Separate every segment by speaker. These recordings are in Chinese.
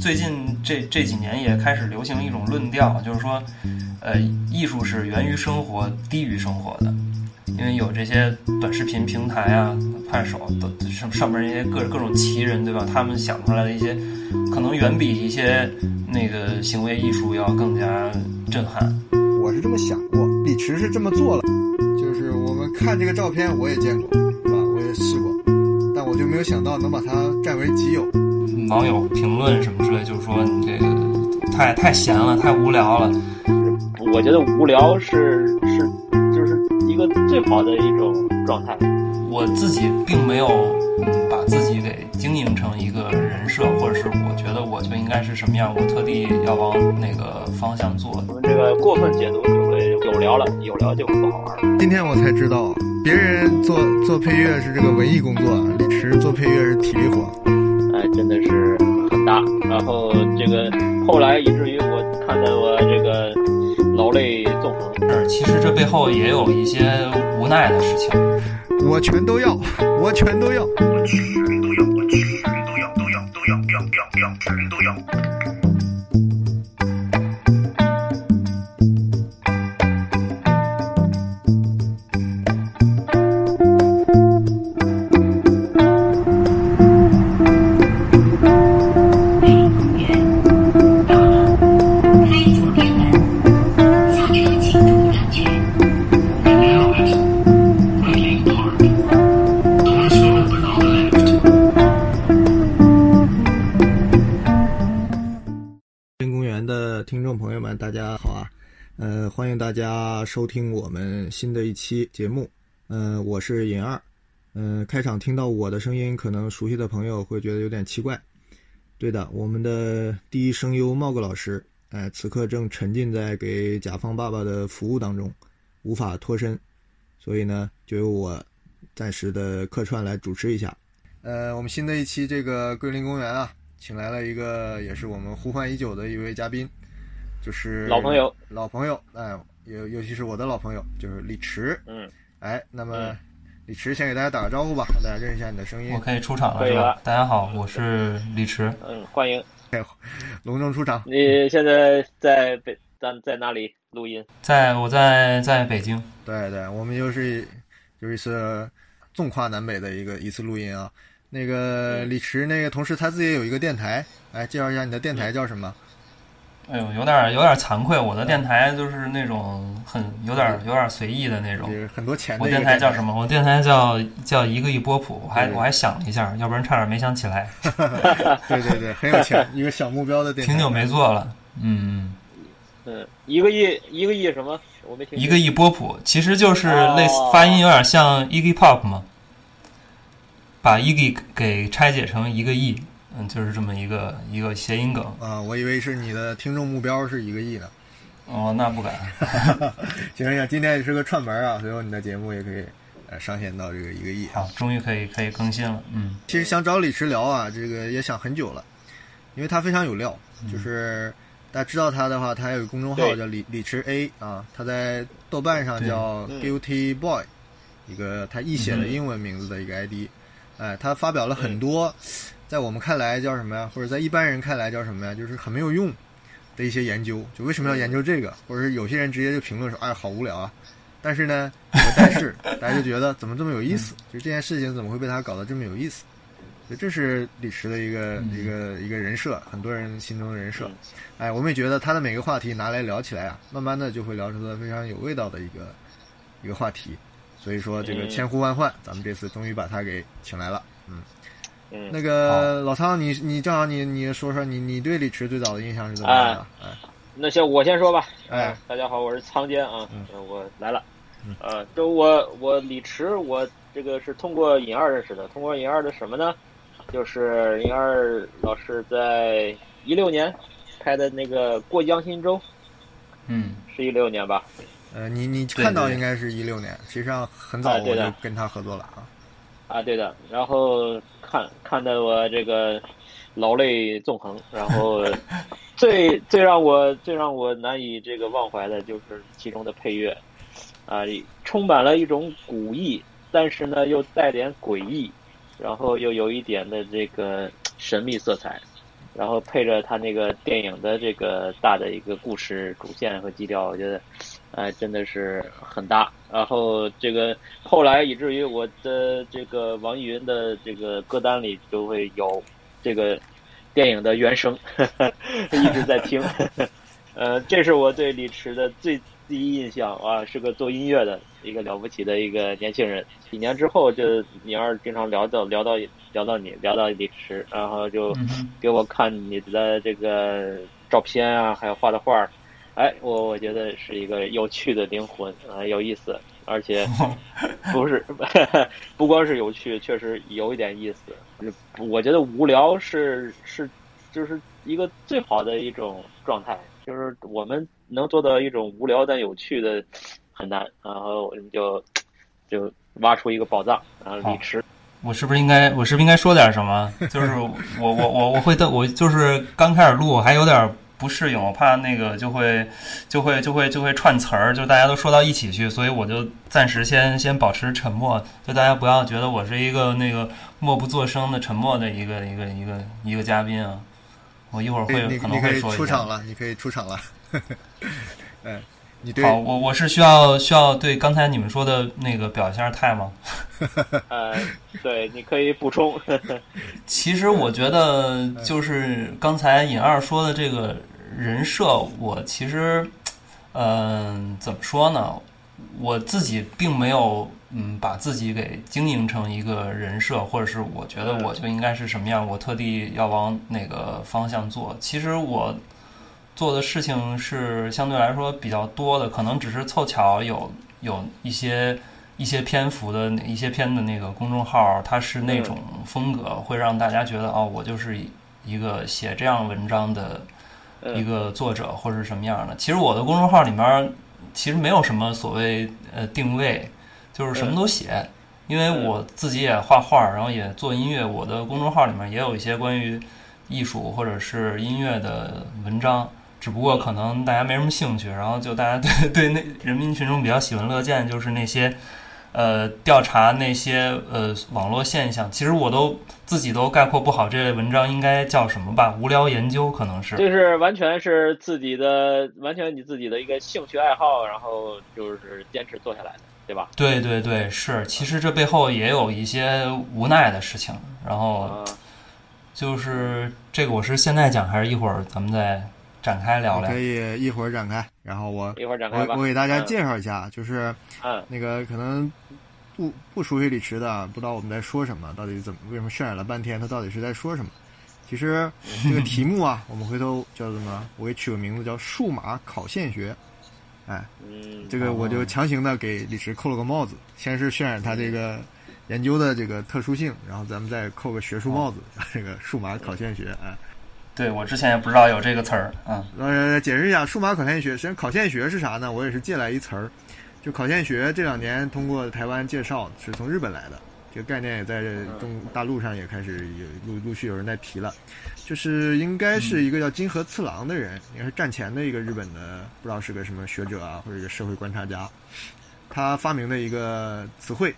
Speaker 1: 最近这这几年也开始流行一种论调，就是说，呃，艺术是源于生活、低于生活的。因为有这些短视频平台啊、快手都上上面那些各各种奇人，对吧？他们想出来的一些，可能远比一些那个行为艺术要更加震撼。
Speaker 2: 我是这么想过，李池是这么做了，就是我们看这个照片，我也见过，是吧？我也试过，但我就没有想到能把它占为己有。
Speaker 1: 网友评论什么之类，就是说你这个太太闲了，太无聊了。
Speaker 3: 我觉得无聊是是就是一个最好的一种状态。
Speaker 1: 我自己并没有嗯把自己给经营成一个人设，或者是我觉得我就应该是什么样，我特地要往哪个方向做。
Speaker 3: 我们这个过分解读就会有聊了，有聊就不好玩了。
Speaker 2: 今天我才知道，别人做做配乐是这个文艺工作，啊李池做配乐是体力活。
Speaker 3: 哎，真的是很大。然后这个后来以至于我看得我这个劳累纵横。
Speaker 1: 是，其实这背后也有一些无奈的事情。
Speaker 2: 我全都要，我全都要。
Speaker 4: 到了，开左边门，下车请注意安全。
Speaker 2: 森林公园的听众朋友们，大家好啊！呃，欢迎大家收听我们新的一期节目。呃，我是尹二。呃，开场听到我的声音，可能熟悉的朋友会觉得有点奇怪。对的，我们的第一声优茂哥老师，哎、此刻正沉浸在给甲方爸爸的服务当中，无法脱身，所以呢，就由我暂时的客串来主持一下。呃，我们新的一期这个桂林公园啊，请来了一个也是我们呼唤已久的一位嘉宾，就是
Speaker 3: 老朋友，
Speaker 2: 老朋友，哎，尤尤其是我的老朋友，就是李池，
Speaker 3: 嗯，
Speaker 2: 哎，那么、
Speaker 3: 嗯
Speaker 2: 李池先给大家打个招呼吧，让大家认识一下你的声音
Speaker 1: 我，可以出场了，
Speaker 3: 可以
Speaker 1: 是吧
Speaker 3: 了？
Speaker 1: 大家好，我是李池，
Speaker 3: 嗯，欢迎
Speaker 2: 隆重出场。
Speaker 3: 你现在在北咱在哪里录音？
Speaker 1: 在我在在北京，
Speaker 2: 对对，我们就是就是一次纵跨南北的一个一次录音啊。那
Speaker 1: 嗯
Speaker 2: 个李池那个同事他自己也有一个电台，来介绍一下你的电
Speaker 1: 嗯
Speaker 2: 台叫什么？
Speaker 1: 哎呦，有点有点惭愧，我的电台就是那种很有点有点随意的那种
Speaker 2: 就。是很多钱的
Speaker 1: 哦我
Speaker 2: 一个
Speaker 1: 电台叫什么？我电台叫叫一个一波普，我还
Speaker 2: 对
Speaker 1: 我还想了一下，要不然差点没想起来。
Speaker 2: 么？对对对，很 有钱，一个小目标的电台。
Speaker 1: 挺久没做了，嗯，
Speaker 3: 嗯，一个亿一个亿什么？我没听
Speaker 1: 一个一波普其实就是类似
Speaker 3: 哦
Speaker 1: 发音有点像 Iggy Pop 嘛，把 Iggy 给拆解成一个亿，嗯，就是这么一个一个谐音梗。
Speaker 2: 啊，我以为是你的听众目标是一个亿呢。
Speaker 1: 哦，那不敢。
Speaker 2: 行行，今天也是个串门啊，所以你的节目也可以呃上线到这个一个亿啊。
Speaker 1: 好，终于可以可以更新了，嗯。
Speaker 2: 其实想找李池聊啊，这个也想很久了，因为他非常有料。就是大家知道他的话，他还有个公众号
Speaker 3: 对
Speaker 2: 叫李李池 A 啊，他在豆瓣上
Speaker 1: 对
Speaker 2: 叫
Speaker 3: 嗯
Speaker 2: Guilty Boy，一个他译写的
Speaker 1: 嗯
Speaker 2: 英文名字的一个 ID。哎，他发表了很多，在我们看来叫什么呀，或者在一般人看来叫什么呀，就是很没有用的一些研究。就为什么要研究这个？或者是有些人直接就评论说：“哎，好无聊啊！”但是呢，有个但是大家就觉得怎么这么有意思？就这件事情怎么会被他搞得这么有意思？所以这是李池的一个、
Speaker 1: 嗯
Speaker 2: 一个一个人设，很多人心中的人设
Speaker 3: 嗯。
Speaker 2: 哎，我们也觉得他的每个话题拿来聊起来啊，慢慢的就会聊出个非常有味道的一个一个话题。所以说这个
Speaker 3: 嗯
Speaker 2: 千呼万唤，咱们这次终于把他给请来了。
Speaker 3: 嗯，
Speaker 2: 那个老汤，你你正好你你说说你你对李池最早的印象是怎么样的？
Speaker 3: 啊
Speaker 2: 哎，
Speaker 3: 那行，我先说吧。
Speaker 2: 哎
Speaker 3: 嗯，大家好，我是仓坚啊，
Speaker 2: 嗯
Speaker 3: 嗯我来了
Speaker 2: 嗯。
Speaker 3: 呃，这我我李池，我这个是通过尹二认识的。通过尹二的什么呢？就是尹二老师在一六年开的那个《过江心舟》，
Speaker 1: 嗯，
Speaker 3: 是一六年吧？
Speaker 2: 呃，你你
Speaker 1: 对
Speaker 2: 看到
Speaker 1: 对
Speaker 2: 应该是一六年，实际上很早
Speaker 3: 哎
Speaker 2: 我
Speaker 3: 对的
Speaker 2: 就跟他合作了啊。
Speaker 3: 啊，对的。然后看看得我这个劳累纵横，然后最最让我最让我难以这个忘怀的就是其中的配乐，啊，充满了一种古意，但是呢又带点诡异，然后又有一点的这个神秘色彩。然后配着他那个电影的这个大的一个故事主线和基调，我觉得，呃，真的是很搭。然后这个后来以至于我的这个网易云的这个歌单里就会有这个电影的原声， 一直在听。呃，这是我对李驰的最呃第一印象啊，是个做音乐的一个了不起的一个年轻人。几年之后就，你要是经常聊到聊到聊到你聊到李驰，然后就
Speaker 1: 嗯
Speaker 3: 给我看你的这个照片啊，还有画的画儿，哎，我我觉得是一个有趣的灵魂啊、有意思，而且不是 不光是有趣，确实有一点意思。我觉得无聊是是就是一个最好的一种状态，就是我们能做到一种无聊但有趣的很难，然后我们就就挖出一个宝藏，然后
Speaker 1: 好
Speaker 3: 李驰
Speaker 1: 我是不是应该，我是不是应该说点什 么？就是我我我我会的，我就是刚开始录，我还有点不适应，我怕那个就会就会就会就会串词儿，就大家都说到一起去，所以我就暂时先先保持沉默，就大家不要觉得我是一个那个默不作声的沉默的一个一个一个一个嘉宾啊。我一会儿
Speaker 2: 可以
Speaker 1: 会
Speaker 2: 哎你
Speaker 1: 可
Speaker 2: 你
Speaker 1: 能
Speaker 2: 可
Speaker 1: 会
Speaker 2: 以
Speaker 1: 说一
Speaker 2: 出
Speaker 1: 下
Speaker 2: 场。了，你可以出场了。 嗯，你对
Speaker 1: 好，我我是需要需要对刚才你们说的那个表一下态吗？
Speaker 3: 呃，对，你可以补充。
Speaker 1: 其实我觉得，就是刚才尹二说的这个人设，我其实，嗯、怎么说呢？我自己并没有，嗯，把自己给经营成一个人设，或者是我觉得我就应该是什么样，我特地要往哪个方向做。其实我做的事情是相对来说比较多的，可能只是凑巧有有一些一些篇幅的一些篇的那个公众号，它是那种风格，会让大家觉得哦，我就是一个写这样文章的一
Speaker 3: 嗯
Speaker 1: 个作者或者是什么样的。其实我的公众号里面其实没有什么所谓呃定位，就是什么都写，因为我自己也画画，然后也做音乐，我的公众号里面也有一些关于艺术或者是音乐的文章。只不过可能大家没什么兴趣，然后就大家对 对那人民群众比较喜闻乐见，就是那些，呃，调查那些呃网络现象，其实我都自己都概括不好这类文章应该叫什么吧，无聊研究可能 是。
Speaker 3: 就是完全是自己的，完全你自己的一个兴趣爱好，然后就是坚持做下来的，对吧？
Speaker 1: 对对对，是，其实这背后也有一些无奈的事情，然后
Speaker 2: 哦
Speaker 3: 啊，
Speaker 1: 就是这个，我是现在讲还是一会儿咱们再展开聊
Speaker 2: 你
Speaker 1: 聊
Speaker 2: 可？以一会儿展开，然后我
Speaker 3: 一会儿展开
Speaker 2: 我
Speaker 3: 吧。
Speaker 2: 我给大家介绍一下，就是
Speaker 3: 嗯，
Speaker 2: 那个可能不不熟悉李驰的，不知道我们在说什么，到底怎么为什么渲染了半天，他到底是在说什么？其实这个题目啊，我们回头叫什么？我给取个名字叫“数码考现学”。哎，
Speaker 3: 嗯
Speaker 2: 这个我就强行的给李驰扣了个帽子，先是渲染他这个研究的这个特殊性，然后咱们再扣个学术帽子， 这个数码考现学。哎，
Speaker 1: 对我之前也不知道有这个词儿啊，
Speaker 2: 呃，解释一下数码考现学。实际上，考现学是啥呢？我也是借来一词儿，就考现学这两年通过台湾介绍，是从日本来的。这个概念也在中大陆上也开始有陆陆续有人在提了，就是应该是一个叫金河次郎的人，应该是战前的一个日本的，不知道是个什么学者啊，或者一个社会观察家，他发明的一个词汇，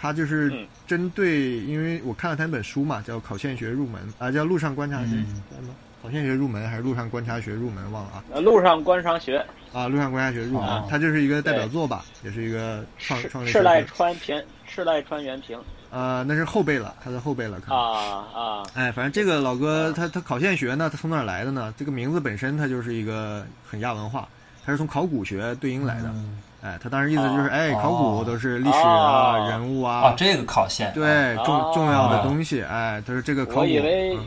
Speaker 2: 他就是
Speaker 3: 嗯
Speaker 2: 针对，因为我看了他那本书嘛，叫《考现学入门》啊，叫《路上观察学》
Speaker 1: 嗯
Speaker 2: 叫什么考现学入门》还是《路上观察学入门》忘了啊。
Speaker 3: 呃路上观赏学
Speaker 2: 啊，陆上国家学入
Speaker 1: 哦
Speaker 2: 门，它就是一个代表作吧，也是一个创
Speaker 3: 赤
Speaker 2: 创立
Speaker 3: 赤濑
Speaker 2: 学。
Speaker 3: 川平赤濑川原平
Speaker 2: 呃，那是后辈了，他的后辈了，可
Speaker 3: 啊
Speaker 2: 能。
Speaker 3: 啊，
Speaker 2: 哎，反正这个老哥他他考现学呢，他从哪儿来的呢？这个名字本身它就是一个很亚文化，它是从考古学对应来的。
Speaker 1: 嗯
Speaker 2: 哎，他当时意思就是，
Speaker 3: 哦
Speaker 2: 哎，考古都是历史
Speaker 3: 哦
Speaker 2: 啊、人物
Speaker 1: 啊，
Speaker 2: 啊，
Speaker 1: 这个考线，
Speaker 2: 对
Speaker 3: 哦
Speaker 2: 重重要的东西。哎，他说这个考古。
Speaker 3: 我以为
Speaker 2: 嗯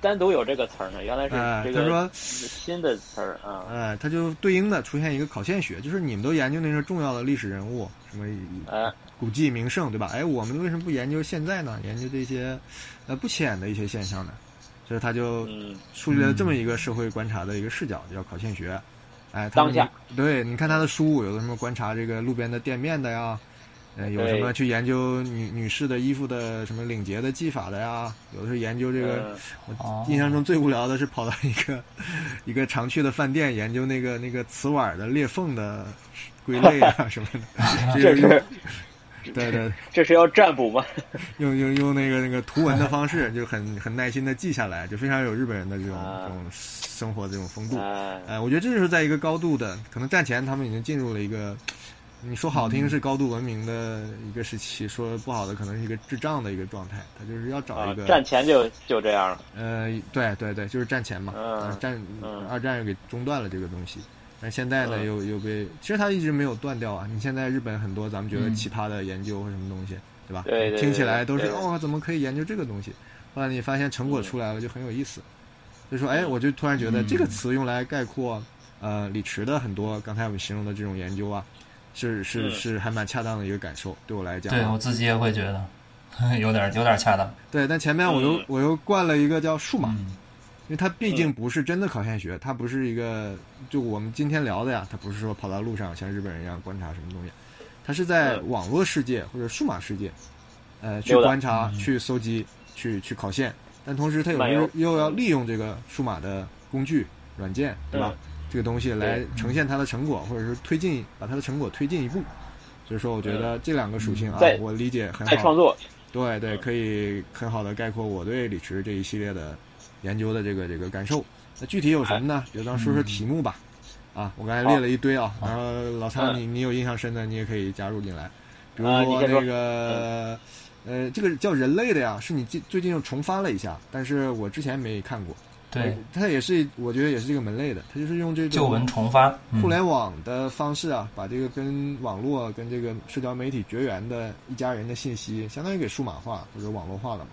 Speaker 3: 单独有这个词儿呢，原来
Speaker 2: 哎，
Speaker 3: 是这
Speaker 2: 他
Speaker 3: 个
Speaker 2: 说
Speaker 3: 新的词儿啊。
Speaker 2: 哎，它就对应的出现一个考现学，就是你们都研究那些重要的历史人物，什么
Speaker 3: 哎，
Speaker 2: 古迹名胜，对吧？哎，我们为什么不研究现在呢？研究这些，呃，不起眼的一些现象呢？所以他就
Speaker 3: 嗯，
Speaker 2: 树立了这么一个社会观察的一个视角，叫考现学。哎，他
Speaker 3: 当下
Speaker 2: 对，你看他的书，有的什么观察这个路边的店面的呀，呃，有什么
Speaker 3: 对
Speaker 2: 去研究女女士的衣服的什么领结的系法的呀，有的是研究这个。
Speaker 3: 嗯
Speaker 1: 哦
Speaker 2: 印象中最无聊的是跑到一个 一个常去的饭店研究那 个那个瓷碗的裂缝的归类啊什么的，
Speaker 3: 这
Speaker 2: 个
Speaker 3: 是
Speaker 2: 对对，
Speaker 3: 这是要占卜吗？
Speaker 2: 用用用那个那个图文的方式，就很很耐心的记下来，就非常有日本人的这种这种生活的这种风度。
Speaker 3: 啊，
Speaker 2: 呃，我觉得这就是在一个高度的，可能战前他们已经进入了一个，你说好听是高度文明的一个时期，说不好的可能是一个智障的一个状态。他就是要找
Speaker 3: 啊
Speaker 2: 一个，
Speaker 3: 战前就就这样了。
Speaker 2: 呃，对对对，就是战前嘛，
Speaker 3: 嗯
Speaker 2: 呃战
Speaker 3: 嗯
Speaker 2: 二战又给中断了这个东西，但现在呢
Speaker 3: 嗯
Speaker 2: 又又被，其实它一直没有断掉啊。你现在日本很多咱们觉得
Speaker 1: 嗯
Speaker 2: 奇葩的研究或什么东西，对吧？
Speaker 3: 对对
Speaker 2: 听起来都是
Speaker 3: 对嗯对
Speaker 2: 哦，怎么可以研究这个东西？后来你发现成果出来了，就很有意思。就说哎，我就突然觉得
Speaker 1: 嗯
Speaker 2: 这个词用来概括呃李池的很多刚才我们形容的这种研究啊，是是
Speaker 3: 嗯
Speaker 2: 是还蛮恰当的一个感受，对我来讲啊。
Speaker 1: 对我自己也会觉得有点有点恰当。
Speaker 2: 对，但前面我又
Speaker 3: 嗯
Speaker 2: 我又灌了一个叫数码。
Speaker 1: 嗯
Speaker 2: 因为它毕竟不是真的考现学，它不是一个就我们今天聊的呀，它不是说跑到路上像日本人一样观察什么东西，它是在
Speaker 3: 嗯
Speaker 2: 网络世界或者数码世界，呃，去
Speaker 3: 溜达
Speaker 2: 观察、
Speaker 1: 嗯
Speaker 2: 去搜集、去去考现，但同时它有
Speaker 3: 漫
Speaker 2: 时候
Speaker 3: 游嗯
Speaker 2: 又要利用这个数码的工具软件，对吧？这个东西来
Speaker 3: 嗯对嗯
Speaker 2: 呈现它的成果，或者是推进把它的成果推进一步。所以说，我觉得这两个属性啊
Speaker 3: 嗯在，
Speaker 2: 我理解很
Speaker 3: 再
Speaker 2: 好
Speaker 3: 创。作，
Speaker 2: 对
Speaker 3: 嗯
Speaker 2: 对，可以很好的概括我对李池这一系列的研究的这个这个感受。那具体有什么
Speaker 3: 哎
Speaker 2: 呢？就当说说题目吧。啊，我刚才列了一堆啊，然后老苍，
Speaker 3: 嗯
Speaker 2: 你你有印象深的，你也可以加入进来。比如
Speaker 3: 啊你先
Speaker 2: 那
Speaker 3: 说嗯
Speaker 2: 个，呃，这个叫人类的呀，是你最最近又重翻了一下，但是我之前没看过。
Speaker 1: 对，，
Speaker 2: 它也是，我觉得也是这个门类的，它就是用这
Speaker 1: 旧
Speaker 2: 种
Speaker 1: 闻重发，嗯
Speaker 2: 互联网的方式啊，把这个跟网络、啊跟这个社交媒体绝缘的一家人的信息，相当于给数码化或者网络化了嘛，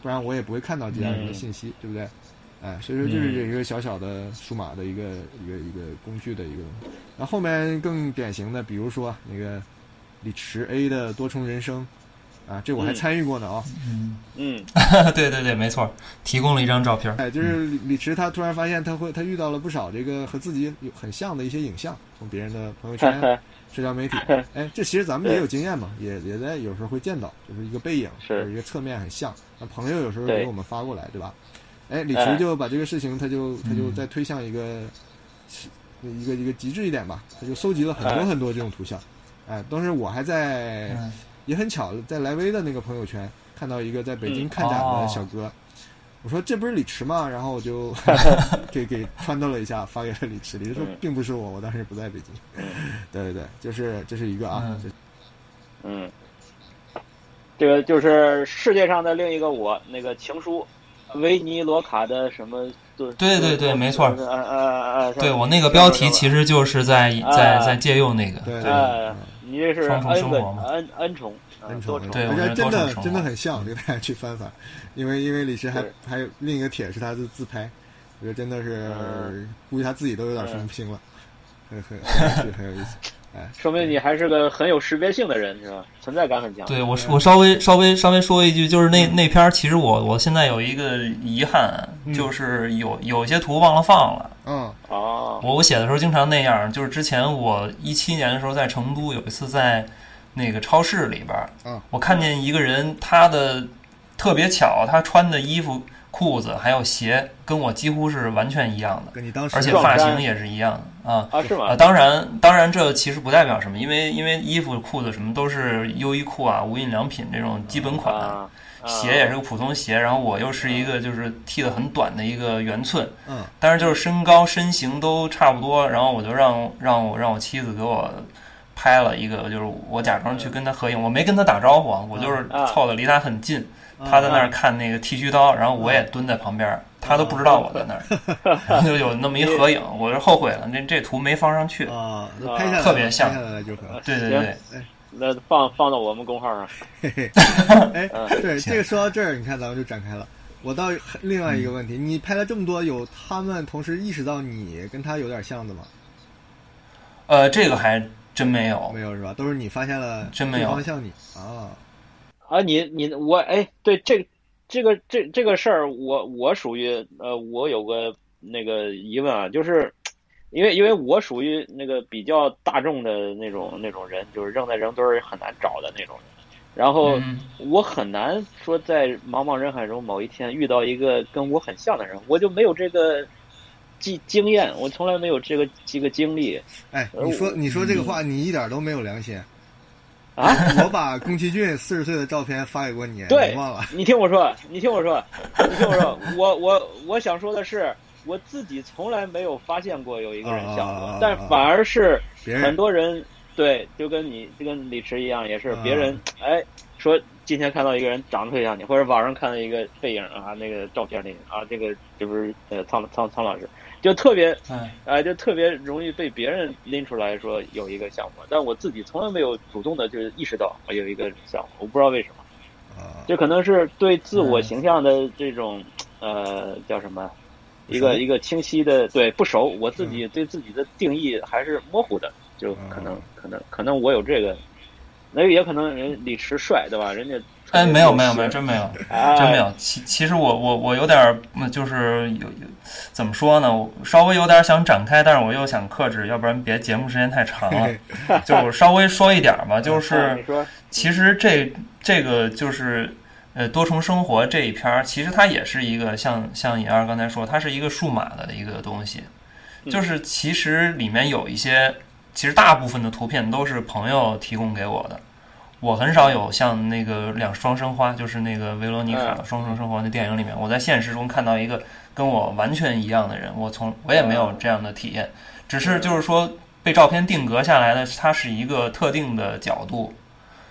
Speaker 2: 不然我也不会看到这家人的
Speaker 3: 嗯
Speaker 2: 信息，对不对？哎，所以说这
Speaker 1: 嗯
Speaker 2: 是有一个小小的数码的一个一个一个工具的一个东西。然后后面更典型的，比如说那个李池 A 的多重人生，啊，这我还
Speaker 3: 嗯
Speaker 2: 参与过呢啊、
Speaker 1: 嗯，
Speaker 3: 嗯，
Speaker 1: 对对对，没错，提供了一张照片。
Speaker 2: 哎，就是
Speaker 3: 嗯
Speaker 2: 李李池，他突然发现他会，他遇到了不少这个和自己有很像的一些影像，从别人的朋友圈、 社交媒体，哎，这其实咱们也有经验嘛，也也在有时候会见到，就是一个背影，
Speaker 3: 是
Speaker 2: 或者一个侧面很像，那朋友有时候
Speaker 3: 对
Speaker 2: 给我们发过来，对吧？哎，李
Speaker 3: 哎
Speaker 2: 池就把这个事情，他就他就
Speaker 1: 嗯
Speaker 2: 再推向一个一个一个极致一点吧，他就收集了很多
Speaker 3: 哎
Speaker 2: 很多这种图像，哎，当时我还在
Speaker 1: 嗯
Speaker 2: 也很巧，在莱维的那个朋友圈看到一个在北京
Speaker 3: 嗯
Speaker 2: 看展的
Speaker 1: 哦
Speaker 2: 小哥，我说这不是李池吗？然后我 就给给穿透了一下，发给了李池。李池说
Speaker 3: 嗯
Speaker 2: 并不是我，我当时不在北京。 对对对，就是这是一个啊
Speaker 1: 嗯，
Speaker 2: 这
Speaker 3: 嗯，这个就是世界上的另一个我，那个情书，维尼罗卡的什么顿？
Speaker 1: 对对对没错
Speaker 3: 呃呃呃，
Speaker 1: 对我那个标题其
Speaker 3: 实
Speaker 1: 实就是在
Speaker 3: 啊
Speaker 1: 在在借用那个，
Speaker 2: 对对
Speaker 3: 呃，你这是
Speaker 1: 双重生
Speaker 3: n
Speaker 1: 活
Speaker 3: 个
Speaker 1: 嘛
Speaker 3: n n 重啊
Speaker 2: 恩
Speaker 3: 多
Speaker 2: 仇
Speaker 3: 啊重
Speaker 2: 恩仇，
Speaker 1: 对我
Speaker 2: 而
Speaker 1: 觉
Speaker 2: 且
Speaker 1: 得多
Speaker 2: 真
Speaker 1: 重
Speaker 2: 的
Speaker 1: 生活
Speaker 2: 真的很像， 这个大家去翻翻，因为因为李池还
Speaker 3: 是
Speaker 2: 还有另一个帖是他自自拍，我觉得真的是
Speaker 3: 嗯
Speaker 2: 估计他自己都有点分不清了，很很很有趣，很有意 思。哎，
Speaker 3: 说明你还是个很有识别性的人，是吧？存在感很强。
Speaker 1: 对我我稍微稍微稍微说一句，就是那那篇儿其实我我现在有一个遗憾，
Speaker 2: 嗯
Speaker 1: 就是有有些图忘了放了。
Speaker 2: 嗯
Speaker 3: 哦，
Speaker 1: 我我写的时候经常那样，就是之前我一七年的时候在成都有一次在那个超市里边儿
Speaker 2: 嗯，
Speaker 1: 我看见一个人，他的特别巧，他穿的衣服、裤子还有鞋跟我几乎是完全一样的，
Speaker 2: 跟你当时
Speaker 1: 而且
Speaker 3: 撞
Speaker 1: 发
Speaker 3: 衫
Speaker 1: 型也是一样的啊。
Speaker 3: 啊是
Speaker 1: 啊，
Speaker 3: 吗？
Speaker 1: 当然，当然，这其实不代表什么，因为因为衣服、裤子什么都是优衣库啊、无印良品这种基本款，
Speaker 3: 啊，啊
Speaker 1: 鞋也是个普通鞋，然后我又是一个就是剃得很短的一个圆寸，
Speaker 2: 嗯
Speaker 1: 但是就是身高身形都差不多，然后我就让让我让我妻子给我拍了一个，就是我假装去跟他合影，我没跟他打招呼啊，我就是
Speaker 3: 啊
Speaker 1: 凑的离他很近，
Speaker 2: 嗯
Speaker 1: 他在那儿看那个剃须刀，然后我也蹲在旁边，他都不知道我在那儿， 然后就有那么一合影，我就后悔了，那这图没放上去。
Speaker 2: 啊，那
Speaker 3: 啊
Speaker 2: 拍下来
Speaker 1: 特别像
Speaker 2: 拍下来了就很好。
Speaker 1: 对对
Speaker 3: 行
Speaker 1: 对，
Speaker 3: 那放放到我们公号上。
Speaker 2: 嘿嘿，哎，
Speaker 3: 嗯
Speaker 2: 对，这个说到这儿，你看咱们就展开了。我到另外一个问题，
Speaker 1: 嗯
Speaker 2: 你拍了这么多，有他们同时意识到你跟他有点像的吗？
Speaker 1: 呃，这个还真没有
Speaker 2: 没，有是吧？都是你发现了，
Speaker 1: 真没有
Speaker 2: 对方像你啊，
Speaker 3: 啊，你你我哎，对这个这个这这个事儿，我我属于呃，我有个那个疑问啊，就是因为因为我属于那个比较大众的那种那种人，就是扔在人堆儿很难找的那种人。然后
Speaker 1: 嗯
Speaker 3: 我很难说在茫茫人海中某一天遇到一个跟我很像的人，我就没有这个经经验，我从来没有这个这个经历。
Speaker 2: 哎，
Speaker 3: 呃
Speaker 2: 你说
Speaker 3: 我
Speaker 2: 你说这个话，你一点都没有良心。
Speaker 3: 啊，
Speaker 2: 我把宫崎骏四十岁的照片发给过你，
Speaker 3: 对
Speaker 2: 你忘了？
Speaker 3: 你听我说，你听我说，你听我说， 我我我想说的是，我自己从来没有发现过有一个人像我，
Speaker 2: 啊
Speaker 3: 但反而是
Speaker 2: 别人
Speaker 3: 很多人对，就跟你就跟李驰一样，也是
Speaker 2: 啊
Speaker 3: 别人、哎说今天看到一个人长得特别像你，或者网上看到一个背影啊，那个照片里啊，这个这不是呃苍苍苍老师，就特别
Speaker 1: 哎，
Speaker 3: 哎、就特别容易被别人拎出来说有一个像我，但我自己从来没有主动的就意识到我有一个像我，我不知道为什么。
Speaker 2: 啊，
Speaker 3: 这可能是对自
Speaker 1: 嗯
Speaker 3: 我形象的这种、呃叫什么，一
Speaker 2: 熟
Speaker 3: 个一个清晰的对不熟，我自
Speaker 1: 嗯
Speaker 3: 己对自己的定义还是模糊的，就可能、
Speaker 2: 嗯
Speaker 3: 可能可能我有这个，那也可能人李驰帅对吧？人家
Speaker 1: 哎，没有没有没有，
Speaker 3: 这
Speaker 1: 真没有，
Speaker 3: 哎
Speaker 1: 真没有。其其实我我我有点儿嗯就是有有怎么说呢，我稍微有点想展开，但是我又想克制，要不然别节目时间太长了。 就稍微说一点儿吧，就是
Speaker 3: 你说
Speaker 1: 其实这这个就是呃多重生活这一篇儿，其实它也是一个像像尹二刚才说，它是一个数码的一个东西，
Speaker 3: 嗯
Speaker 1: 就是其实里面有一些，其实大部分的图片都是朋友提供给我的。我很少有像那个两双生花，就是那个维罗妮卡的《双重生活》那电影里面，我在现实中看到一个跟我完全一样的人，我从我也没有这样的体验，只是就是说被照片定格下来的，它是一个特定的角度，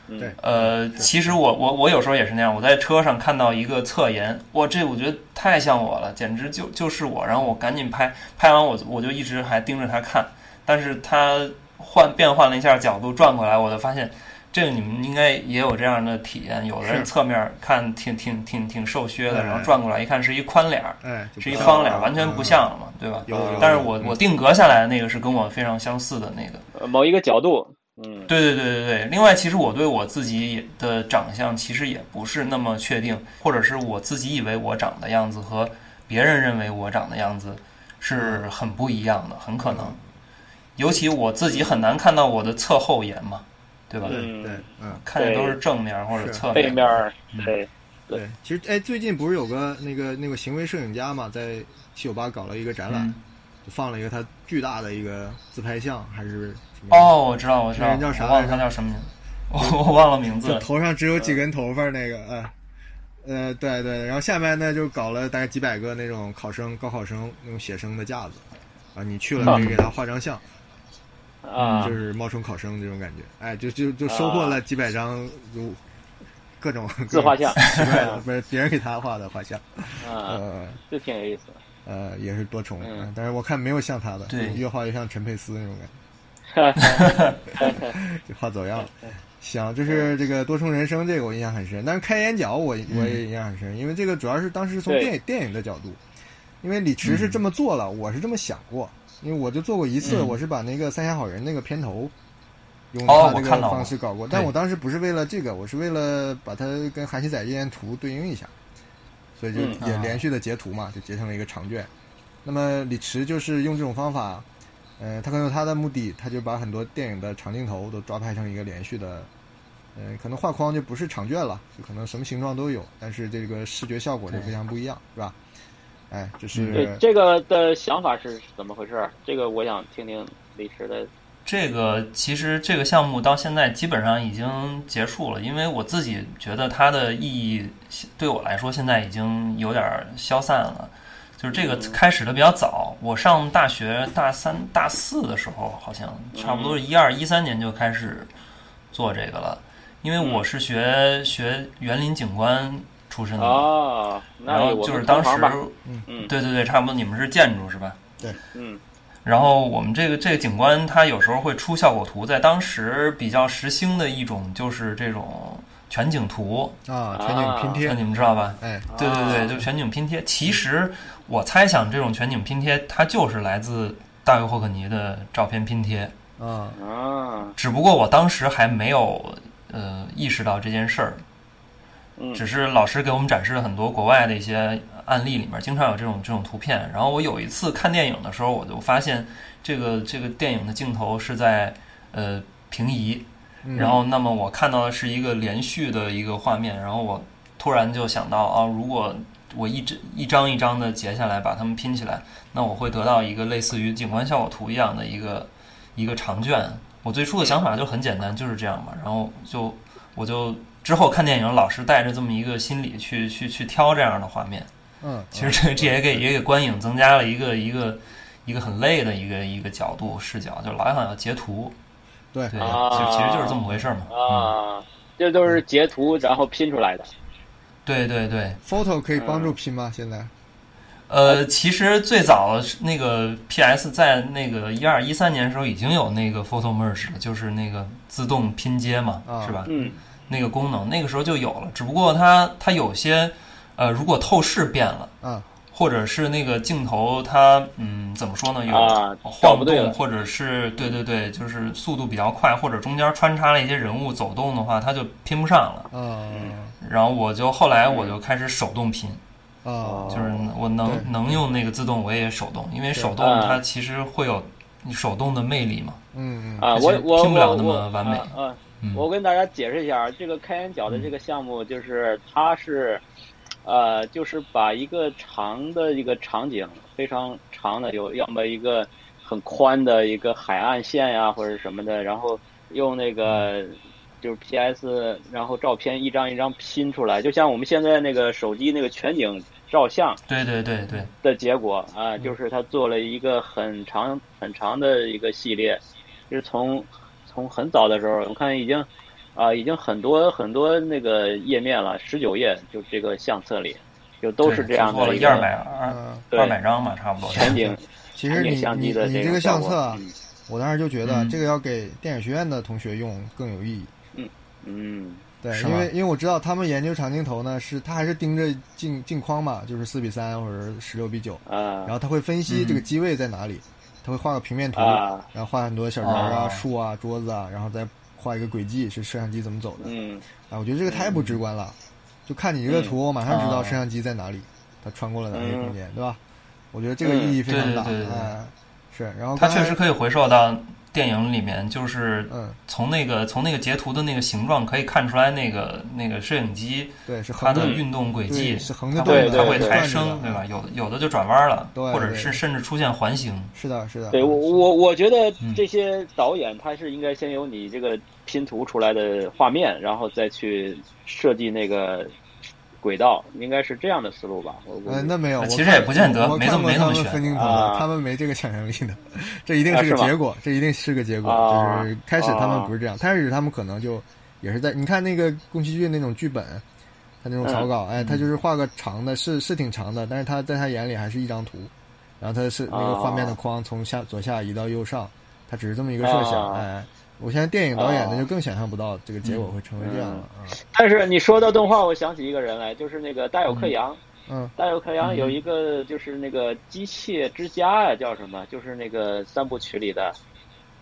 Speaker 3: 嗯
Speaker 2: 对，
Speaker 1: 呃，其实我我我有时候也是那样，我在车上看到一个侧颜，哇，这我觉得太像我了，简直就就是我，然后我赶紧拍，拍完我我就一直还盯着他看，但是他换变换了一下角度转过来，我才发现。这个你们应该也有这样的体验，有的人
Speaker 2: 是
Speaker 1: 侧面看挺挺挺挺瘦削的，
Speaker 2: 嗯
Speaker 1: 然后转过来一看是一宽脸儿，
Speaker 2: 哎，就不
Speaker 1: 是一
Speaker 2: 像
Speaker 1: 方脸
Speaker 2: 了啊嗯
Speaker 1: 儿，完全不像。了嘛，对吧？
Speaker 2: 有有有
Speaker 1: 但是我
Speaker 2: 嗯
Speaker 1: 我定格下来的那个是跟我非常相似的那个，
Speaker 3: 呃某一个角度，嗯，
Speaker 1: 对对对对对，另外，其实我对我自己也的长相其实也不是那么确定，或者是我自己以为我长的样子和别人认为我长的样子是很不一样的，很可能
Speaker 2: 嗯。
Speaker 1: 尤其我自己很难看到我的侧后眼嘛，对吧？
Speaker 3: 嗯
Speaker 2: 对对，嗯，
Speaker 1: 看见都是正面或者
Speaker 2: 是
Speaker 1: 侧
Speaker 3: 背面儿
Speaker 1: 嗯
Speaker 3: 对，
Speaker 2: 对。其实，哎，最近不是有个那个那个行为摄影家嘛，在七九八搞了一个展览，
Speaker 1: 嗯
Speaker 2: 就放了一个他巨大的一个自拍像，还是什么？
Speaker 1: 哦，我知道，我知道，
Speaker 2: 那人叫啥
Speaker 1: 我忘了
Speaker 2: 来
Speaker 1: 他
Speaker 2: 着
Speaker 1: 叫什么名，我我忘了名字
Speaker 2: 就
Speaker 1: 了。
Speaker 2: 头上只有几根头发那个，呃，呃，对对，然后下面呢就搞了大概几百个那种考生、高考生那种写生的架子，啊，你去了可以给他画张相，
Speaker 1: 嗯
Speaker 3: 啊
Speaker 2: 就，是冒充考生这种感觉，哎，就就就收获了几百张就各种
Speaker 3: 自画 像
Speaker 2: 各种奇怪的，不是别人给他画的画像，
Speaker 1: 嗯
Speaker 3: 啊，
Speaker 2: 呃
Speaker 3: 这挺有意 思。
Speaker 2: 呃，也是多重，
Speaker 3: 嗯
Speaker 2: 嗯但是我看没有像他的，
Speaker 1: 对
Speaker 2: 越画越像陈佩斯那种感觉。就 画走样了。行，这是这个多重人生，这个我印象很深。但是开眼角我我也印象很深，因为这个主要是当时从
Speaker 3: 对
Speaker 2: 电影电影的角度，因为李驰是这么做了，我是这么想过，因为我就做过一次，
Speaker 1: 嗯
Speaker 2: 我是把那个《三峡好人》那个片头。用
Speaker 1: 哦
Speaker 2: 他
Speaker 1: 我
Speaker 2: 那
Speaker 1: 看
Speaker 2: 个
Speaker 1: 到了
Speaker 2: 方式搞过，但
Speaker 1: 对
Speaker 2: 我当时不是为了这个，我是为了把它跟《韩熙载夜宴图》对应一下，所以就
Speaker 3: 嗯
Speaker 2: 也
Speaker 1: 啊
Speaker 2: 连续的截图嘛，就截成了一个长卷。那么李驰就是用这种方法，呃，他可能有他的目的，他就把很多电影的长镜头都抓拍成一个连续的，呃，可能画框就不是长卷了，就可能什么形状都有，但是这个视觉效果就非常不一样，是吧？哎，这
Speaker 3: 嗯对
Speaker 1: 嗯
Speaker 2: 是
Speaker 3: 这个的想法是怎么回事儿？这个我想听听李驰的。
Speaker 1: 这个其实这个项目到现在基本上已经结束了，因为我自己觉得它的意义对我来说现在已经有点儿消散了。就是这个
Speaker 3: 嗯
Speaker 1: 开始的比较早，我上大学大三、大四的时候，好像差不多
Speaker 3: 嗯
Speaker 1: 是一二一三年就开始做这个了，因为
Speaker 3: 嗯
Speaker 1: 我是学学园林景观出身的，
Speaker 3: 哦，
Speaker 1: 嗯然
Speaker 3: 那
Speaker 1: 后
Speaker 3: 我
Speaker 1: 就是
Speaker 3: 们
Speaker 1: 当
Speaker 3: 同
Speaker 1: 时
Speaker 3: 行吧，嗯
Speaker 1: 对对对，差不多你们是建筑是吧？
Speaker 3: 嗯
Speaker 1: 然后我们这个这个景观，它有时候会出效果图，在当时比较时兴的一种就是这种全景图，
Speaker 2: 啊，全景拼
Speaker 1: 那
Speaker 2: 贴，
Speaker 1: 你们知道吧？
Speaker 2: 哎，
Speaker 1: 对对
Speaker 3: 啊
Speaker 1: 对，就全景拼贴。其实我猜想，这种全景拼贴它就是来自大卫霍克尼的照片拼贴，
Speaker 2: 啊，
Speaker 3: 啊，
Speaker 1: 只不过我当时还没有呃意识到这件事儿，
Speaker 3: 嗯
Speaker 1: 只是老师给我们展示了很多国外的一些案例，里面经常有这种这种图片。然后我有一次看电影的时候，我就发现这个这个电影的镜头是在呃平移，
Speaker 2: 嗯
Speaker 1: 然后那么我看到的是一个连续的一个画面，然后我突然就想到啊，如果我一张一张一张的截下来，把它们拼起来，那我会得到一个类似于景观效果图一样的一个一个长卷。我最初的想法就很简单，就是这样嘛。然后就我就之后看电影，老是带着这么一个心理去去去挑这样的画面。
Speaker 2: 嗯，
Speaker 1: 其实这这也给也给观影增加了一个一个一个很累的一个一个角度视角，就老想要截图。
Speaker 2: 对
Speaker 1: 对，
Speaker 3: 啊
Speaker 1: 其实其实就是这么回事嘛。嗯，
Speaker 3: 啊，这都是截图然后拼出来的。
Speaker 1: 对对对。
Speaker 2: photo 可以帮助拼吗？现在
Speaker 1: 呃，其实最早是那个 PS 在那个一二一三年的时候已经有那个 Photo Merge 了，就是那个自动拼接嘛，
Speaker 2: 啊
Speaker 1: 是吧？
Speaker 3: 嗯
Speaker 1: 那个功能那个时候就有了，只不过它它有些呃，如果透视变了，
Speaker 2: 啊，
Speaker 1: 或者是那个镜头它嗯怎么说呢，有
Speaker 3: 啊找
Speaker 1: 晃
Speaker 3: 不对
Speaker 1: 动，
Speaker 3: 了
Speaker 1: 或者是对对对，就是速度比较快，或者中间穿插了一些人物走动的话，它就拼不上了。
Speaker 2: 啊
Speaker 1: 然后我就后来我就开始手动拼。
Speaker 2: 啊，
Speaker 1: 就是我
Speaker 2: 对
Speaker 1: 能能用那个自动，我也手动，因为手动
Speaker 3: 啊
Speaker 1: 它其实会有你手动的魅力嘛。
Speaker 2: 嗯嗯
Speaker 3: 啊，
Speaker 1: 而
Speaker 3: 我
Speaker 1: 且
Speaker 3: 我
Speaker 1: 拼不了
Speaker 3: 我
Speaker 1: 那
Speaker 3: 我
Speaker 1: 么完美
Speaker 3: 啊啊
Speaker 1: 嗯，
Speaker 3: 我跟大家解释一下，这个开眼角的这个项目，就是它是，呃，就是把一个长的一个场景，非常长的，有要么一个很宽的一个海岸线呀、或者什么的，然后用那个就是 PS，然后照片一张一张拼出来，就像我们现在那个手机那个全景照相，
Speaker 1: 对对对对
Speaker 3: 的结果啊，
Speaker 1: 嗯
Speaker 3: 就是他做了一个很长很长的一个系列，就是从从很早的时候，我看已经啊已经很多很多那个页面了，十九页就这个相册里就都是
Speaker 1: 对
Speaker 3: 这样
Speaker 1: 就做
Speaker 3: 的
Speaker 1: 了
Speaker 3: 一
Speaker 1: 一二
Speaker 3: 个
Speaker 1: 百二
Speaker 2: 嗯。
Speaker 1: 二
Speaker 3: 对
Speaker 1: 百张吧，差不多。
Speaker 3: 全景
Speaker 2: 其实
Speaker 3: 全景
Speaker 2: 你
Speaker 3: 相
Speaker 2: 你
Speaker 3: 机的
Speaker 2: 你
Speaker 3: 这
Speaker 2: 个
Speaker 3: 效
Speaker 2: 相
Speaker 3: 果嗯
Speaker 2: 册，啊，我当时就觉得
Speaker 1: 嗯
Speaker 2: 这个要给电影学院的同学用更有意义。
Speaker 3: 嗯
Speaker 2: 对，
Speaker 1: 是
Speaker 2: 因为
Speaker 1: 吗
Speaker 2: 因为我知道他们研究长镜头呢，是他还是盯着镜镜框嘛，就是四比三或者十六比九，
Speaker 3: 嗯啊
Speaker 2: 然后他会分析
Speaker 1: 嗯
Speaker 2: 这个机位在哪里，他会画个平面图，
Speaker 3: 啊
Speaker 2: 然后画很多小人儿啊、
Speaker 1: 哦
Speaker 2: 树啊、桌子啊，然后再画一个轨迹是摄像机怎么走的。
Speaker 3: 嗯
Speaker 2: 啊，我觉得这个太不直观了，就看你这个图，我马上
Speaker 1: 嗯
Speaker 2: 知
Speaker 1: 啊
Speaker 2: 道摄像机在哪里，它穿过了哪些空
Speaker 3: 嗯
Speaker 2: 间，对吧？我觉得这个意义非常大，
Speaker 1: 嗯对对对对
Speaker 2: 哎是。然后
Speaker 1: 它
Speaker 2: 刚才
Speaker 1: 确实可以回溯到电影里面，就是
Speaker 2: 嗯，
Speaker 1: 从那个从那个截图的那个形状可以看出来，那个那个摄影机
Speaker 2: 对，是
Speaker 1: 它
Speaker 2: 横
Speaker 1: 的
Speaker 2: 着
Speaker 1: 运动轨迹
Speaker 2: 对是横着
Speaker 1: 它会
Speaker 3: 动的
Speaker 1: 它会
Speaker 3: 对
Speaker 1: 抬
Speaker 2: 对
Speaker 1: 升，
Speaker 2: 对
Speaker 1: 对吧？有有的就转弯了，
Speaker 2: 对
Speaker 1: 或者
Speaker 2: 对
Speaker 1: 是甚至出现环形。
Speaker 2: 是的，是的，
Speaker 3: 对我我我觉得
Speaker 1: 嗯
Speaker 3: 这些导演他是应该先有你这个拼图出来的画面，然后再去设计那个轨道，应该是这样的思路吧？我我
Speaker 2: 呃，那没有，我
Speaker 1: 其实
Speaker 2: 看
Speaker 1: 也不见得
Speaker 2: 我
Speaker 1: 没
Speaker 2: 看
Speaker 1: 这么
Speaker 2: 过
Speaker 1: 没
Speaker 2: 他
Speaker 1: 那么
Speaker 2: 们
Speaker 1: 悬
Speaker 2: 分镜头的，
Speaker 3: 啊
Speaker 2: 他们没这个想象力的， 这一定
Speaker 3: 啊
Speaker 2: 是个
Speaker 3: 是吗
Speaker 2: 结果，这一定是个结果。
Speaker 3: 啊
Speaker 2: 就是开始他们不是这样，开始他们可能就也是在你看那个宫崎骏那种剧本，他那种
Speaker 3: 嗯
Speaker 2: 草稿，哎，他
Speaker 1: 嗯
Speaker 2: 就是画个长的，是是挺长的，但是他在他眼里还是一张图，然后他是那个画
Speaker 3: 啊
Speaker 2: 面的框从下左下移到右上，他只是这么一个设想，
Speaker 3: 啊
Speaker 2: 哎。我现在电影导演那
Speaker 3: 啊嗯
Speaker 2: 就更想象不到这个结果会成为这样了啊！
Speaker 3: 但是你说到动画，我想起一个人来，就是那个大有克洋。
Speaker 2: 嗯，
Speaker 3: 大有克洋有一个就是那个机械之家呀，叫什么？就是那个三部曲里的，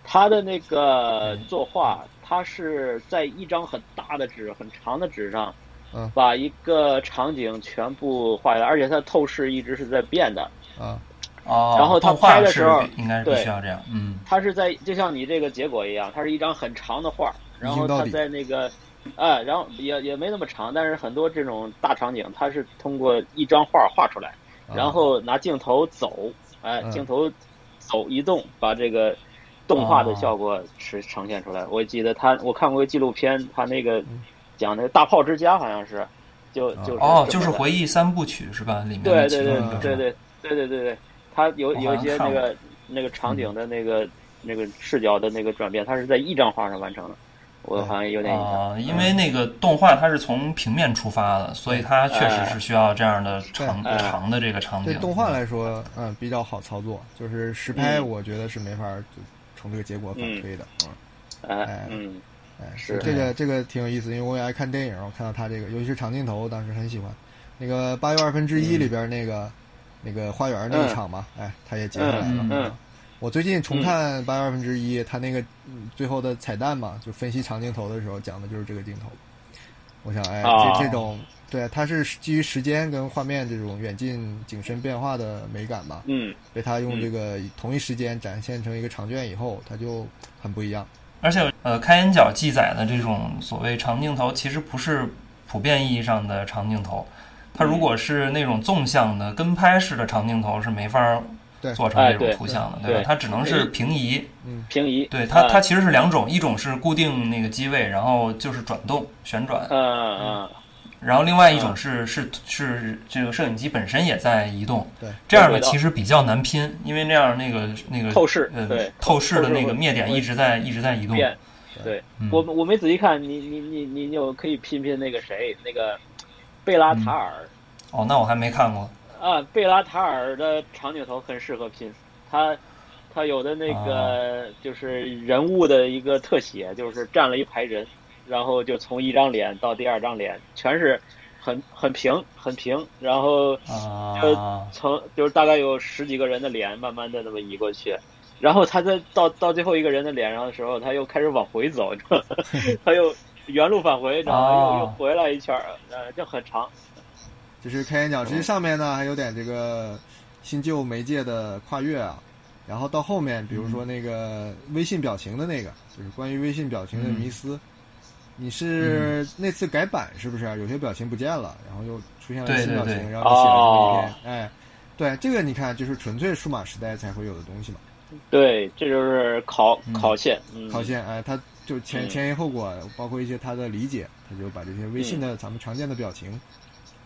Speaker 3: 他的那个
Speaker 2: 嗯
Speaker 3: 作画，他是在一张很大的纸、很长的纸上，
Speaker 2: 嗯
Speaker 3: 把一个场景全部画下来，而且它透视一直是在变的。
Speaker 2: 啊，
Speaker 1: 哦，
Speaker 3: 然后它
Speaker 1: 动画
Speaker 3: 拍的
Speaker 1: 是
Speaker 3: 时候
Speaker 1: 必应该是必
Speaker 3: 对
Speaker 1: 须要这样，嗯。
Speaker 3: 它是在就像你这个结果一样，它是一张很长的画，然
Speaker 2: 一
Speaker 3: 后
Speaker 2: 镜到
Speaker 3: 它
Speaker 2: 底
Speaker 3: 在那个，啊，然后也也没那么长，但是很多这种大场景，它是通过一张画画出来，
Speaker 2: 啊
Speaker 3: 然后拿镜头走，哎，
Speaker 2: 嗯
Speaker 3: 镜头走移动，把这个动画的
Speaker 1: 哦
Speaker 3: 效果是呈现
Speaker 1: 啊
Speaker 3: 出来。我记得他，我看过一个纪录片，他那个
Speaker 1: 嗯
Speaker 3: 讲那个大炮之家好像是，就
Speaker 2: 啊
Speaker 3: 就是
Speaker 1: 哦，
Speaker 3: 这
Speaker 1: 就
Speaker 3: 么
Speaker 1: 是
Speaker 3: 的
Speaker 1: 回忆三部曲是吧？里面
Speaker 3: 对
Speaker 1: 的其
Speaker 3: 对
Speaker 1: 中
Speaker 3: 对
Speaker 1: 一个
Speaker 3: 对对对对对对，他有
Speaker 1: 嗯我好
Speaker 3: 有一
Speaker 1: 像
Speaker 3: 些
Speaker 1: 看
Speaker 3: 那
Speaker 1: 过嗯
Speaker 3: 个那个场景的那个那个视角的那个转变，他是在一张画上完成的，我好像有点印象。
Speaker 1: 啊，因为那个动画它是从平面出发的，所以它确实是需要这样的长
Speaker 3: 哎
Speaker 1: 长的这个场
Speaker 2: 对
Speaker 1: 景。
Speaker 2: 动画来说，嗯，比较好操作，就是实拍，
Speaker 3: 嗯
Speaker 2: 我觉得是没法儿就从这个结果反推的。嗯，哎
Speaker 3: 哎，嗯，
Speaker 2: 哎，
Speaker 3: 是
Speaker 2: 这个这个挺有意思，因为我也爱看电影，我看到他这个，尤其是长镜头，当时很喜欢。那个八又二分之一里边那个、那个花园那一场嘛，哎，他也截下来了。
Speaker 1: 嗯
Speaker 3: 嗯
Speaker 2: 我最近重看八又二分之一，他那个嗯最后的彩蛋嘛，就分析长镜头的时候讲的就是这个镜头。我想，哎，
Speaker 3: 哦
Speaker 2: 这这种对，它是基于时间跟画面这种远近景深变化的美感嘛。
Speaker 3: 嗯
Speaker 2: 被他用
Speaker 3: 嗯
Speaker 2: 这个同一时间展现成一个长卷以后，它就很不一样。
Speaker 1: 而且呃，开眼角记载的这种所谓长镜头，其实不是普遍意义上的
Speaker 3: 嗯
Speaker 1: 长镜头。它如果是那种纵向的跟拍式的长镜头，是没法
Speaker 2: 对
Speaker 1: 做成这
Speaker 3: 哎
Speaker 1: 种
Speaker 3: 对
Speaker 1: 图像的，
Speaker 3: 对
Speaker 1: 对吧？
Speaker 3: 对嗯
Speaker 1: 它只能是平移，
Speaker 3: 平移，
Speaker 1: 对它它
Speaker 3: 啊
Speaker 1: 其实是两种，一种是固定那个机位，然后就是转动旋转，
Speaker 3: 嗯嗯，
Speaker 1: 然后另外一种是是是这个摄影机本身也在移动，
Speaker 2: 对，
Speaker 1: 这样呢
Speaker 3: 对的
Speaker 1: 其实比较难拼，因为那样那个那个
Speaker 3: 透视
Speaker 1: 呃
Speaker 3: 对
Speaker 1: 透视的
Speaker 3: 透视
Speaker 1: 那个
Speaker 3: 会
Speaker 1: 灭点
Speaker 3: 会
Speaker 1: 一直在一直在移动，
Speaker 3: 变，对
Speaker 1: 嗯
Speaker 3: 我我没仔细看，你你你你你有可以拼拼那个谁，那个贝拉塔尔
Speaker 1: 哦，那我还没看过，
Speaker 3: 啊，贝拉塔尔的长镜头很适合拼，他他有的那个就是人物的一个特写，就是站了一排人，然后就从一张脸到第二张脸，全是很很平很平，然后
Speaker 1: 啊，
Speaker 3: 从就是大概有十几个人的脸，慢慢的那么移过去，然后他再到到最后一个人的脸上的时候，他又开始往回走， 你知道吗他又原路返回，然后
Speaker 1: 哦
Speaker 3: 又又回来一圈儿，呃，就很长。
Speaker 2: 就是开眼角，其实上面呢还有点这个新旧媒介的跨越啊。然后到后面，比如说那个微信表情的那个，就是关于微信表情的迷思，嗯你是那次改版是不是啊？有些表情不见了，然后又出现了新表情，
Speaker 1: 对对对
Speaker 2: 然后你写了这么一篇，哎，对，这个你看就是纯粹数码时代才会有的东西嘛。
Speaker 3: 对，这就是考
Speaker 1: 嗯
Speaker 3: 考线，嗯，
Speaker 2: 考线，哎，他就前
Speaker 3: 嗯
Speaker 2: 前因后果，包括一些他的理解，他就把这些微信的咱们常见的表情，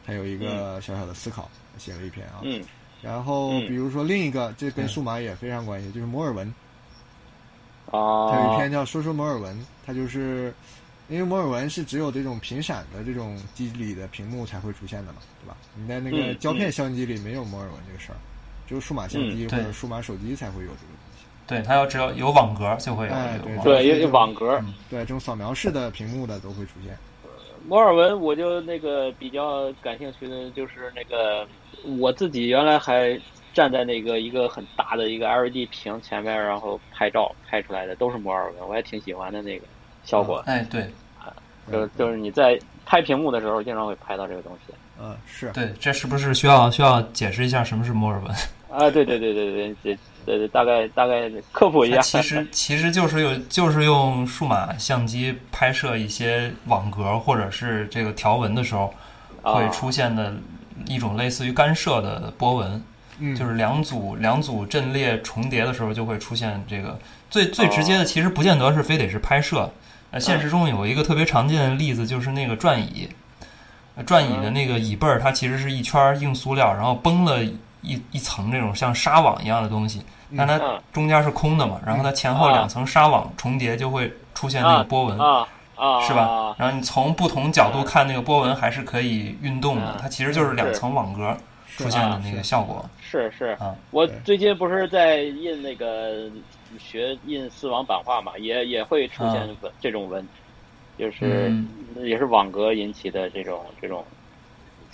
Speaker 2: 他有一个
Speaker 1: 嗯
Speaker 2: 小小的思考，写了一篇啊。
Speaker 3: 嗯，
Speaker 2: 然后
Speaker 3: 嗯
Speaker 2: 比如说另一个，这跟
Speaker 1: 嗯
Speaker 2: 数码也非常关系，就是摩尔纹，
Speaker 1: 哦
Speaker 2: 它有一
Speaker 3: 啊，
Speaker 2: 篇叫《说说摩尔纹》，它就是因为摩尔纹是只有这种频闪的这种机里的屏幕才会出现的嘛，对吧？你在那个
Speaker 3: 嗯
Speaker 2: 胶片
Speaker 3: 嗯
Speaker 2: 相机里没有摩尔纹这个事儿，只有数码相机
Speaker 1: 嗯
Speaker 2: 或
Speaker 1: 对
Speaker 2: 者数码手机才会有这个东西。
Speaker 1: 对，它要只要有网格就会有
Speaker 2: 哎
Speaker 1: 这个
Speaker 2: 对
Speaker 1: 网格
Speaker 3: 对，有有网格。
Speaker 2: 对，这种扫描式的屏幕的都会出现。
Speaker 3: 摩尔纹，我就那个比较感兴趣的就是那个我自己原来还站在那个一个很大的一个 LED 屏前面，然后拍照拍出来的都是摩尔纹，我还挺喜欢的那个效果，
Speaker 1: 哎，对嗯
Speaker 3: 就是就是你在拍屏幕的时候经常会拍到这个东西。
Speaker 2: 嗯，是。
Speaker 1: 对，这是不是需要需要解释一下什么是摩尔纹？
Speaker 3: 啊，对对对对对对对对，大概大概科普一
Speaker 1: 它
Speaker 3: 下。
Speaker 1: 其 实其实就是用就是用数码相机拍摄一些网格或者是这个条纹的时候，
Speaker 3: 啊
Speaker 1: 会出现的一种类似于干涉的波纹，
Speaker 2: 嗯，
Speaker 1: 就是两组两组阵列重叠的时候就会出现这个。最最直
Speaker 3: 哦
Speaker 1: 接的其实不见得是非得是拍摄，呃，
Speaker 3: 嗯
Speaker 1: 现实中有一个特别常见的例子就是那个转椅，呃转椅的
Speaker 3: 嗯
Speaker 1: 那个椅背儿它其实是一圈儿硬塑料，然后崩了一一层这种像纱网一样的东西，但它
Speaker 3: 嗯
Speaker 1: 中间是空的嘛，然后它前后两层纱网重叠就会出现那个波纹。
Speaker 3: 啊啊，
Speaker 1: 是吧？？然后你从不同角度看那个波纹还是可以运动的
Speaker 3: 嗯，
Speaker 1: 它其实就是两层网格
Speaker 2: 是
Speaker 1: 出现的那个效果
Speaker 3: 是是，
Speaker 1: 啊。
Speaker 3: 我
Speaker 2: 对
Speaker 3: 最近不是在印那个学印丝网版画嘛，也也会出现
Speaker 1: 啊
Speaker 3: 纹、这种纹，就是、
Speaker 1: 嗯
Speaker 3: 也是网格引起的这种这种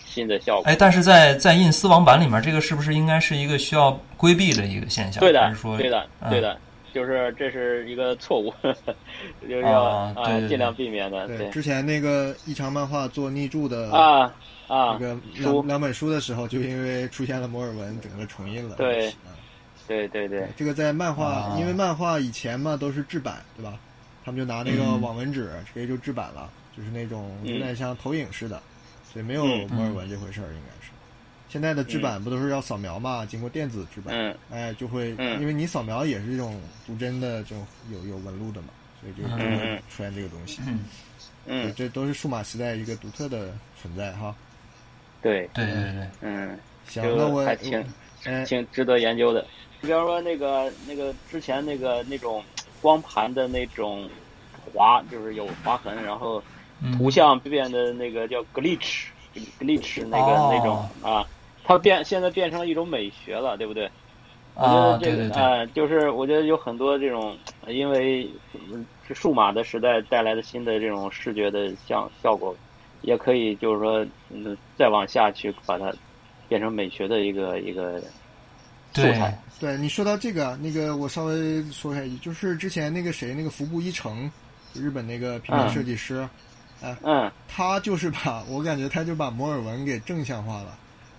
Speaker 3: 新的效果。
Speaker 1: 哎，但是在在印丝网版里面，这个是不是应该是一个需要规避的一个现象？
Speaker 3: 对
Speaker 1: 还
Speaker 3: 的
Speaker 1: 是，说
Speaker 3: 对的，
Speaker 1: 嗯
Speaker 3: 对的，就是这是一个错误， 就是要
Speaker 1: 啊对对对
Speaker 3: 尽量避免的。
Speaker 2: 对，之前那个异常漫画做逆著的
Speaker 3: 啊啊
Speaker 2: 那，个
Speaker 3: 书
Speaker 2: 两两本书的时候，就因为出现了摩尔纹，整个重印了。
Speaker 3: 对
Speaker 2: 嗯，
Speaker 3: 对对对
Speaker 2: 这个在漫画
Speaker 1: 啊，
Speaker 2: 因为漫画以前嘛都是制版，对吧？他们就拿那个
Speaker 1: 嗯
Speaker 2: 网文纸直接就制版了，就是那种
Speaker 3: 嗯
Speaker 2: 有点像投影似的，所以没有
Speaker 3: 嗯
Speaker 2: 摩尔纹这回事儿，应该是。现在的制版不都是要扫描嘛？经过电子制版，
Speaker 3: 嗯
Speaker 2: 哎，就会
Speaker 3: 嗯
Speaker 2: 因为你扫描也是这种读真的这种有有纹路的嘛，所以就就会
Speaker 3: 嗯
Speaker 2: 出现这个东西。
Speaker 1: 嗯，
Speaker 3: 嗯，
Speaker 2: 这都是数码时代一个独特的存在哈。
Speaker 3: 对，
Speaker 1: 对对对，
Speaker 3: 嗯，
Speaker 2: 行，那
Speaker 3: 就
Speaker 2: 我
Speaker 3: 还挺
Speaker 2: 哎，
Speaker 3: 挺值得研究的。你比方说那个那个之前那个那种光盘的那种划，就是有划痕，然后
Speaker 1: 嗯
Speaker 3: 图像变得那个叫 glitch glitch 那个、
Speaker 1: 哦
Speaker 3: 那种啊，它变现在变成一种美学了，对不对？
Speaker 1: 啊，
Speaker 3: 我觉
Speaker 1: 对
Speaker 3: 得这
Speaker 1: 对
Speaker 3: 个
Speaker 1: 对，
Speaker 3: 呃，就是我觉得有很多这种呃因为嗯这数码的时代带来的新的这种视觉的像效果，也可以就是说嗯再往下去把它变成美学的一个一个素
Speaker 1: 对
Speaker 3: 材。
Speaker 2: 对你说到这个，啊那个我稍微说一下一句，就是之前那个谁，那个服部一成，就日本那个平面设计师，
Speaker 3: 嗯，
Speaker 2: 他就是把我感觉他就把摩尔纹给正向化了，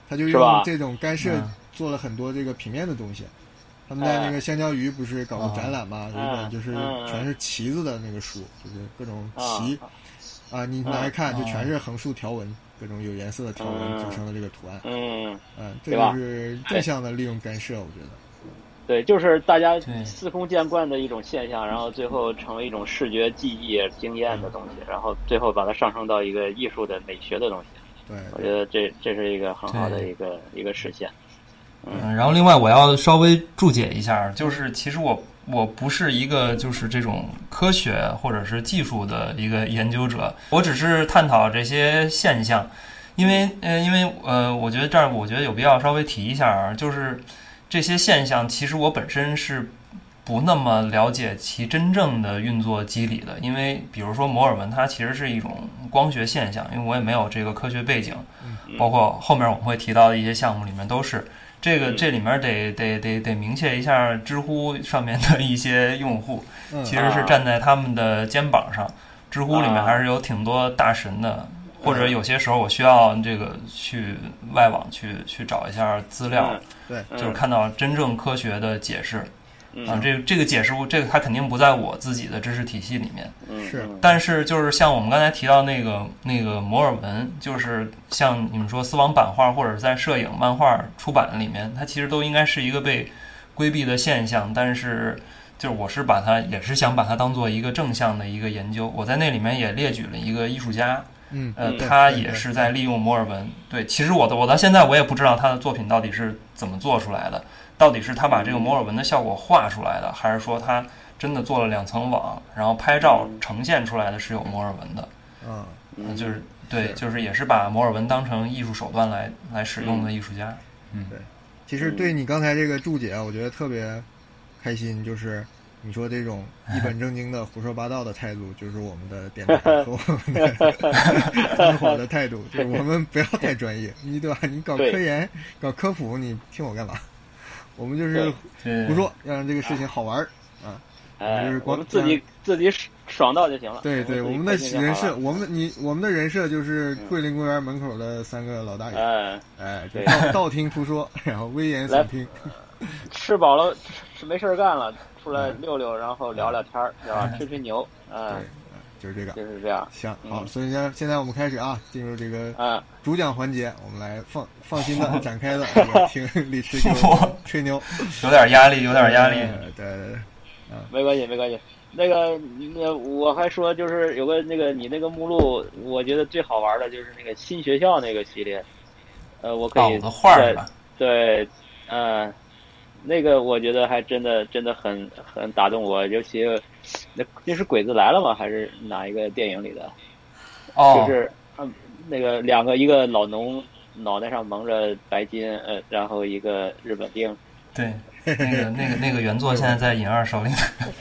Speaker 2: 他就是
Speaker 3: 吧
Speaker 2: 用这种干涉
Speaker 1: 嗯
Speaker 2: 做了很多这个平面的东西。他们在那个香蕉鱼不是搞过展览嘛？日本就是
Speaker 3: 哎嗯嗯
Speaker 2: 全是旗子的那个书，就是各种
Speaker 3: 啊
Speaker 2: 旗啊，你拿来看就
Speaker 1: 嗯
Speaker 2: 全是横竖条纹，各种有颜色的条纹
Speaker 3: 嗯
Speaker 2: 组成的这个图案。
Speaker 3: 嗯，
Speaker 2: 嗯，这
Speaker 3: 对吧
Speaker 2: 就是正向的利用干涉，我觉得。
Speaker 3: 对，就是大家
Speaker 1: 对
Speaker 3: 司空见惯的一种现象，然后最后成为一种视觉记忆、经验的东西，然后最后把它上升到一个艺术的美学的东西。
Speaker 2: 对，
Speaker 3: 我觉得这这是一个很好的
Speaker 1: 对
Speaker 3: 一个一个实现。
Speaker 1: 嗯，然后另外我要稍微注解一下，就是其实我我不是一个就是这种科学或者是技术的一个研究者，我只是探讨这些现象，因为呃因为呃我觉得这儿我觉得有必要稍微提一下啊，就是这些现象其实我本身是不那么了解其真正的运作机理的，因为比如说摩尔纹它其实是一种光学现象，因为我也没有这个科学背景，包括后面我们会提到的一些项目里面都是。这个
Speaker 3: 嗯
Speaker 1: 这里面得得得得明确一下知乎上面的一些用户，
Speaker 2: 嗯
Speaker 1: 其实是站在他们的肩膀上。知乎里面
Speaker 3: 啊嗯
Speaker 1: 还是有挺多大神的，或者有些时候我需要这个去外网去去找一下资料，
Speaker 2: 对，
Speaker 3: 嗯
Speaker 1: 就是看到真正科学的解释
Speaker 3: 嗯
Speaker 1: 啊。这个这个解释，这个它肯定不在我自己的知识体系里面。
Speaker 3: 嗯
Speaker 2: 是
Speaker 3: 嗯
Speaker 1: 但是就是像我们刚才提到那个那个摩尔纹，就是像你们说丝网版画或者是在摄影、漫画出版里面，它其实都应该是一个被规避的现象。但是就是我是把它也是想把它当做一个正向的一个研究。我在那里面也列举了一个艺术家，
Speaker 2: 嗯，
Speaker 1: 呃，
Speaker 3: 嗯
Speaker 1: 他
Speaker 2: 对对
Speaker 1: 也
Speaker 2: 对
Speaker 1: 是在利用摩尔纹。对，其实我的我到现在我也不知道他的作品到底是怎么做出来的，到底是他把这个
Speaker 2: 嗯
Speaker 1: 摩尔纹的效果画出来的，还是说他真的做了两层网，然后拍照呈现出来的是有摩尔纹的？
Speaker 2: 嗯，
Speaker 1: 呃
Speaker 3: 嗯
Speaker 1: 就是对，
Speaker 2: 是
Speaker 1: 就是也是把摩尔纹当成艺术手段来来使用
Speaker 2: 嗯
Speaker 1: 的艺术家。
Speaker 2: 其实对你刚才这个注解啊，我觉得特别开心，就是你说这种一本正经的胡说八道的态度，就是我们的电台和我们 的灯火的态度，就是我们不要太专业，你对吧？你搞科
Speaker 3: 对
Speaker 2: 研、搞科普，你听我干嘛？我们就是
Speaker 3: 对
Speaker 1: 对
Speaker 2: 胡说，要让这个事情好玩儿啊。
Speaker 3: 哎
Speaker 2: 就是
Speaker 3: 我
Speaker 2: 光嗯
Speaker 3: 们自己自己爽到就行了。
Speaker 2: 对对，
Speaker 3: 啊我
Speaker 2: 我们
Speaker 3: 们
Speaker 2: 的
Speaker 3: 自己开心就
Speaker 2: 人
Speaker 3: 好了嗯
Speaker 2: 设，我们你我们的人设就是桂林公园门口的三个老大爷，
Speaker 3: 哎，
Speaker 2: 哎，就
Speaker 3: 对
Speaker 2: 道 道听途说，然后危言耸听，
Speaker 3: 吃饱了吃没事儿干了，出来
Speaker 2: 嗯
Speaker 3: 溜溜，然后聊聊天儿，是
Speaker 2: 哎
Speaker 3: 吧？吹吹牛，
Speaker 2: 对，
Speaker 3: 嗯
Speaker 2: 哎，就是这个。
Speaker 3: 就是这样。
Speaker 2: 行，好，
Speaker 3: 嗯
Speaker 2: 所以呢，现在我们开始啊，进入这个
Speaker 3: 嗯，
Speaker 2: 主讲环节，我们来放放心的展开的这个 听李池给我们吹牛，
Speaker 1: 有点压力，有点压力。
Speaker 2: 哎对对对，
Speaker 3: 没关系，没关系。那个，那我还说，就是有个那个你那个目录，我觉得最好玩的就是那个新学校那个系列，呃，我可
Speaker 1: 稿
Speaker 3: 以
Speaker 2: 哦
Speaker 1: 子画
Speaker 3: 再
Speaker 1: 儿吧，
Speaker 3: 对，呃，那个我觉得还真的真的很很打动我，尤其那那是《鬼子来了》吗？还是哪一个电影里的？
Speaker 1: 哦，
Speaker 3: 就是嗯，那个两个，一个老农脑袋上蒙着白金，呃，然后一个日本兵，
Speaker 1: 对，那个那个那个原作现在在尹二手里。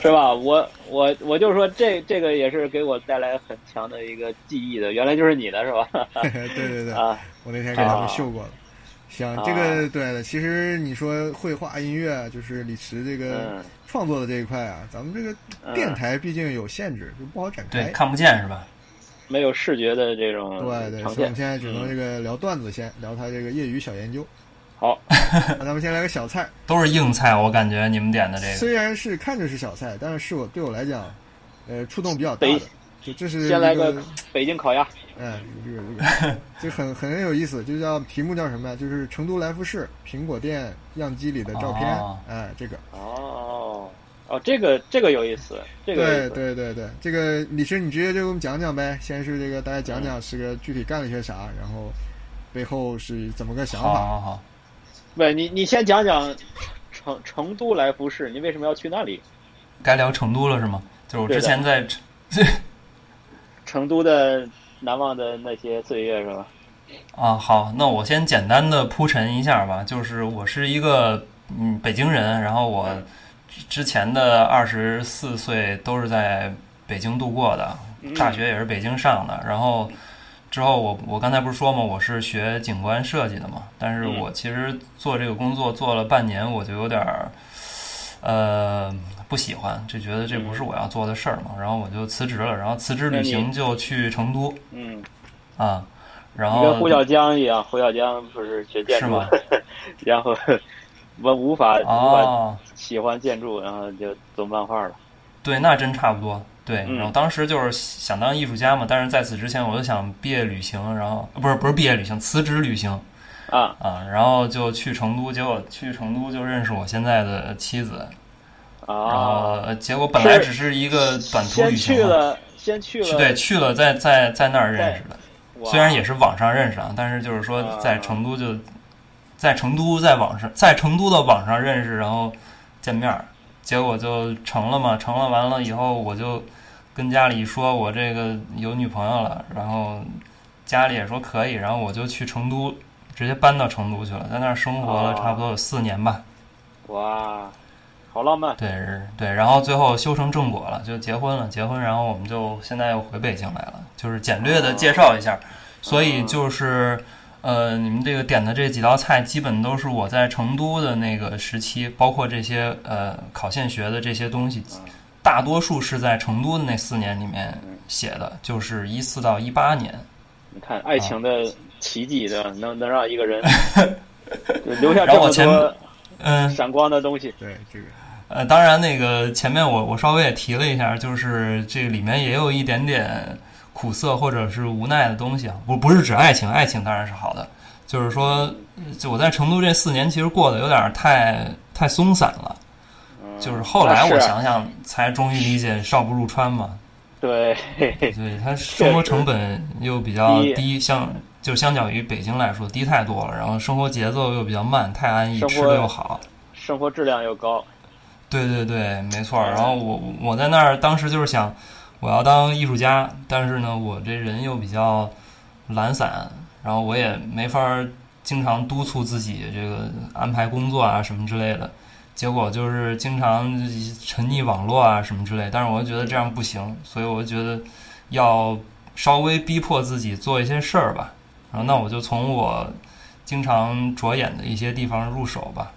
Speaker 3: 是吧？我我我就说这这个也是给我带来很强的一个记忆的，原来就是你的是吧？
Speaker 2: 对 对对，
Speaker 3: 啊，
Speaker 2: 我那天给他们秀过了。行，这个对的。其实你说绘画、音乐，就是李池这个
Speaker 3: 嗯
Speaker 2: 创作的这一块啊，咱们这个
Speaker 3: 嗯
Speaker 2: 电台毕竟有限制，就不好展
Speaker 1: 对，
Speaker 2: 开。
Speaker 1: 看不见是吧？
Speaker 3: 没有视觉的这种
Speaker 2: 对对，
Speaker 3: 呈
Speaker 2: 所以我们
Speaker 3: 现。
Speaker 2: 现在只能这个聊段子先，聊他这个业余小研究。
Speaker 3: 好，
Speaker 2: 那咱们先来个小菜，
Speaker 1: 都是硬菜，我感觉你们点的
Speaker 3: 哎
Speaker 1: 这个。
Speaker 2: 虽然是看着是小菜，但是是我对我来讲，呃，触动比较大的
Speaker 3: 北。
Speaker 2: 就这是一
Speaker 3: 先来个
Speaker 2: 个，
Speaker 3: 北京烤鸭，
Speaker 2: 嗯，这个这个，就很很有意思，就叫题目叫什么呀？就是成都来福士苹果店样机里的照片，
Speaker 1: 哦
Speaker 2: 哎，这个。
Speaker 3: 哦哦，这个这个有意思，这个有意
Speaker 2: 对
Speaker 3: 思
Speaker 2: 对对对，这个李师，你直接就给我们讲讲呗。先是这个大家
Speaker 3: 嗯
Speaker 2: 讲讲是个具体干了些啥，然后背后是怎么个想
Speaker 1: 好
Speaker 2: 法。
Speaker 1: 好好，
Speaker 3: 不是你你先讲讲成成都来福士，你为什么要去那里？
Speaker 1: 该聊成都了是吗？就是我之前在成，
Speaker 3: 成都的难忘的那些岁月是吧？
Speaker 1: 啊，好，那我先简单的铺陈一下吧。就是我是一个嗯北京人，然后我
Speaker 3: 嗯
Speaker 1: 之之前的二十四岁都是在北京度过的，嗯
Speaker 3: 嗯
Speaker 1: 大学也是北京上的，然后。之后我我刚才不是说嘛，我是学景观设计的嘛，但是
Speaker 3: 嗯
Speaker 1: 我其实做这个工作做了半年，我就有点儿，呃，不喜欢，就觉得这不是我要做的事儿嘛，然后我就辞职了，然后辞职
Speaker 3: 嗯那
Speaker 1: 旅
Speaker 3: 你
Speaker 1: 行就去成都
Speaker 3: 嗯，
Speaker 1: 啊，然
Speaker 3: 你
Speaker 1: 后
Speaker 3: 跟胡小江一样，胡小江不是学建
Speaker 1: 是
Speaker 3: 筑
Speaker 1: 吗，
Speaker 3: 然后我无法、无法
Speaker 1: 哦，
Speaker 3: 喜欢建筑，然后就走漫画了。
Speaker 1: 对，那真差不多。对，
Speaker 3: 嗯
Speaker 1: 然后当时就是想当艺术家嘛，但是在此之前我就想毕业旅行，然后呃不是不是毕业旅行，辞职旅行，
Speaker 3: 啊
Speaker 1: 啊，然后就去成都，结果去成都就认识我现在的妻子，然后
Speaker 3: 啊，
Speaker 1: 呃结果本来
Speaker 3: 是
Speaker 1: 只是一个短途
Speaker 3: 先
Speaker 1: 旅行
Speaker 3: 去
Speaker 1: 嘛，
Speaker 3: 了，先去
Speaker 1: 去
Speaker 3: 了，
Speaker 1: 对，去了在在在那儿认识的，
Speaker 3: 哇哦
Speaker 1: 虽然也是网上认识啊，但是就是说
Speaker 3: 啊
Speaker 1: 在成都就，在成都在网上，在成都的网上认识，然后见面儿，结果就成了嘛，成了完了以后，我就跟家里说我这个有女朋友了，然后家里也说可以，然后我就去成都，直接搬到成都去了，在那儿生活了
Speaker 3: 啊
Speaker 1: 差不多有四年吧，
Speaker 3: 哇，好浪漫，
Speaker 1: 对是对，然后最后修成正果了，就结婚了，结婚，然后我们就现在又回北京来了，就是简略的介绍一下，所以就是。呃，你们这个点的这几道菜，基本都是我在成都的那个时期，包括这些呃考现学的这些东西，大多数是在成都的那四年里面写的，就是一四到一八年。
Speaker 3: 你看爱情的奇迹对吧？能能让一 个人就留下
Speaker 1: 啊然
Speaker 3: 这
Speaker 1: 后我
Speaker 3: 么
Speaker 1: 前
Speaker 3: 多
Speaker 1: 嗯，
Speaker 3: 闪光的东西，
Speaker 2: 对这个
Speaker 1: 呃，当然，那个前面我我稍微也提了一下，就是这里面也有一点点苦涩或者是无奈的东西啊，不不是指爱情，爱情当然是好的，就是说，就我在成都这四年其实过得有点太太松散了，嗯就是后来我
Speaker 3: 嗯啊那是
Speaker 1: 想想才终于理解少不入川嘛，
Speaker 3: 对，
Speaker 1: 对，它生活成本又比较低，相就相较于北京来说低太多了，然后生活节奏又比较慢，太安逸，
Speaker 3: 生活
Speaker 1: 吃的又好，
Speaker 3: 生活质量又高，
Speaker 1: 对对对，没错儿。然后我我在那儿当时就是想，我要当艺术家，但是呢，我这人又比较懒散，然后我也没法儿经常督促自己这个安排工作啊什么之类的。结果就是经常沉溺网络啊什么之类，但是我觉得这样不行，所以我觉得要稍微逼迫自己做一些事儿吧。然后那我就从我经常着眼的一些地方入手吧，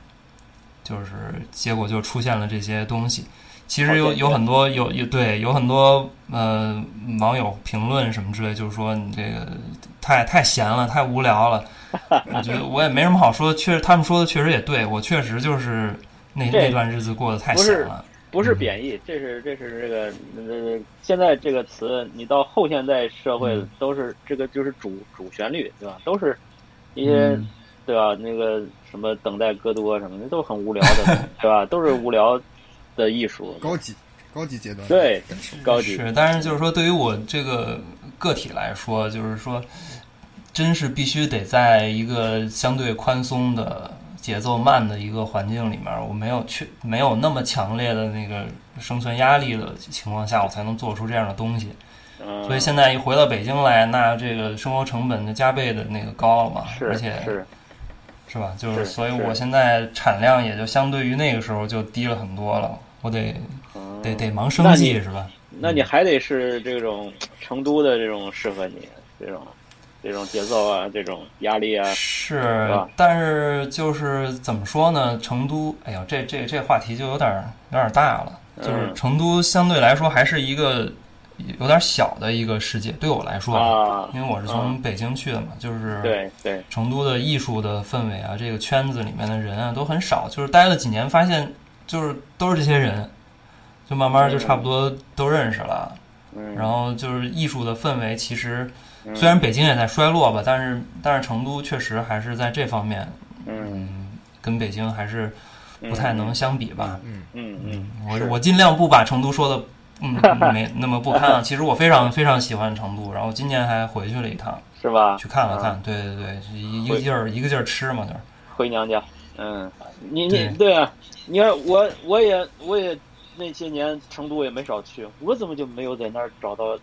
Speaker 1: 就是结果就出现了这些东西。其实
Speaker 3: 好
Speaker 1: 有
Speaker 3: 简
Speaker 1: 有
Speaker 3: 单
Speaker 1: 很多有有对有很多呃网友评论什么之类，就是说你这个太太闲了，太无聊 了。我觉得我也没什么好说，确实他们说的确实也对，我确实就是那
Speaker 3: 对
Speaker 1: 那段日子过得太
Speaker 3: 不
Speaker 1: 闲
Speaker 3: 是
Speaker 1: 了。
Speaker 3: 不是贬
Speaker 1: 嗯
Speaker 3: 义，这是这是这个呃，现在这个词，你到后现代社
Speaker 1: 嗯
Speaker 3: 会都是这个就是主主旋律，对吧？都是一些
Speaker 1: 嗯
Speaker 3: 对吧？那个什么等待戈多什么的，都很无聊 的，对吧？都是无聊的艺术，
Speaker 2: 高级高级阶段
Speaker 3: 对
Speaker 2: 感受，
Speaker 3: 高级
Speaker 1: 是，但是就是说，对于我这个个体来说，就是说，真是必须得在一个相对宽松的、节奏慢的一个环境里面，我没有去没有那么强烈的那个生存压力的情况下，我才能做出这样的东西。
Speaker 3: 嗯，
Speaker 1: 所以现在一回到北京来，那这个生活成本就加倍的那个高了嘛，
Speaker 3: 是
Speaker 1: 而且
Speaker 3: 是
Speaker 1: 是吧？就是所以
Speaker 3: 是
Speaker 1: 我现在产量也就相对于那个时候就低了很多了，我得
Speaker 3: 嗯
Speaker 1: 得得忙生
Speaker 3: 那
Speaker 1: 计
Speaker 3: 你
Speaker 1: 是吧？
Speaker 3: 那你还得是这种成都的这种适合你这种这种节奏啊，这种压力啊，
Speaker 1: 是
Speaker 3: 吧，
Speaker 1: 但是就是怎么说呢？成都，哎呀，这这这话题就有点儿有点儿大了。就是
Speaker 3: 嗯
Speaker 1: 成都相对来说还是一个有点小的一个世界，对我来说，
Speaker 3: 啊
Speaker 1: 因为我是从北京去的嘛，就是
Speaker 3: 对对，
Speaker 1: 成都的艺术的氛围啊，这个圈子里面的人啊都很少，就是待了几年，发现就是都是这些人，就慢慢就差不多都认识了。
Speaker 3: 嗯，
Speaker 1: 然后就是艺术的氛围，其实虽然北京也在衰落吧，但是但是成都确实还是在这方面，
Speaker 3: 嗯
Speaker 1: 嗯，跟北京还是不太能相比吧。
Speaker 3: 嗯嗯
Speaker 1: 我我尽量不把成都说的嗯没那么不堪啊。其实我非常非常喜欢成都，然后今年还回去了一趟，
Speaker 3: 是吧？啊
Speaker 1: 去看了
Speaker 3: 嗯
Speaker 1: 看，对对对，一一个
Speaker 3: 回
Speaker 1: 劲儿一个劲儿吃嘛，就是。
Speaker 3: 回娘家。嗯，你
Speaker 1: 对
Speaker 3: 你对啊，你看我我也我也那些年成都也没少去，我怎么就没有在那儿找到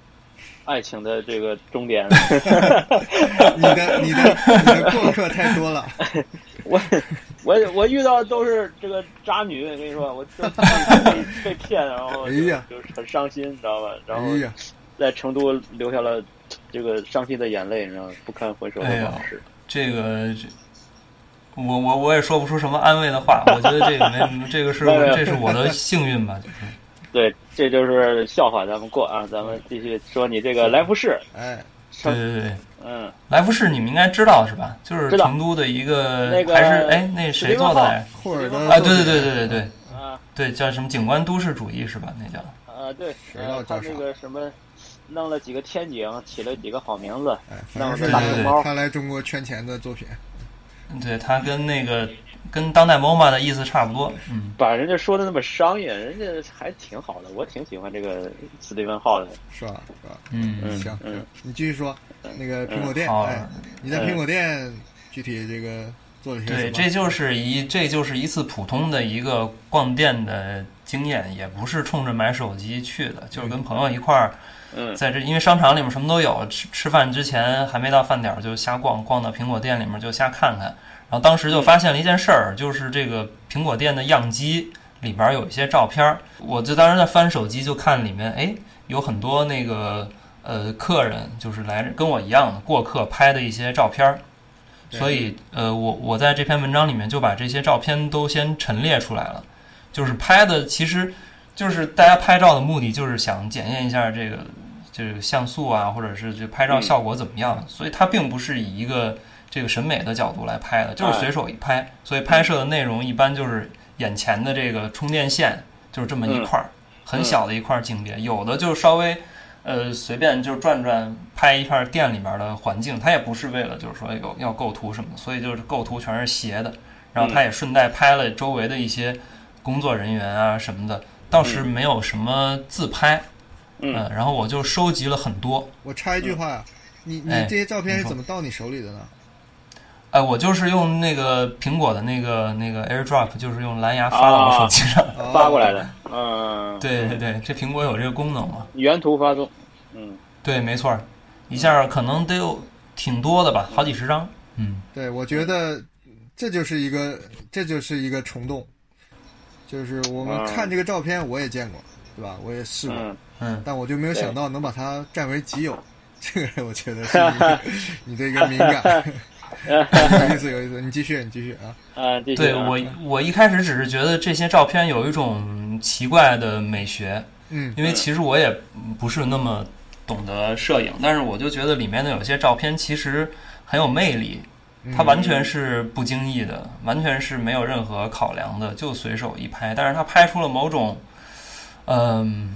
Speaker 3: 爱情的这个终点呢？
Speaker 2: 你的你的你的过客太多了，
Speaker 3: 我我我遇到都是这个渣女，我跟你说，我 就被被骗，然后
Speaker 2: 哎
Speaker 3: 就
Speaker 2: 呀
Speaker 3: 就是很伤心，你知道吧？然
Speaker 2: 哎
Speaker 3: 后
Speaker 2: 呀，
Speaker 3: 在成都留下了这个伤心的眼泪，你知道吗？不堪回首
Speaker 1: 哎
Speaker 3: 的
Speaker 1: 呦
Speaker 3: 往事。
Speaker 1: 这个，这我我我也说不出什么安慰的话。我觉得这个没，这 个是我
Speaker 3: 没有
Speaker 1: 这是我的幸运 吧，就是。
Speaker 3: 对，这就是笑话，咱们过啊，咱们继续说你这个来福士，
Speaker 2: 哎，
Speaker 1: 对对对，
Speaker 3: 嗯，
Speaker 1: 来福士你们应该知道是吧？就是
Speaker 3: 知道
Speaker 1: 成都的一个，
Speaker 3: 那个
Speaker 1: 还是哎那谁做的来？
Speaker 2: 霍尔的
Speaker 1: 啊，对对对对对对
Speaker 3: 啊
Speaker 1: 对，叫什么景观都市主义是吧？那叫
Speaker 3: 啊，对，
Speaker 2: 知道
Speaker 3: 呃他
Speaker 2: 叫啥
Speaker 3: 那个什么，弄了几个天井，起了几个好名字，
Speaker 2: 哎，反正
Speaker 3: 那我
Speaker 2: 是
Speaker 3: 是大
Speaker 2: 一
Speaker 3: 熊
Speaker 2: 个
Speaker 3: 猫
Speaker 2: 他来中国圈钱的作品，
Speaker 1: 对他跟那个跟当代 MOMA 的意思差不多，嗯，
Speaker 3: 把人家说的那么商业，人家还挺好的，我挺喜欢这个斯蒂芬浩的。
Speaker 2: 是吧？是吧？
Speaker 1: 嗯，
Speaker 3: 嗯
Speaker 2: 行，
Speaker 3: 嗯
Speaker 2: 你继续说那个苹果店，
Speaker 1: 好嗯
Speaker 2: 哎，你在苹果店具体这个做了些什
Speaker 1: 对，
Speaker 2: 么？
Speaker 1: 这就是一这就是一次普通的一个逛店的经验，也不是冲着买手机去的，就是跟朋友一块儿
Speaker 3: 嗯
Speaker 1: 在这，因为商场里面什么都有，吃吃饭之前还没到饭点儿就瞎逛，逛到苹果店里面就瞎看看，然后当时就发现了一件事儿，就是这个苹果店的样机里边儿有一些照片儿，我就当时在翻手机就看里面，哎，有很多那个呃客人，就是来跟我一样的过客拍的一些照片儿。
Speaker 2: 对
Speaker 1: 所以，呃，我我在这篇文章里面就把这些照片都先陈列出来了，就是拍的，其实就是大家拍照的目的就是想检验一下这个这个像素啊，或者是这拍照效果怎么样，所以它并不是以一个这个审美的角度来拍的，就是随手一拍，所以拍摄的内容一般就是眼前的这个充电线，就是这么一块儿、很小的一块景别，有的就稍微。呃，随便就转转，拍一下店里面的环境，它也不是为了就是说有要构图什么的，所以就是构图全是斜的，然后他也顺带拍了周围的一些工作人员啊什么的，倒是没有什么自拍，
Speaker 3: 嗯
Speaker 1: 呃然后我就收集了很多，
Speaker 2: 我插一句话呀，你你
Speaker 1: 哎
Speaker 2: 这些照片
Speaker 1: 你
Speaker 2: 是
Speaker 1: 说
Speaker 2: 怎么到你手里的呢？
Speaker 1: 哎、我就是用那个苹果的那个那个 AirDrop，就是用蓝牙发到我手机上，
Speaker 2: 哦
Speaker 3: 发过来的。嗯，
Speaker 1: 对对对，这苹果有这个功能嘛？
Speaker 3: 原图发送。嗯
Speaker 1: 对，没错儿，一下可能得有挺多的吧，好几十张，嗯，
Speaker 2: 对，我觉得这就是一个，这就是一个冲动，就是我们
Speaker 3: 嗯
Speaker 2: 看这个照片，我也见过，对吧？我也试过，
Speaker 3: 嗯，
Speaker 1: 嗯，
Speaker 2: 但我就没有想到能把它占为己有。这个我觉得是 一个你的一个敏感，有意思有意思。你继续，你继续啊。
Speaker 3: 啊，继续
Speaker 1: 对
Speaker 3: 啊
Speaker 1: 我我一开始只是觉得这些照片有一种奇怪的美学，
Speaker 2: 嗯，
Speaker 1: 因为其实我也不是那么懂得摄影，但是我就觉得里面的有些照片其实很有魅力，
Speaker 2: 嗯
Speaker 3: 嗯
Speaker 1: 它完全是不经意的，完全是没有任何考量的，就随手一拍，但是它拍出了某种，嗯、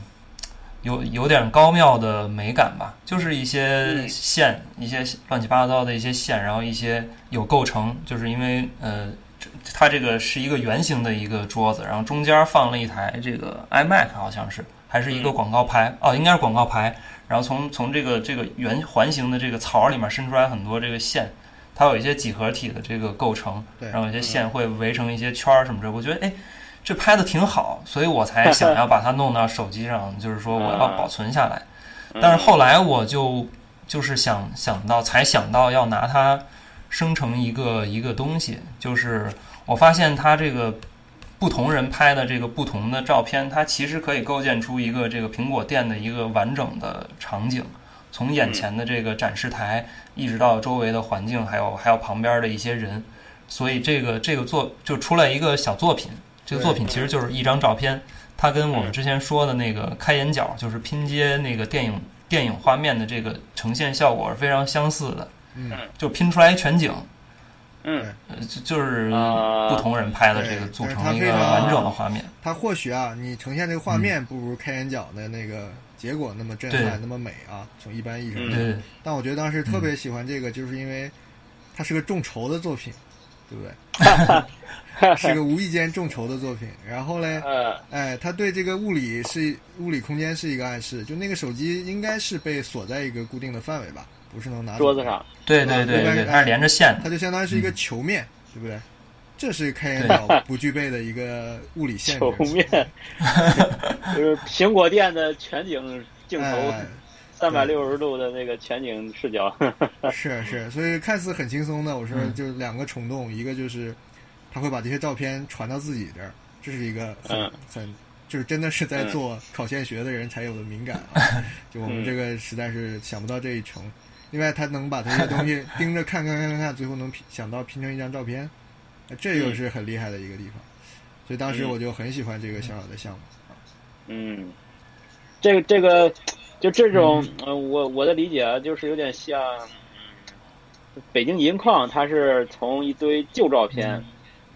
Speaker 1: 有有点高妙的美感吧，就是一些
Speaker 3: 嗯
Speaker 1: 线，一些乱七八糟的一些线，然后一些有构成，就是因为呃。这它这个是一个圆形的一个桌子，然后中间放了一台这个 iMac，好像是还是一个广告牌哦，应该是广告牌。然后从从这个这个圆环形的这个槽里面伸出来很多这个线，它有一些几何体的这个构成，
Speaker 2: 对
Speaker 1: 然后有些线会围成一些圈儿什么之类。我觉得哎，这拍的挺好，所以我才想要把它弄到手机上，就是说我要保存下来。但是后来我就就是想想到才想到要拿它生成一个一个东西，就是我发现它这个不同人拍的这个不同的照片，它其实可以构建出一个这个苹果店的一个完整的场景，从眼前的这个展示台，一直到周围的环境，还有还有旁边的一些人，所以这个这个作就出来一个小作品，这个
Speaker 2: 对
Speaker 1: 作品其实就是一张照片。它跟我们之前说的那个开眼角，就是拼接那个电影电影画面的这个呈现效果是非常相似的，
Speaker 2: 嗯，
Speaker 1: 就拼出来一全景，
Speaker 3: 嗯
Speaker 1: 呃，就就是
Speaker 3: 啊
Speaker 1: 不同人拍的这
Speaker 2: 对
Speaker 1: 个组
Speaker 2: 对它
Speaker 1: 成一
Speaker 2: 非
Speaker 1: 个
Speaker 2: 常
Speaker 1: 完整的画面。
Speaker 2: 它或许啊，你呈现这个画面不如开眼角的那个结果那么震
Speaker 1: 嗯对
Speaker 2: 撼、那么美啊。从一般意义上
Speaker 3: 嗯
Speaker 2: 讲，
Speaker 1: 对，嗯
Speaker 2: 但我觉得当时特别喜欢这个，就是因为它是个众筹的作品，对不对？ 是个无意间众筹的作品。然后
Speaker 1: 啊
Speaker 2: 嘞，
Speaker 3: 嗯 呃
Speaker 2: 哎，它对这个物理是物理空间是一个暗示，就那个手机应该是被锁在一个固定的范围吧，不是能拿走
Speaker 3: 桌
Speaker 2: 的
Speaker 3: 子。上，
Speaker 1: 对对对对对，它是连着线的。
Speaker 2: 它就相当于是一个球面，
Speaker 3: 嗯
Speaker 2: 对不对？这是开眼角不具备的一个物理限制。
Speaker 3: 球面，就是苹果店的全景镜头，
Speaker 2: 哎
Speaker 3: 三百六十度的那个全景视角。
Speaker 2: 是是，所以看似很轻松的，我说
Speaker 1: 嗯
Speaker 2: 就是两个冲动，一个就是他会把这些照片传到自己这儿，这是一个很、
Speaker 3: 嗯
Speaker 2: 很就是真的是在
Speaker 3: 嗯
Speaker 2: 做考现学的人才有的敏感啊， 就我们
Speaker 3: 嗯
Speaker 2: 这个实在是想不到这一层。另外，他能把这些东 西盯着看看看看看，最后能拼想到拼成一张照片，呃这又
Speaker 3: 嗯
Speaker 2: 是很厉害的一个地方。所以当时
Speaker 3: 嗯
Speaker 2: 我就很喜欢这个小小的项目。
Speaker 3: 嗯，这个这个，就这种，嗯、呃，我我的理解啊，就是有点像嗯北京银矿，它是从一堆旧照片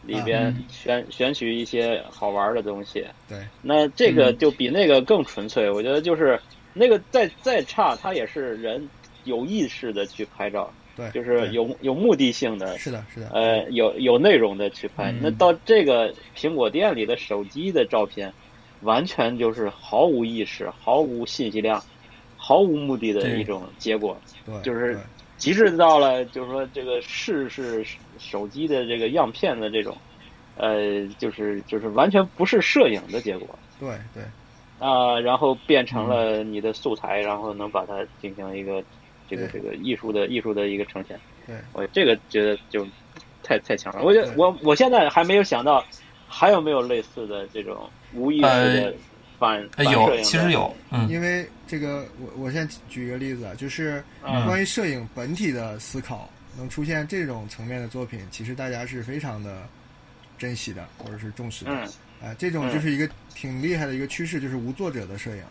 Speaker 3: 里边
Speaker 1: 嗯
Speaker 3: 选、选取一些好玩的东西。
Speaker 2: 对，
Speaker 3: 那这个
Speaker 1: 嗯
Speaker 3: 就比那个更纯粹，我觉得就是那个再再差，它也是人有意识的去拍照，
Speaker 2: 对，
Speaker 3: 就是有有目的性的，
Speaker 2: 是的，是的，
Speaker 3: 呃，有有内容的去拍。
Speaker 1: 嗯
Speaker 3: 那到这个苹果店里的手机的照片，完全就是毫无意识、毫无信息量、毫无目的的
Speaker 1: 对
Speaker 3: 一种结果。
Speaker 2: 对，
Speaker 3: 呃就是
Speaker 2: 对
Speaker 3: 极致到了，就是说这个试试手机的这个样片的这种，呃，就是就是完全不是摄影的结果
Speaker 2: 对对
Speaker 3: 啊、然后变成
Speaker 2: 嗯
Speaker 3: 了你的素材，然后能把它进行一个这个
Speaker 2: 对
Speaker 3: 这个艺术的艺术的一个呈现。
Speaker 2: 对，
Speaker 3: 我这个觉得就太太强了，我觉得
Speaker 2: 对
Speaker 3: 我我现在还没有想到还有没有类似的这种无意识的反、
Speaker 1: 呃，
Speaker 3: 反摄影
Speaker 1: 有
Speaker 3: 的
Speaker 1: 其实有，嗯，
Speaker 2: 因为这个，我我先举一个例子啊，就是
Speaker 3: 嗯
Speaker 2: 关于摄影本体的思考，能出现这种层面的作品，其实大家是非常的珍惜的，或者是重视的。
Speaker 3: 嗯
Speaker 2: 啊，这种就是一个挺厉害的一个趋势，就是无作者的摄影，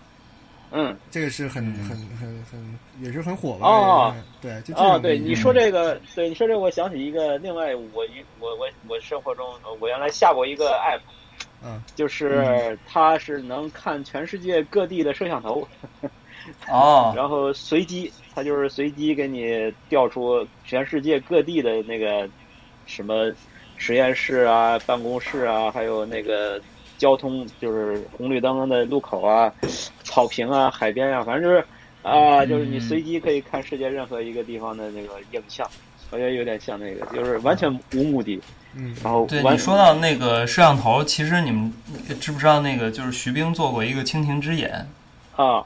Speaker 3: 嗯
Speaker 2: 这个是很
Speaker 1: 嗯
Speaker 2: 很很很也是很火吧？
Speaker 3: 哦
Speaker 2: 也是对，就这
Speaker 3: 哦，
Speaker 2: 种
Speaker 3: 对，
Speaker 2: 嗯
Speaker 3: 你说这个，对你说这个，我想起一个，另外我一我我我生活中，呃我原来下过一个 app，
Speaker 2: 嗯，
Speaker 3: 就是它是能看全世界各地的摄像头，
Speaker 1: 哦，
Speaker 3: 然后随机，它就是随机给你调出全世界各地的那个什么实验室啊、办公室啊，还有那个交通，就是红绿灯的路口啊、草坪啊、海边啊，反正就是啊、就是你随机可以看世界任何一个地方的那个影像。我觉得有点像那个，就是完全无目的，
Speaker 2: 嗯
Speaker 3: 然后
Speaker 1: 对
Speaker 3: 完
Speaker 1: 你说到那个摄像头，其实你们知不知道那个就是徐冰做过一个蜻蜓之眼，
Speaker 3: 啊，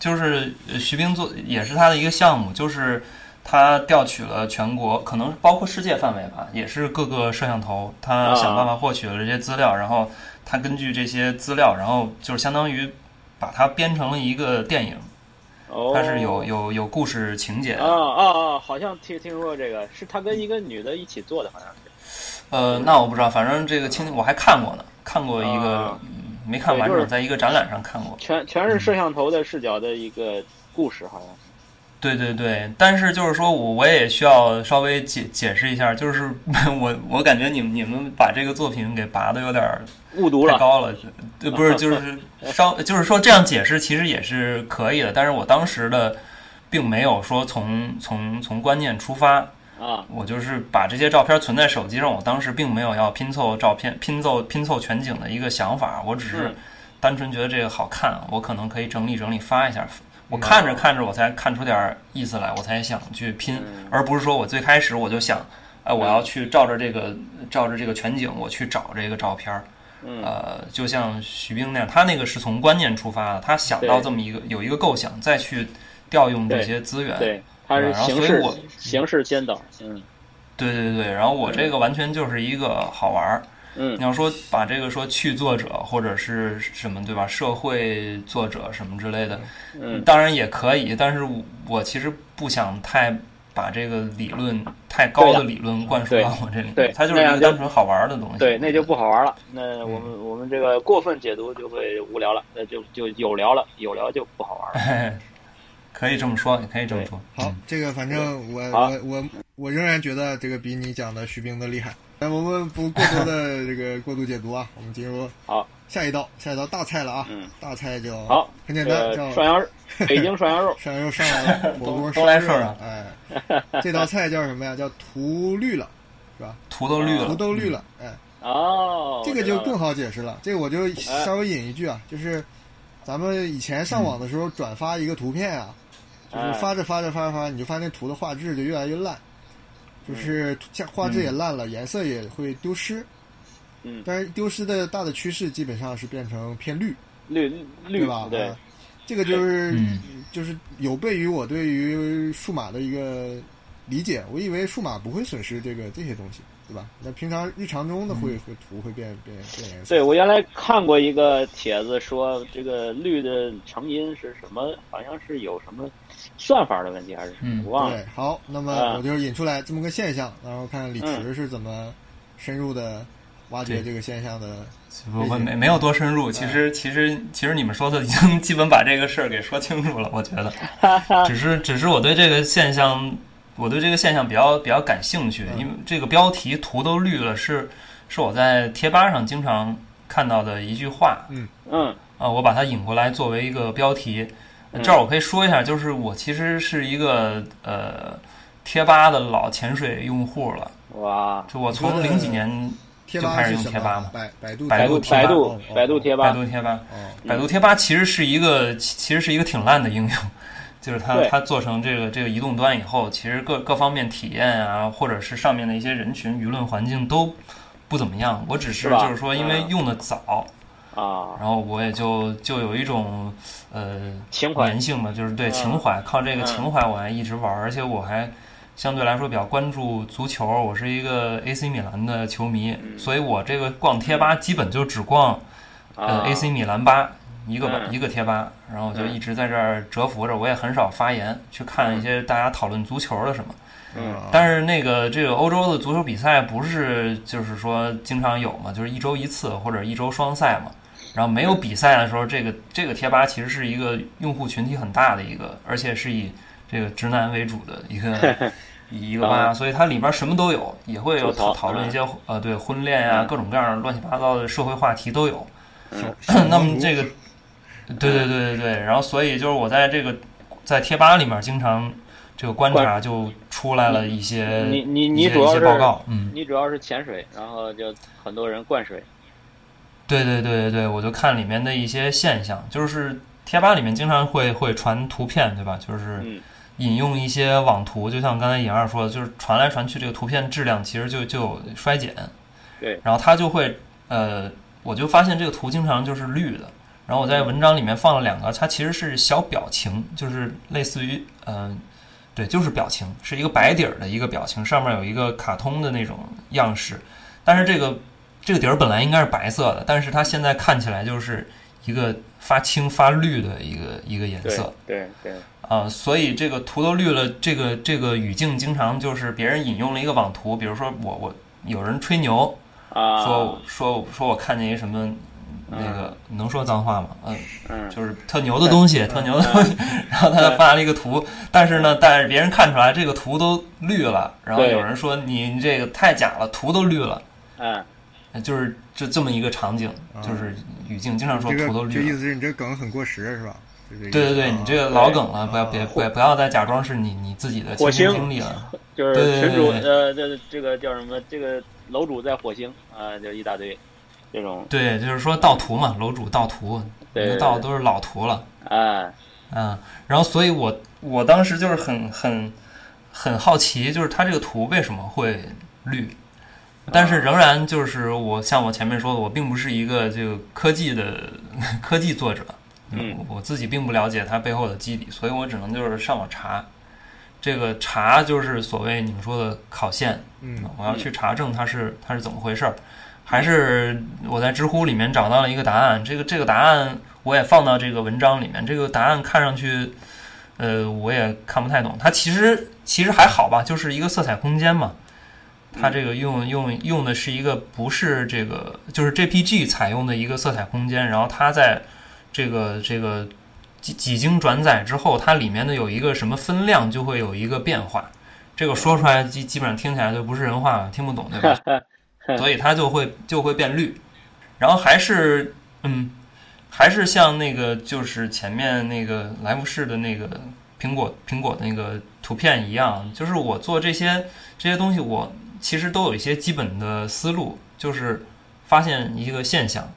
Speaker 1: 就是呃徐冰做也是他的一个项目，就是他调取了全国，可能是包括世界范围吧，也是各个摄像头，他
Speaker 3: 啊
Speaker 1: 想办法获取了这些资料，然后他根据这些资料，然后就是相当于把它编成了一个电影，
Speaker 3: 哦，
Speaker 1: 它是有有有故事情节的。
Speaker 3: 啊啊啊，好像听听说过这个，是他跟一个女的一起做的，好像是，
Speaker 1: 呃，那我不知道，反正这个蜻蜓我还看过呢，看过一个
Speaker 3: 啊
Speaker 1: 嗯没看完
Speaker 3: 对就
Speaker 1: 整，
Speaker 3: 是
Speaker 1: 在一个展览上看过。
Speaker 3: 全全是摄像头的视角的一个故事，好像。
Speaker 1: 对对对，但是就是说我我也需要稍微解解释一下，就是 我我感觉你们你们把这个作品给拔的有点儿
Speaker 3: 误读
Speaker 1: 太
Speaker 3: 了。
Speaker 1: 高了，对，不是就是稍就是说这样解释其实也是可以的，但是我当时的并没有说从从从观念出发，
Speaker 3: 啊
Speaker 1: 我就是把这些照片存在手机上，我当时并没有要拼凑照片拼凑拼凑全景的一个想法，我只是
Speaker 3: 嗯
Speaker 1: 单纯觉得这个好看，我可能可以整理整理发一下。我看着看着，我才看出点儿意思来，我才想去拼，
Speaker 3: 嗯
Speaker 1: 而不是说我最开始我就想，哎，我要去照着这个照着这个全景，我去找这个照片儿。
Speaker 3: 嗯
Speaker 1: 呃，就像徐冰那样，他那个是从观念出发的，他想到
Speaker 3: 对
Speaker 1: 这么一个有一个构想，再去调用这些资源。
Speaker 3: 对，它是
Speaker 1: 然后
Speaker 3: 形
Speaker 1: 所以
Speaker 3: 式
Speaker 1: 我
Speaker 3: 形式先导。嗯
Speaker 1: 对对对，然后我这个完全就是一个好玩儿。
Speaker 3: 嗯
Speaker 1: 你要说把这个说去作者或者是什么对吧，社会作者什么之类的，
Speaker 3: 嗯
Speaker 1: 当然也可以，但是我我其实不想太把这个理论太高的理论灌输到我这里，
Speaker 3: 对
Speaker 1: 它就是一
Speaker 3: 那
Speaker 1: 个
Speaker 3: 样就
Speaker 1: 单纯好玩的东西。
Speaker 3: 对，那就不好玩了。那我们我们这个过分解读就会无聊了，那就就有聊了，有聊就不好玩了。
Speaker 1: 可以这么说，也可以这么说。
Speaker 2: 好，这个反正我
Speaker 3: 好
Speaker 2: 我我我仍然觉得这个比你讲的徐冰的厉害。那我们不过多 的这个过度解读啊，我们进入
Speaker 3: 好
Speaker 2: 下一道下一道大菜了啊，
Speaker 3: 嗯
Speaker 2: 大菜就
Speaker 3: 好，
Speaker 2: 很
Speaker 3: 这
Speaker 2: 简单，叫
Speaker 3: 个涮羊肉，北京涮羊肉
Speaker 2: 涮羊肉上来 了，火锅
Speaker 1: 都来
Speaker 2: 涮
Speaker 1: 涮
Speaker 2: 肉了，哎，这道菜叫什么呀？叫涂绿了，是吧？
Speaker 1: 土豆绿了，
Speaker 2: 土豆绿了，哎，
Speaker 3: 哦，
Speaker 2: 这个就更
Speaker 3: 嗯好。
Speaker 2: 好解释了。这个我就稍微引一句啊，就是咱们以前上网的时候转发一个图片啊，
Speaker 3: 哎
Speaker 2: 就是发着发着发着发着，你就发现图的画质就越来越烂，就是像画质也烂了，颜色也会丢失。
Speaker 3: 嗯
Speaker 2: 但是丢失的大的趋势基本上是变成偏绿，
Speaker 3: 绿绿
Speaker 2: 对吧？
Speaker 3: 对
Speaker 2: 啊，这个就是
Speaker 1: 嗯
Speaker 2: 就是有悖于我对于数码的一个理解。我以为数码不会损失这个这些东西，对吧？那平常日常中的会
Speaker 3: 嗯
Speaker 2: 会图会变变变颜色。
Speaker 3: 对，我原来看过一个帖子说，这个绿的成因是什么？好像是有什么算法的问题还是什么？
Speaker 1: 嗯
Speaker 3: 我忘了
Speaker 2: 对。，好，那么
Speaker 3: 啊嗯
Speaker 2: 我就引出来这么个现象，然后看李池是怎么深入的挖掘
Speaker 1: 对
Speaker 2: 这个现象的。
Speaker 1: 不不没没有多深入，其
Speaker 3: 嗯
Speaker 1: 实其实其实你们说的已经基本把这个事儿给说清楚了，我觉 得，只是只是我对这个现象，我对这个现象比较比较感兴趣，
Speaker 3: 嗯
Speaker 1: 因为这个标题“图都绿了”是是我在贴吧上经常看到的一句话
Speaker 3: 嗯
Speaker 1: 啊、我把它引过来作为一个标题。这儿我可以说一下，就是我其实是一个呃贴吧的老潜水用户了，
Speaker 3: 嗯哇，
Speaker 1: 就我从
Speaker 2: 你说的
Speaker 1: 零几年
Speaker 2: 贴
Speaker 1: 就
Speaker 2: 吧
Speaker 1: 开始
Speaker 2: 是
Speaker 1: 用
Speaker 2: 什
Speaker 1: 贴吧
Speaker 2: 么
Speaker 1: 嘛？
Speaker 2: 百百度
Speaker 1: 百
Speaker 3: 度
Speaker 1: 度
Speaker 3: 百度
Speaker 2: 哦哦
Speaker 3: 百度贴
Speaker 1: 百
Speaker 3: 吧，嗯
Speaker 1: 度贴吧。
Speaker 2: 哦，
Speaker 1: 百度贴吧其实是一个，其其实是一个挺烂的应用，就是它
Speaker 3: 对
Speaker 1: 它做成这个这个移动端以后，其实各各方面体验啊，或者是上面的一些人群舆论环境都不怎么样。我只
Speaker 3: 是
Speaker 1: 是
Speaker 3: 吧嗯
Speaker 1: 就是说，因为用的早，
Speaker 3: 啊，
Speaker 1: 然后我也就就有一种呃
Speaker 3: 情怀
Speaker 1: 粘性嘛，就是对
Speaker 3: 嗯
Speaker 1: 情怀，靠这个
Speaker 3: 嗯
Speaker 1: 情怀我还一直玩，而且我还相对来说比较关注足球，我是一个 AC 米兰的球迷，
Speaker 3: 嗯
Speaker 1: 所以我这个逛贴吧基本就只逛呃
Speaker 3: 啊
Speaker 1: AC 米兰吧，一个吧
Speaker 3: 嗯
Speaker 1: 一个贴吧，然后我就
Speaker 3: 嗯
Speaker 1: 一直在这儿蛰伏着，我也很少发言去看一些大家讨论足球的什么。
Speaker 3: 嗯
Speaker 1: 但是那个这个欧洲的足球比赛不是就是说经常有嘛，就是一周一次或者一周双赛嘛。然后没有比赛的时候，这个这个贴吧其实是一个用户群体很大的一个，而且是以这个直男为主的一 个一个吧，所以它里边什么都有，也会有
Speaker 3: 啊吐槽
Speaker 1: 讨
Speaker 3: 啊
Speaker 1: 讨论一些呃对婚恋呀、
Speaker 3: 嗯
Speaker 1: 各种各样的乱七八糟的社会话题都有。
Speaker 3: 嗯
Speaker 1: 那么这个，对对对对对，然后所以就是我在这个在贴吧里面经常这个观察，就出来了一些
Speaker 3: 你你
Speaker 1: 一
Speaker 3: 你
Speaker 1: 些
Speaker 3: 主要
Speaker 1: 一些
Speaker 3: 是
Speaker 1: 报告，嗯，
Speaker 3: 你主要是潜水，然后就很多人灌水，
Speaker 1: 对对对对对，我就看里面的一些现象，就是贴吧里面经常会会传图片，对吧？就是
Speaker 3: 嗯
Speaker 1: 引用一些网图，就像刚才颖儿说的，就是传来传去，这个图片质量其实就就有衰减。
Speaker 3: 对，
Speaker 1: 然后它就会呃，我就发现这个图经常就是绿的。然后我在文章里面放了两个，它其实是小表情，就是类似于嗯、呃对，就是表情，是一个白底儿的一个表情，上面有一个卡通的那种样式。但是这个这个底儿本来应该是白色的，但是它现在看起来就是一个发青发绿的一个一个颜
Speaker 3: 对
Speaker 1: 色。
Speaker 3: 对对，
Speaker 1: 啊、所以这个图都绿了，这个这个语境经常就是别人引用了一个网图，比如说我我有人吹牛，
Speaker 3: 啊，
Speaker 1: 说说说我看见一什么那个、能说脏话吗？嗯，
Speaker 3: 嗯
Speaker 1: 就是特牛的东西，特牛的东西。 然后他
Speaker 3: 对
Speaker 1: 发了一个图，但是呢，但是别人看出来这个图都绿了，然后
Speaker 3: 对
Speaker 1: 有人说你你这个太假了，图都绿了，呃
Speaker 3: 嗯，
Speaker 1: 就是这这么一个场景，就是语境经常说
Speaker 2: 嗯这
Speaker 1: 图
Speaker 2: 个
Speaker 1: 都
Speaker 2: 这
Speaker 1: 绿
Speaker 2: 意
Speaker 1: 了。
Speaker 2: 思是你这梗很过时是吧？就
Speaker 1: 对
Speaker 2: 这意
Speaker 1: 对
Speaker 2: 思
Speaker 1: 对，
Speaker 2: 啊
Speaker 1: 你这个老梗了，不要别不要不要再假装是你你自己的
Speaker 3: 火
Speaker 1: 亲身
Speaker 3: 星
Speaker 1: 经历了。
Speaker 3: 就是
Speaker 1: 对对
Speaker 3: 群主
Speaker 1: 对
Speaker 3: 呃，这这个叫什么？这个楼主在火星啊，就一大堆这种
Speaker 1: 对，就是说盗图嘛，楼主盗图，
Speaker 3: 对
Speaker 1: 你的盗都是老图了。
Speaker 3: 啊，
Speaker 1: 嗯，然后所以我我当时就是很很很好奇，就是它这个图为什么会绿？但是仍然就是我像我前面说的，我并不是一个这个科技的 科技作者，
Speaker 3: 嗯
Speaker 1: 我我自己并不了解它背后的基底，所以我只能就是上网查。这个查就是所谓你们说的考线，
Speaker 2: 嗯，
Speaker 1: 我要去查证它是它是怎么回事儿，还是我在知乎里面找到了一个答案，这个这个答案我也放到这个文章里面，这个答案看上去，呃，我也看不太懂，它其实其实还好吧，就是一个色彩空间嘛。它这个用用用的是一个不是这个就是 JPG 采用的一个色彩空间，然后它在这个这个几几经转载之后，它里面的有一个什么分量就会有一个变化，这个说出来基基本上听起来就不是人话了，听不懂对吧？所以它就会就会变绿，然后还是嗯，还是像那个就是前面那个来福士的那个苹果苹果那个图片一样，就是我做这些这些东西，我其实都有一些基本的思路，就是发现一个现象，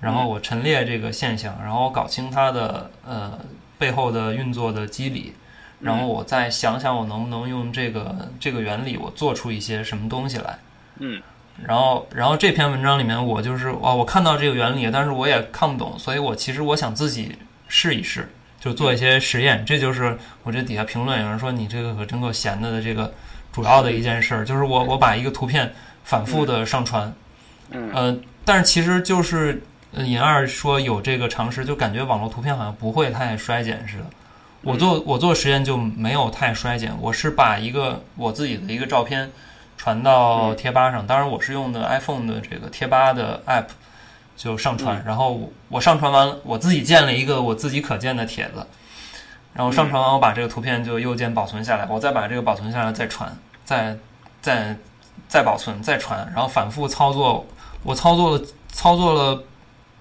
Speaker 1: 然后我陈列这个现象，然后我搞清它的呃背后的运作的机理，然后我再想想我能不能用这个这个原理，我做出一些什么东西来。
Speaker 3: 嗯
Speaker 1: 然后，然后这篇文章里面，我就是哇，我看到这个原理，但是我也看不懂，所以我其实我想自己试一试，就做一些实验。这就是我这底下评论有人说你这个可真够闲的的这个主要的一件事儿，就是我我把一个图片反复的上传，
Speaker 3: 嗯
Speaker 1: 呃，但是其实就是呃尹二说有这个常识，就感觉网络图片好像不会太衰减似的。我做我做实验就没有太衰减，我是把一个我自己的一个照片传到贴吧上，当然我是用的 iPhone 的这个贴吧的 app 就上传，然后我我上传完了，我自己建了一个我自己可见的帖子，然后上传完我把这个图片就右键保存下来，我再把这个保存下来再传，再再再保存再传，然后反复操作，我操作了操作了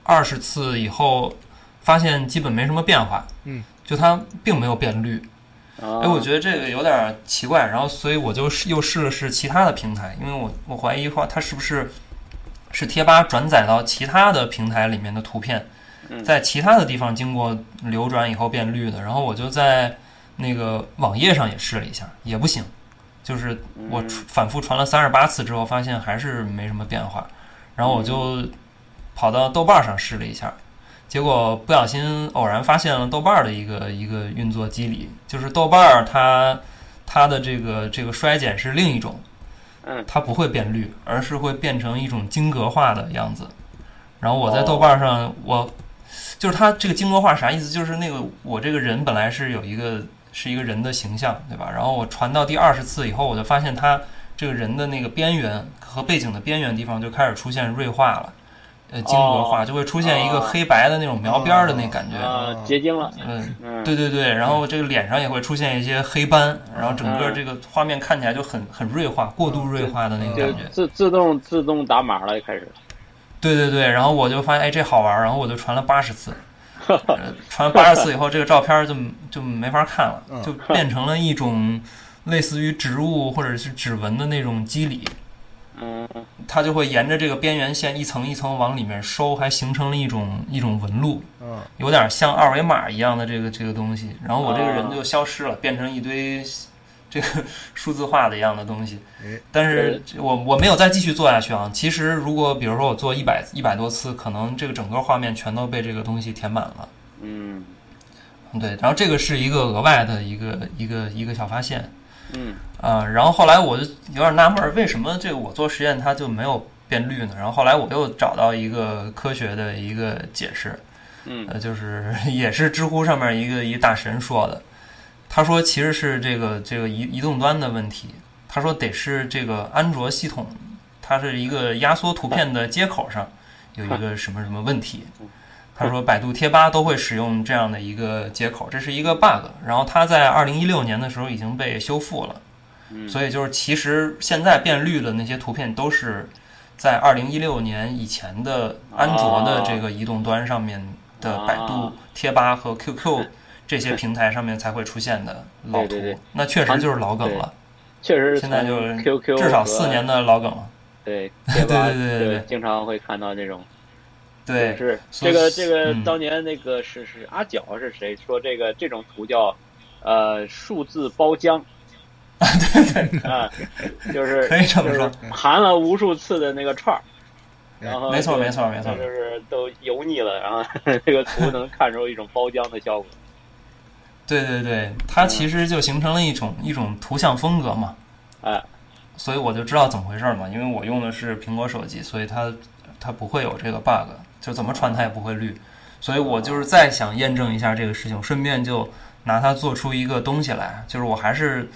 Speaker 1: 二十次以后，发现基本没什么变化，
Speaker 2: 嗯，
Speaker 1: 就它并没有变绿，哎，我
Speaker 3: 啊，
Speaker 1: 觉得这个有点奇怪，然后所以我就试又试了试其他的平台，因为我我怀疑话它是不是是贴吧转载到其他的平台里面的图片，
Speaker 3: 嗯
Speaker 1: 在其他的地方经过流转以后变绿的，然后我就在那个网页上也试了一下，也不行，就是我
Speaker 3: 嗯
Speaker 1: 传反复传了三十八次之后，发现还是没什么变化，然后我就跑到豆瓣上试了一下，结果不小心偶然发现了豆瓣的一个一个运作机理，就是豆瓣它它的这个这个衰减是另一种，
Speaker 3: 嗯
Speaker 1: 它不会变绿，而是会变成一种金格化的样子。然后我在豆瓣上，我就是它这个金格化啥意思？就是那个我这个人本来是有一个是一个人的形象，对吧？然后我传到第二十次以后，我就发现它这个人的那个边缘和背景的边缘地方就开始出现锐化了，呃，金格化
Speaker 3: 哦
Speaker 1: 就会出现一个
Speaker 3: 哦
Speaker 1: 黑白的那种描边儿的那感觉。
Speaker 3: 啊，结晶了，
Speaker 1: 嗯，
Speaker 3: 嗯，
Speaker 1: 对对对，然后这个脸上也会出现一些黑斑，然后整个这个画面看起来就很很锐化，过度锐化的那个
Speaker 3: 就
Speaker 1: 感觉。
Speaker 3: 自自动自动打码了，开始，
Speaker 1: 对对对，然后我就发现哎这好玩儿，然后我就传了八十次，呃传了八十次以后，这个照片儿就就没法看了，
Speaker 2: 嗯
Speaker 1: 就变成了一种类似于植物或者是指纹的那种肌理，
Speaker 3: 嗯
Speaker 1: 它就会沿着这个边缘线一层一层往里面收，还形成了一种一种纹路。
Speaker 2: 嗯，
Speaker 1: 有点像二维码一样的这个这个东西，然后我这个人就消失了，变成一堆这个 数字化的一样的东西
Speaker 2: 哎。
Speaker 1: 但是我我没有再继续做下去啊。其实如果比如说我做一百一百多次，可能这个整个画面全都被这个东西填满了。
Speaker 3: 嗯
Speaker 1: 对，然后这个是一个额外的一个一个一个小发现
Speaker 3: 嗯
Speaker 1: 啊、然后后来我就有点纳闷儿，为什么这个我做实验它就没有变绿呢？然后后来我又找到一个科学的一个解释，
Speaker 3: 嗯
Speaker 1: 呃，就是 也是知乎上面一个一大神说的，他说其实是这个这个移移动端的问题，他说得是这个安卓系统，它是一个压缩图片的接口上有一个什么什么问题。他说百度贴吧都会使用这样的一个接口，这是一个 bug，然后它在二零一六年的时候已经被修复了。
Speaker 3: 嗯，
Speaker 1: 所以就是其实现在变绿的那些图片都是在二零一六年以前的安卓的这个移动端上面的百度
Speaker 3: 啊
Speaker 1: 贴吧和 QQ 这些平台上面才会出现的老图，
Speaker 3: 对对对
Speaker 1: 那确实就是老梗了，
Speaker 3: 确实是
Speaker 1: 现在就
Speaker 3: 从
Speaker 1: 是
Speaker 3: QQ
Speaker 1: 至少
Speaker 3: 和
Speaker 1: 四年的老梗了。
Speaker 3: 对贴吧
Speaker 1: 对对对对对
Speaker 3: 经常会看到那种
Speaker 1: 对，
Speaker 3: 是
Speaker 1: 所以
Speaker 3: 这个这个
Speaker 1: 嗯
Speaker 3: 当年那个是是阿角是谁说这个这种图叫呃数字 包浆
Speaker 1: 对对，
Speaker 3: 啊，就是
Speaker 1: 可以这么说
Speaker 3: 就是盘了无数次的那个串儿，
Speaker 2: 哎
Speaker 3: 然后
Speaker 1: 没错
Speaker 3: 就
Speaker 1: 没错没错
Speaker 3: 就是都油腻了，然后 这 个图能看出一种包浆的效果。
Speaker 1: 对对对，
Speaker 3: 嗯
Speaker 1: 它其实就形成了一种一种图像风格嘛，
Speaker 3: 哎，
Speaker 1: 所以我就知道怎么回事儿嘛，因为我用的是苹果手机，所以它它不会有这个 bug，就怎么传它也不会绿，所以我就是再想验证一下这个事情，顺便就拿它做出一个东西来，就是我还是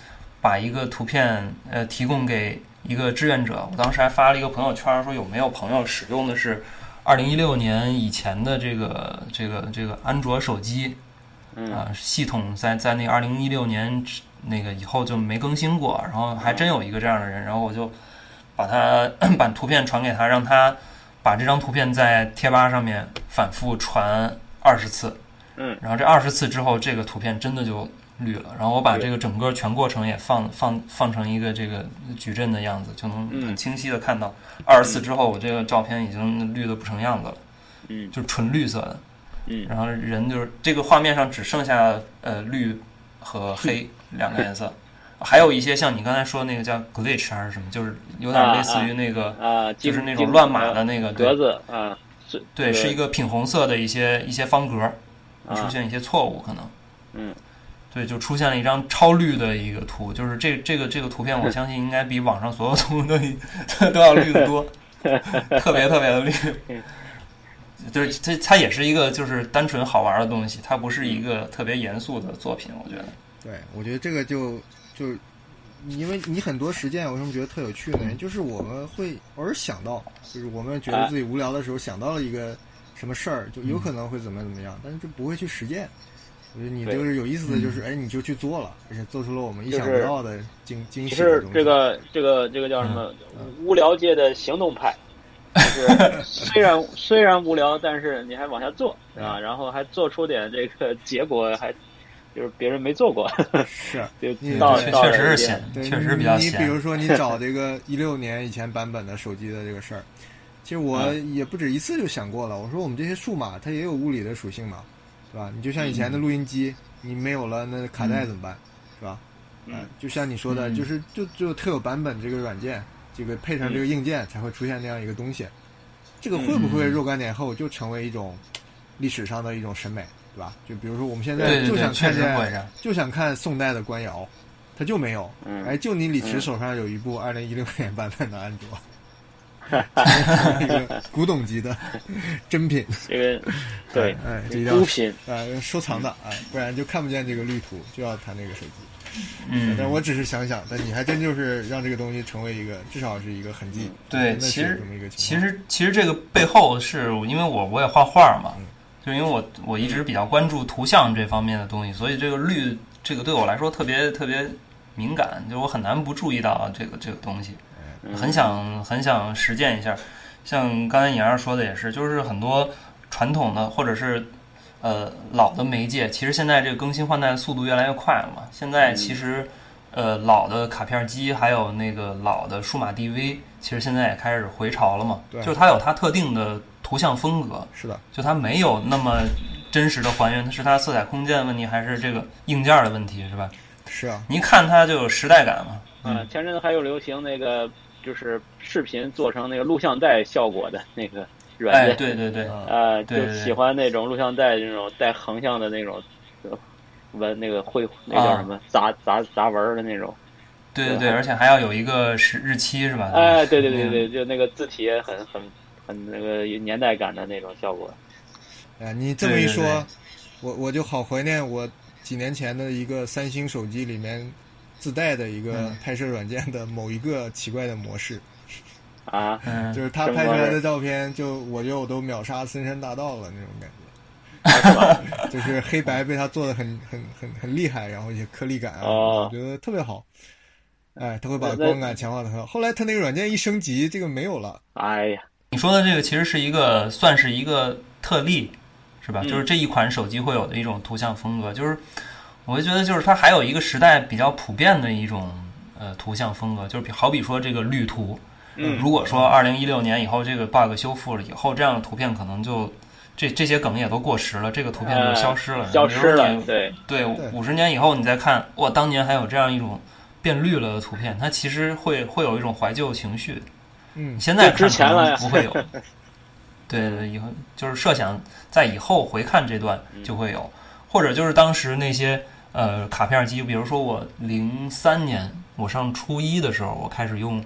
Speaker 1: 把一个图片呃提供给一个志愿者，我当时还发了一个朋友圈说有没有朋友使用的是二零一六年以前的这个这个这个安卓手机，
Speaker 3: 嗯
Speaker 1: 啊，系统在在那二零一六年之那个以后就没更新过，然后还真有一个这样的人，然后我就把他把图片传给他，让他把这张图片在贴吧上面反复传二十次，
Speaker 3: 嗯，
Speaker 1: 然后这二十次之后，这个图片真的就绿了，然后我把这个整个全过程也放放放成一个这个矩阵的样子，就能很
Speaker 3: 嗯
Speaker 1: 清晰的看到二十次之后，我这个照片已经绿的不成样子了，
Speaker 3: 嗯
Speaker 1: 就是纯绿色的，
Speaker 3: 嗯
Speaker 1: 然后人就是这个画面上只剩下呃绿和黑两个颜色，还有一些像你刚才说那个叫 glitch 还是什么，就是有点类似于那个、
Speaker 3: 啊，
Speaker 1: 就是那
Speaker 3: 金
Speaker 1: 种
Speaker 3: 金
Speaker 1: 乱码的那个
Speaker 3: 格
Speaker 1: 对
Speaker 3: 子啊，是
Speaker 1: 对，是一
Speaker 3: 个
Speaker 1: 个品红色的一些一些方格出
Speaker 3: 啊，
Speaker 1: 现一些错误可能，
Speaker 3: 嗯，
Speaker 1: 对，就出现了一张超绿的一个图，就是这这个这个图片，我相信应该比网上所有图都都要绿得 多，特别特别的绿。
Speaker 3: 嗯
Speaker 1: 就是这，它也是一个就是单纯好玩的东西，它不是
Speaker 3: 嗯
Speaker 1: 一个特别严肃的作品，我觉得。
Speaker 2: 对，我觉得这个就就因为你很多实践，我为什么觉得特有趣呢？就是我们会偶尔想到，就是我们觉
Speaker 3: 哎
Speaker 2: 得自己无聊的时候想到了一个什么事儿，就有可能会怎么怎么样，但是就不会去实践。我觉得你
Speaker 3: 对
Speaker 2: 就是有意思的就是，哎，你就去做了，而且做出了我们意想不到的惊惊
Speaker 3: 其
Speaker 2: 喜的
Speaker 3: 实
Speaker 2: 东西。
Speaker 3: 这个这个这个叫什么？无聊界的行动派，就是虽然虽 然无聊，但是你还往下做，啊，然后还做出点这个结果，还就是别人没做过，
Speaker 2: 是
Speaker 3: 就
Speaker 2: 你
Speaker 3: 到
Speaker 1: 嗯确
Speaker 3: 到
Speaker 1: 确
Speaker 3: 了
Speaker 1: 实是
Speaker 3: 一
Speaker 1: 闲，
Speaker 2: 对，
Speaker 3: 定
Speaker 1: 确实
Speaker 2: 你
Speaker 1: 比较
Speaker 2: 你比如
Speaker 1: 闲。
Speaker 2: 说，你找这个一六年以前版本的手机的这个事儿，其实我
Speaker 1: 嗯
Speaker 2: 也不止一次就想过了。我说我们这些数码它也有物理的属性嘛，是吧？你就像以
Speaker 1: 嗯
Speaker 2: 前的录音机，你没有了那卡带怎么办，是吧？
Speaker 3: 嗯
Speaker 2: 呃就像你说的，
Speaker 1: 嗯
Speaker 2: 就是就就特有版本这个软件，这个配上这个
Speaker 1: 嗯
Speaker 2: 硬件才会出现那样一个东西。这个会不
Speaker 1: 嗯
Speaker 2: 会若干年后就成为一种历史上的一种审美，对吧？就比如说我们现
Speaker 1: 对
Speaker 2: 在
Speaker 1: 对
Speaker 2: 就
Speaker 1: 对
Speaker 2: 想看
Speaker 1: 确实
Speaker 2: 见，
Speaker 1: 不会这样
Speaker 2: 就想看宋代的官窑，它就没有。
Speaker 3: 嗯
Speaker 2: 哎，就你李驰
Speaker 3: 嗯
Speaker 2: 手上有一部二零一六年版本 的安卓，一个古董级的珍品，
Speaker 3: 这个对
Speaker 2: 哎，这一定
Speaker 3: 孤
Speaker 2: 要
Speaker 3: 品，
Speaker 2: 呃收藏的，哎，不然就看不见这个绿图，就要它那个手机。
Speaker 1: 嗯，
Speaker 2: 但我只是想想，但你还真就是让这个东西成为一个，至少是一个痕迹。
Speaker 1: 嗯对，
Speaker 2: 那
Speaker 1: 其
Speaker 2: 是
Speaker 1: 实
Speaker 2: 这么一个情况
Speaker 1: 其实其实这个背后是因为我我也画画
Speaker 2: 嗯
Speaker 1: 嘛，就因为我我一直比较关注图像这方面的东西，所以这个绿这个对我来说特别特别敏感，就是我很难不注意到这个这个东西。
Speaker 3: 嗯
Speaker 1: 很想很想实践一下。像刚才颖儿说的也是，就是很多传统的或者是呃老的媒介，其实现在这个更新换代的速度越来越快了嘛。现在其实呃老的卡片机还有那个老的数码 DV，其实现在也开始回潮了嘛。
Speaker 2: 对
Speaker 1: 就是它有它特定的图像风格，
Speaker 2: 是的，
Speaker 1: 就它没有那么真实的还原，它是它色彩空间的问题，还是这个硬件的问题，是吧？
Speaker 2: 是啊，
Speaker 1: 你一看它就有时代感嘛。
Speaker 3: 啊，前阵子还有流行那个就是视频做成那个录像带效果的那个软
Speaker 1: 哎，
Speaker 3: 件，
Speaker 1: 对对对，
Speaker 2: 啊，
Speaker 3: 啊，
Speaker 1: 对对
Speaker 3: 就喜欢那种录像带这种带横向的那种呃纹那个绘那叫什
Speaker 1: 啊
Speaker 3: 么杂杂杂纹儿的那种，
Speaker 1: 对对
Speaker 3: 对
Speaker 1: 对，
Speaker 3: 还
Speaker 1: 而且还要有一个时日期是吧？
Speaker 3: 哎，对对对
Speaker 1: 嗯
Speaker 3: 对，就那个字体也很很很那个有年代感的那种效果，
Speaker 2: 哎，你这么一说，
Speaker 1: 对对对
Speaker 2: 我我就好怀念我几年前的一个三星手机里面自带的一个拍摄软件的某一个奇怪的模式，
Speaker 3: 啊，
Speaker 1: 嗯，
Speaker 2: 就是它拍出来的照片，就我觉得我都秒杀森山大道了那种感觉， 就是黑白被它做的很很很很厉害，然后一些颗粒感啊，
Speaker 3: 哦
Speaker 2: 我觉得特别好。哎，它会把
Speaker 3: 那
Speaker 2: 光感强化的很好。后来它那个软件一升级，这个没有了。
Speaker 3: 哎呀，
Speaker 1: 你说的这个其实是一个算是一个特例，是吧？
Speaker 3: 嗯
Speaker 1: 就是这一款手机会有的一种图像风格，就是我会觉得就是它还有一个时代比较普遍的一种呃图像风格，就是比好比说这个绿图，
Speaker 3: 嗯
Speaker 1: 如果说二零一六年以后这个 bug 修复了以后，这样的图片可能就这这些梗也都过时了，这个图片就消失了，
Speaker 3: 呃消失
Speaker 1: 比如
Speaker 3: 了
Speaker 1: 你，
Speaker 3: 对，
Speaker 1: 对，
Speaker 2: 对
Speaker 1: 五十年以后你再看，哇，当年还有这样一种变绿了的图片，它其实会会有一种怀旧情绪。
Speaker 2: 嗯
Speaker 1: 你，现在
Speaker 3: 这之前了呀
Speaker 1: 看可能不会 有。对对，以后就是设想在以后回看这段
Speaker 3: 嗯
Speaker 1: 就会有，或者就是当时那些呃卡片机，比如说我零三年我上初一的时候，我开始用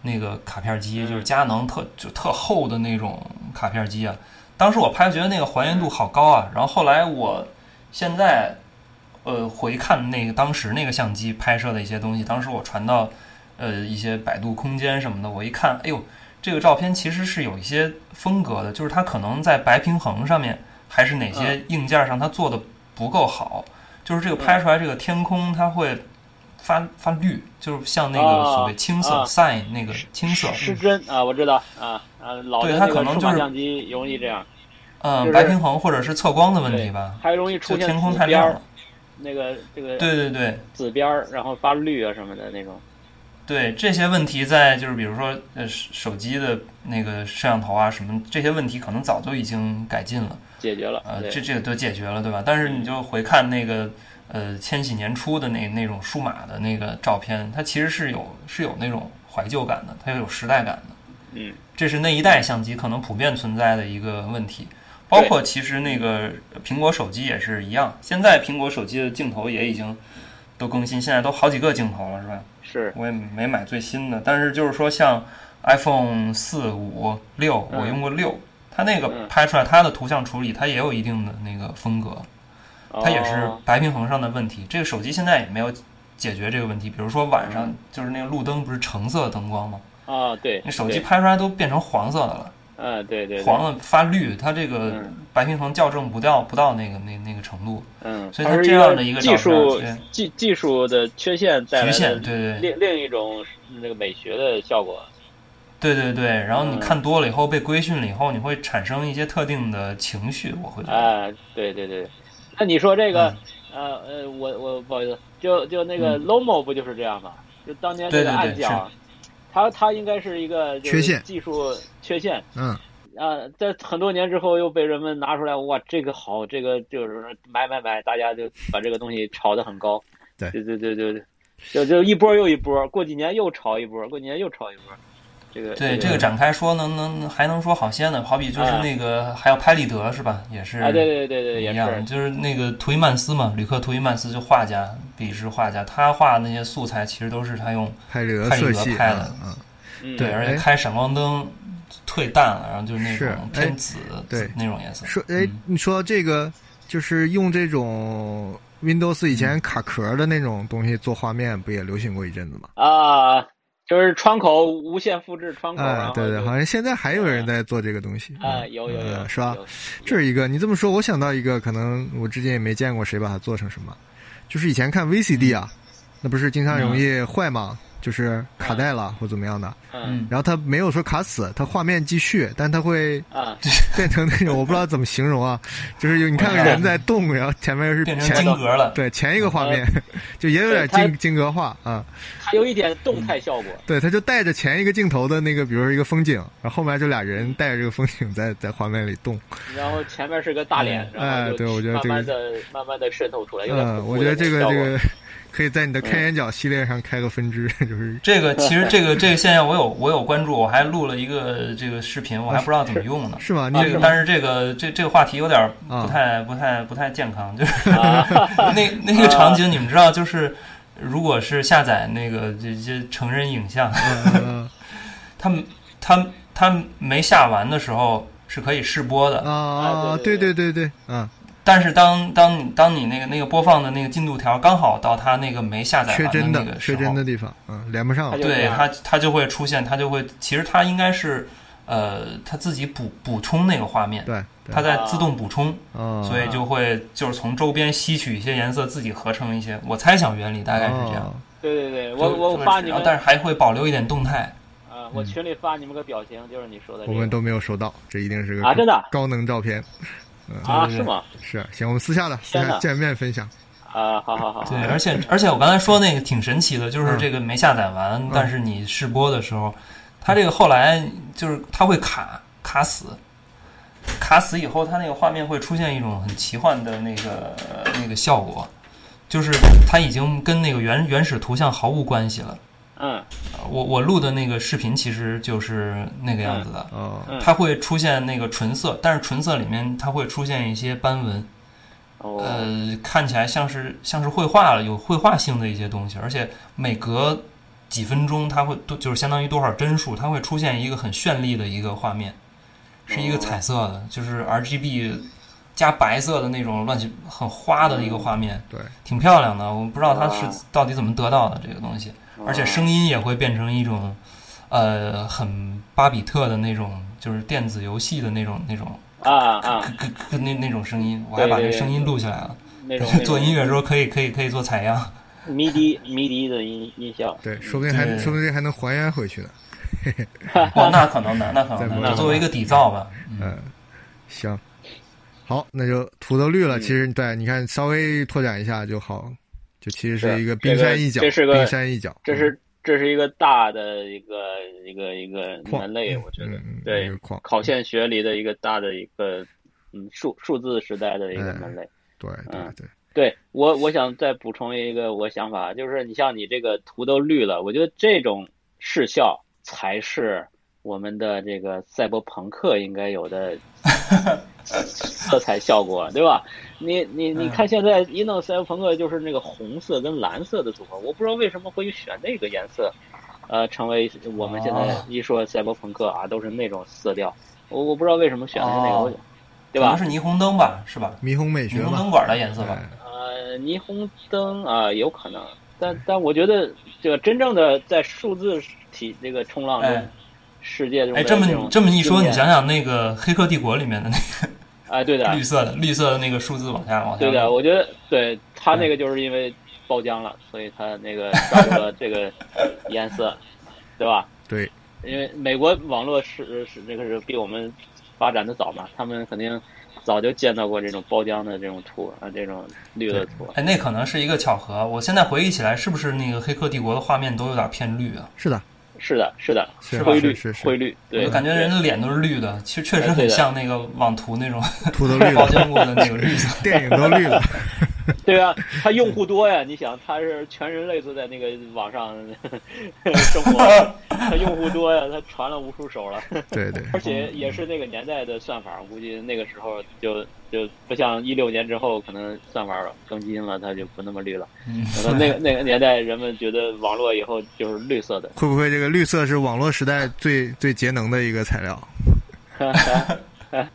Speaker 1: 那个卡片
Speaker 3: 嗯
Speaker 1: 机，就是佳能特就特厚的那种卡片机啊。当时我拍觉得那个还原度好高啊，然后后来我现在呃回看那个当时那个相机拍摄的一些东西，当时我传到呃一些百度空间什么的，我一看，哎呦，这个照片其实是有一些风格的，就是它可能在白平衡上面还是哪
Speaker 3: 嗯
Speaker 1: 些硬件上它做的不够好，就是这个拍出来这个天空它会发发绿，就是像那个所谓青色
Speaker 3: 啊
Speaker 1: sign 那个青色，
Speaker 3: 失真啊，我知道啊啊，老
Speaker 1: 对
Speaker 3: 的
Speaker 1: 它
Speaker 3: 那
Speaker 1: 可
Speaker 3: 个
Speaker 1: 能
Speaker 3: 数
Speaker 1: 就
Speaker 3: 码
Speaker 1: 是
Speaker 3: 相机容易这样，
Speaker 1: 嗯，
Speaker 3: 就是
Speaker 1: 白平衡或者是测光的问题
Speaker 3: 对
Speaker 1: 吧，
Speaker 3: 还容易
Speaker 1: 就
Speaker 3: 出现
Speaker 1: 天空
Speaker 3: 紫
Speaker 1: 太
Speaker 3: 边
Speaker 1: 亮
Speaker 3: 儿
Speaker 1: 了，，
Speaker 3: 那个这个
Speaker 1: 对对对。
Speaker 3: 紫边儿，然后发绿啊什么的那种，
Speaker 1: 对这些问题，在就是比如说呃手手机的那个摄像头啊什么这些问题，可能早就已经改进了，
Speaker 3: 解决了，
Speaker 1: 呃
Speaker 3: 对
Speaker 1: 这这个都解决了，对吧？但是你就回看那个呃千禧年初的那那种数码的那个照片，它其实是有是有那种怀旧感的，它有时代感的，
Speaker 3: 嗯，
Speaker 1: 这是那一代相机可能普遍存在的一个问题。包括其实那个苹果手机也是一样，现在苹果手机的镜头也已经都更新，现在都好几个镜头了，是吧？
Speaker 3: 是，
Speaker 1: 我也没买最新的，但是就是说像 iPhone 四、五、六，
Speaker 3: 嗯
Speaker 1: 我用过六，它那个
Speaker 3: 嗯
Speaker 1: 拍出来它的图像处理，它也有一定的那个风格，它也是
Speaker 3: 哦
Speaker 1: 白平衡上的问题。这个手机现在也没有解决这个问题，比如说晚
Speaker 3: 嗯
Speaker 1: 上就是那个路灯不是橙色灯光吗？
Speaker 3: 啊，对，
Speaker 1: 那手机
Speaker 3: 对
Speaker 1: 拍出来都变成黄色的了，
Speaker 3: 嗯，对对，对
Speaker 1: 黄了发绿，它这个
Speaker 3: 嗯
Speaker 1: 白平衡校正不到不到那个那那个程度，
Speaker 3: 嗯，
Speaker 1: 所以它
Speaker 3: 它是
Speaker 1: 这样的一个
Speaker 3: 技术
Speaker 1: 照片对
Speaker 3: 技技术的缺陷带
Speaker 1: 局
Speaker 3: 来的
Speaker 1: 限，对对对。
Speaker 3: 另另一种那个美学的效果，
Speaker 1: 对对对，然后你
Speaker 3: 嗯
Speaker 1: 看多了以后被规训了以后，你会产生一些特定的情绪，我会觉得，
Speaker 3: 哎，对对对。那你说这个，呃呃，我我不好意思，就就那个
Speaker 1: 嗯
Speaker 3: Lomo 不就是这样吗？就当年
Speaker 1: 对
Speaker 3: 这个
Speaker 1: 对对
Speaker 3: 暗角，它它应该是一个就是
Speaker 2: 缺陷
Speaker 3: 技术缺陷
Speaker 2: 嗯，
Speaker 3: 啊，在很多年之后又被人们拿出来，哇，这个好，这个就是买买买，大家就把这个东西炒得很高，
Speaker 2: 对
Speaker 3: 对对对对对，就就一波又一波，过几年又炒一波，过几年又炒一波，这 个
Speaker 1: 对这
Speaker 3: 这
Speaker 1: 个展开说能能还能说好些呢，好比就是
Speaker 3: 啊
Speaker 1: 那个还有拍立得是吧？也是
Speaker 3: 啊，对对对对，也
Speaker 1: 一
Speaker 3: 是
Speaker 1: 样，，就是那个图伊曼斯嘛，吕克图伊曼斯就画家，比利时画家，他画那些素材其实都是他用
Speaker 2: 拍这个
Speaker 1: 拍这
Speaker 2: 色
Speaker 1: 个
Speaker 2: 系
Speaker 1: 拍
Speaker 2: 啊
Speaker 1: 了
Speaker 2: 啊，
Speaker 3: 嗯
Speaker 1: 对，而且
Speaker 2: 哎
Speaker 1: 开闪光灯退淡了，然后就是那
Speaker 2: 是
Speaker 1: 种
Speaker 2: 哎
Speaker 1: 偏紫
Speaker 2: 对
Speaker 1: 那种颜色。
Speaker 2: 说哎
Speaker 1: 嗯，
Speaker 2: 你说这个就是用这种 Windows 以
Speaker 1: 嗯
Speaker 2: 前卡壳的那种东西做画面，不也流行过一阵子吗？
Speaker 3: 啊，就是窗口无限复制窗口，然
Speaker 2: 哎，
Speaker 3: 后
Speaker 2: 对对，
Speaker 3: 就
Speaker 2: 好像现在还有人在做这个东西
Speaker 3: 啊，
Speaker 2: 嗯
Speaker 3: 有有有
Speaker 2: 呃，是吧？
Speaker 3: 有
Speaker 2: 这是一个，你这么说，我想到一个，可能我之前也没见过谁把它做成什么，就是以前看 VCD 啊，
Speaker 3: 嗯
Speaker 2: 那不是经常容易坏吗？就是卡带了或怎么样的，
Speaker 3: 嗯
Speaker 1: 嗯，
Speaker 2: 然后它没有说卡死，它画面继续，但它会
Speaker 3: 啊，
Speaker 2: 变成那种我不知道怎么形容啊，就是有你看个人在动，然后前面是
Speaker 1: 变成
Speaker 2: 前
Speaker 1: 金格了。
Speaker 2: 对前一个画面， 就也有点
Speaker 3: 对它
Speaker 2: 金金格化啊，
Speaker 3: 它有一点动态效果，
Speaker 2: 对，它就带着前一个镜头的那个，比如说一个风景，然后后面就俩人带着这个风景在 在画面里动，
Speaker 3: 然后前面是个大脸，
Speaker 2: 嗯
Speaker 3: 然后
Speaker 2: 哎对我觉得
Speaker 3: 慢
Speaker 2: 这个
Speaker 3: 慢的、慢慢的渗透出来，有点恐
Speaker 2: 嗯，
Speaker 3: 怖
Speaker 2: 我觉得
Speaker 3: 的
Speaker 2: 这个
Speaker 3: 效
Speaker 2: 这
Speaker 3: 果
Speaker 2: 个可以在你的开眼角系列上开个分支， 就是
Speaker 1: 这个其实这个这个现象我有我有关注，我还录了一个这个视频，我还不知道怎么用呢。
Speaker 2: 啊是吗？你
Speaker 1: 这个啊但是这个这这个话题有点
Speaker 2: 啊
Speaker 1: 不太不太不太健康，就是 那那个场
Speaker 2: 啊
Speaker 1: 景你们知道，就是如果是下载那个这这成人影像，
Speaker 2: 嗯
Speaker 1: 他们他们他们没下完的时候是可以试播的，
Speaker 2: 啊，对对对对，嗯，
Speaker 1: 但是当当你当你那个那个播放的那个进度条刚好到他那个没下载
Speaker 2: 缺
Speaker 1: 完
Speaker 2: 帧
Speaker 1: 啊那个
Speaker 2: 的
Speaker 1: 时
Speaker 2: 缺
Speaker 1: 候，
Speaker 2: 帧的地方，嗯，连不上了
Speaker 3: 它就这
Speaker 1: 对
Speaker 3: 样
Speaker 1: 它它就会出现，它就会其实它应该是呃它自己补补充那个画面，
Speaker 2: 对，对
Speaker 1: 它在自动补充。
Speaker 2: 啊，
Speaker 1: 所以就会就是从周边吸取一些颜色，自己合成一些。我猜想原理大哎概是这样。
Speaker 2: 哦
Speaker 3: 对对对，
Speaker 1: 就
Speaker 3: 我我
Speaker 1: 就是
Speaker 3: 发你
Speaker 1: 然
Speaker 3: 们
Speaker 1: 后但嗯是还会保留一点动态。
Speaker 3: 啊，我群里发你们个表情，就是你说的这
Speaker 2: 我
Speaker 3: 个
Speaker 2: 们都没有收到，这一定是个
Speaker 3: 啊真的
Speaker 2: 高能照片，嗯
Speaker 1: 对
Speaker 3: 啊，
Speaker 1: 对对
Speaker 3: 是吗？
Speaker 2: 是行，我们私下的私
Speaker 3: 天
Speaker 2: 下
Speaker 3: 哪
Speaker 2: 见面分享，
Speaker 3: 啊，好好好，
Speaker 1: 对，而且而且我刚才说那个挺神奇的，就是这个没下载完，但是你试播的时候，它这个后来就是它会卡卡死，卡死以后，它那个画面会出现一种很奇幻的那个呃那个效果，就是它已经跟那个原原始图像毫无关系了。
Speaker 3: 嗯
Speaker 1: 我我录的那个视频其实就是那个样子的，
Speaker 2: 哦，
Speaker 3: 嗯，
Speaker 1: 它会出现那个纯色，但是纯色里面它会出现一些斑纹，
Speaker 3: 哦，
Speaker 1: 呃，看起来像是像是绘画了，有绘画性的一些东西，而且每隔几分钟它会都就是相当于多少帧数，它会出现一个很绚丽的一个画面，是一个彩色的，就是 RGB 加白色的那种乱七很花的一个画面，
Speaker 2: 对，
Speaker 1: 挺漂亮的。我不知道它是
Speaker 3: 哦
Speaker 1: 到底怎么得到的这个东西，
Speaker 3: 啊
Speaker 1: 而且声音也会变成一种，呃，很巴比特的那种，就是电子游戏的那种那种，
Speaker 3: 啊
Speaker 1: 咯
Speaker 3: 啊，
Speaker 1: 咯咯那那种声音，我还
Speaker 3: 对
Speaker 1: 把
Speaker 3: 对
Speaker 1: 这
Speaker 3: 对
Speaker 1: 声音录下来了。
Speaker 3: 那种
Speaker 1: 做音乐的时候可以可以可以做采 样，
Speaker 3: 迷笛迷笛的音音效，
Speaker 2: 对，说不定还
Speaker 1: 对
Speaker 2: 说不定还能还原回去呢，
Speaker 1: 哇，那可能难，那可
Speaker 2: 在
Speaker 1: 能
Speaker 2: 模
Speaker 1: 难，
Speaker 2: 拟
Speaker 1: 就作为一个底噪吧。
Speaker 2: 嗯，行，好，那就土豆
Speaker 3: 嗯
Speaker 2: 绿了。其实对，你看稍微拓展一下就好，就其实是
Speaker 3: 是
Speaker 2: 一个
Speaker 3: 这
Speaker 2: 冰
Speaker 3: 个
Speaker 2: 山一角，
Speaker 3: 这是个
Speaker 2: 冰山一角，嗯
Speaker 3: 这是这是一个大的一个一个一个
Speaker 2: 矿
Speaker 3: 门类，我觉得
Speaker 2: 嗯嗯一
Speaker 3: 对
Speaker 2: 个矿
Speaker 3: 考线学里的一个大的一个嗯数数字时代的一
Speaker 2: 哎
Speaker 3: 个门类。
Speaker 2: 对对
Speaker 3: 嗯
Speaker 2: 对，
Speaker 3: 对我，我想再补充一个我想法，就是你像你这个图都绿了，我觉得这种视效才是我们的这个赛博朋克应该 有的色彩效果，对吧？你你
Speaker 1: 嗯
Speaker 3: 你看，现在一弄赛博朋克就是那个红色跟蓝色的组合，我不知道为什么会选那个颜色，呃，成为我们现在
Speaker 1: 哦
Speaker 3: 一说赛博朋克啊，都是那种色调，我我不知道为什么选的是那个，
Speaker 1: 哦
Speaker 3: 我对
Speaker 1: 可能
Speaker 3: 吧？
Speaker 1: 是霓虹灯吧，是吧？
Speaker 2: 霓虹美学
Speaker 1: 霓虹
Speaker 2: 嘛
Speaker 1: 灯，管的颜色吧。
Speaker 2: 哎
Speaker 3: 呃，霓虹灯啊、有可能，但但我觉得这个真正的在数字体这个冲浪中，
Speaker 1: 哎
Speaker 3: 世界中的
Speaker 1: 哎，这
Speaker 3: 种
Speaker 1: 么这么一说，
Speaker 3: 经
Speaker 1: 你
Speaker 3: 验
Speaker 1: 想想那个《黑客帝国》里面的那
Speaker 3: 啊、对的
Speaker 1: 个，绿色的绿色的那个数字往下往下，
Speaker 3: 对的，，我觉得对他那个就是因为爆浆了，所以他那个找出了这个颜色，对吧？
Speaker 2: 对，
Speaker 3: 因为美国网络是是这个是比我们发展的早嘛，他们肯定早就见到过这种包浆的这种图啊，这种绿的图。
Speaker 1: 哎，那可能是一个巧合。我现在回忆起来，是不是那个《黑客帝国》的画面都有点偏绿啊？
Speaker 2: 是的，
Speaker 3: 是的，是的，
Speaker 2: 是
Speaker 1: 吧
Speaker 3: 灰绿，
Speaker 2: 是是
Speaker 3: 灰绿，对，
Speaker 1: 我感觉人的脸都是绿的，其实确实
Speaker 3: 哎对
Speaker 1: 很
Speaker 3: 的
Speaker 1: 像那个网图那种
Speaker 2: 图都绿
Speaker 1: 包
Speaker 2: 了，
Speaker 1: 浆过的那 个绿色。
Speaker 2: 电影都绿了，
Speaker 3: 对啊，他用户多呀，你想，他是全人类都在那个网上 生活，他用户多呀，他传了无数手了，
Speaker 2: 对对，
Speaker 3: 而且也是那个年代的算法，我估计那个时候就就不像一六年之后，可能算法更新了，它就不那么绿了。
Speaker 1: 嗯
Speaker 3: 可能那个那个年代，人们觉得网络以后就是绿色的，
Speaker 2: 会不会这个绿色是网络时代最最节能的一个材料？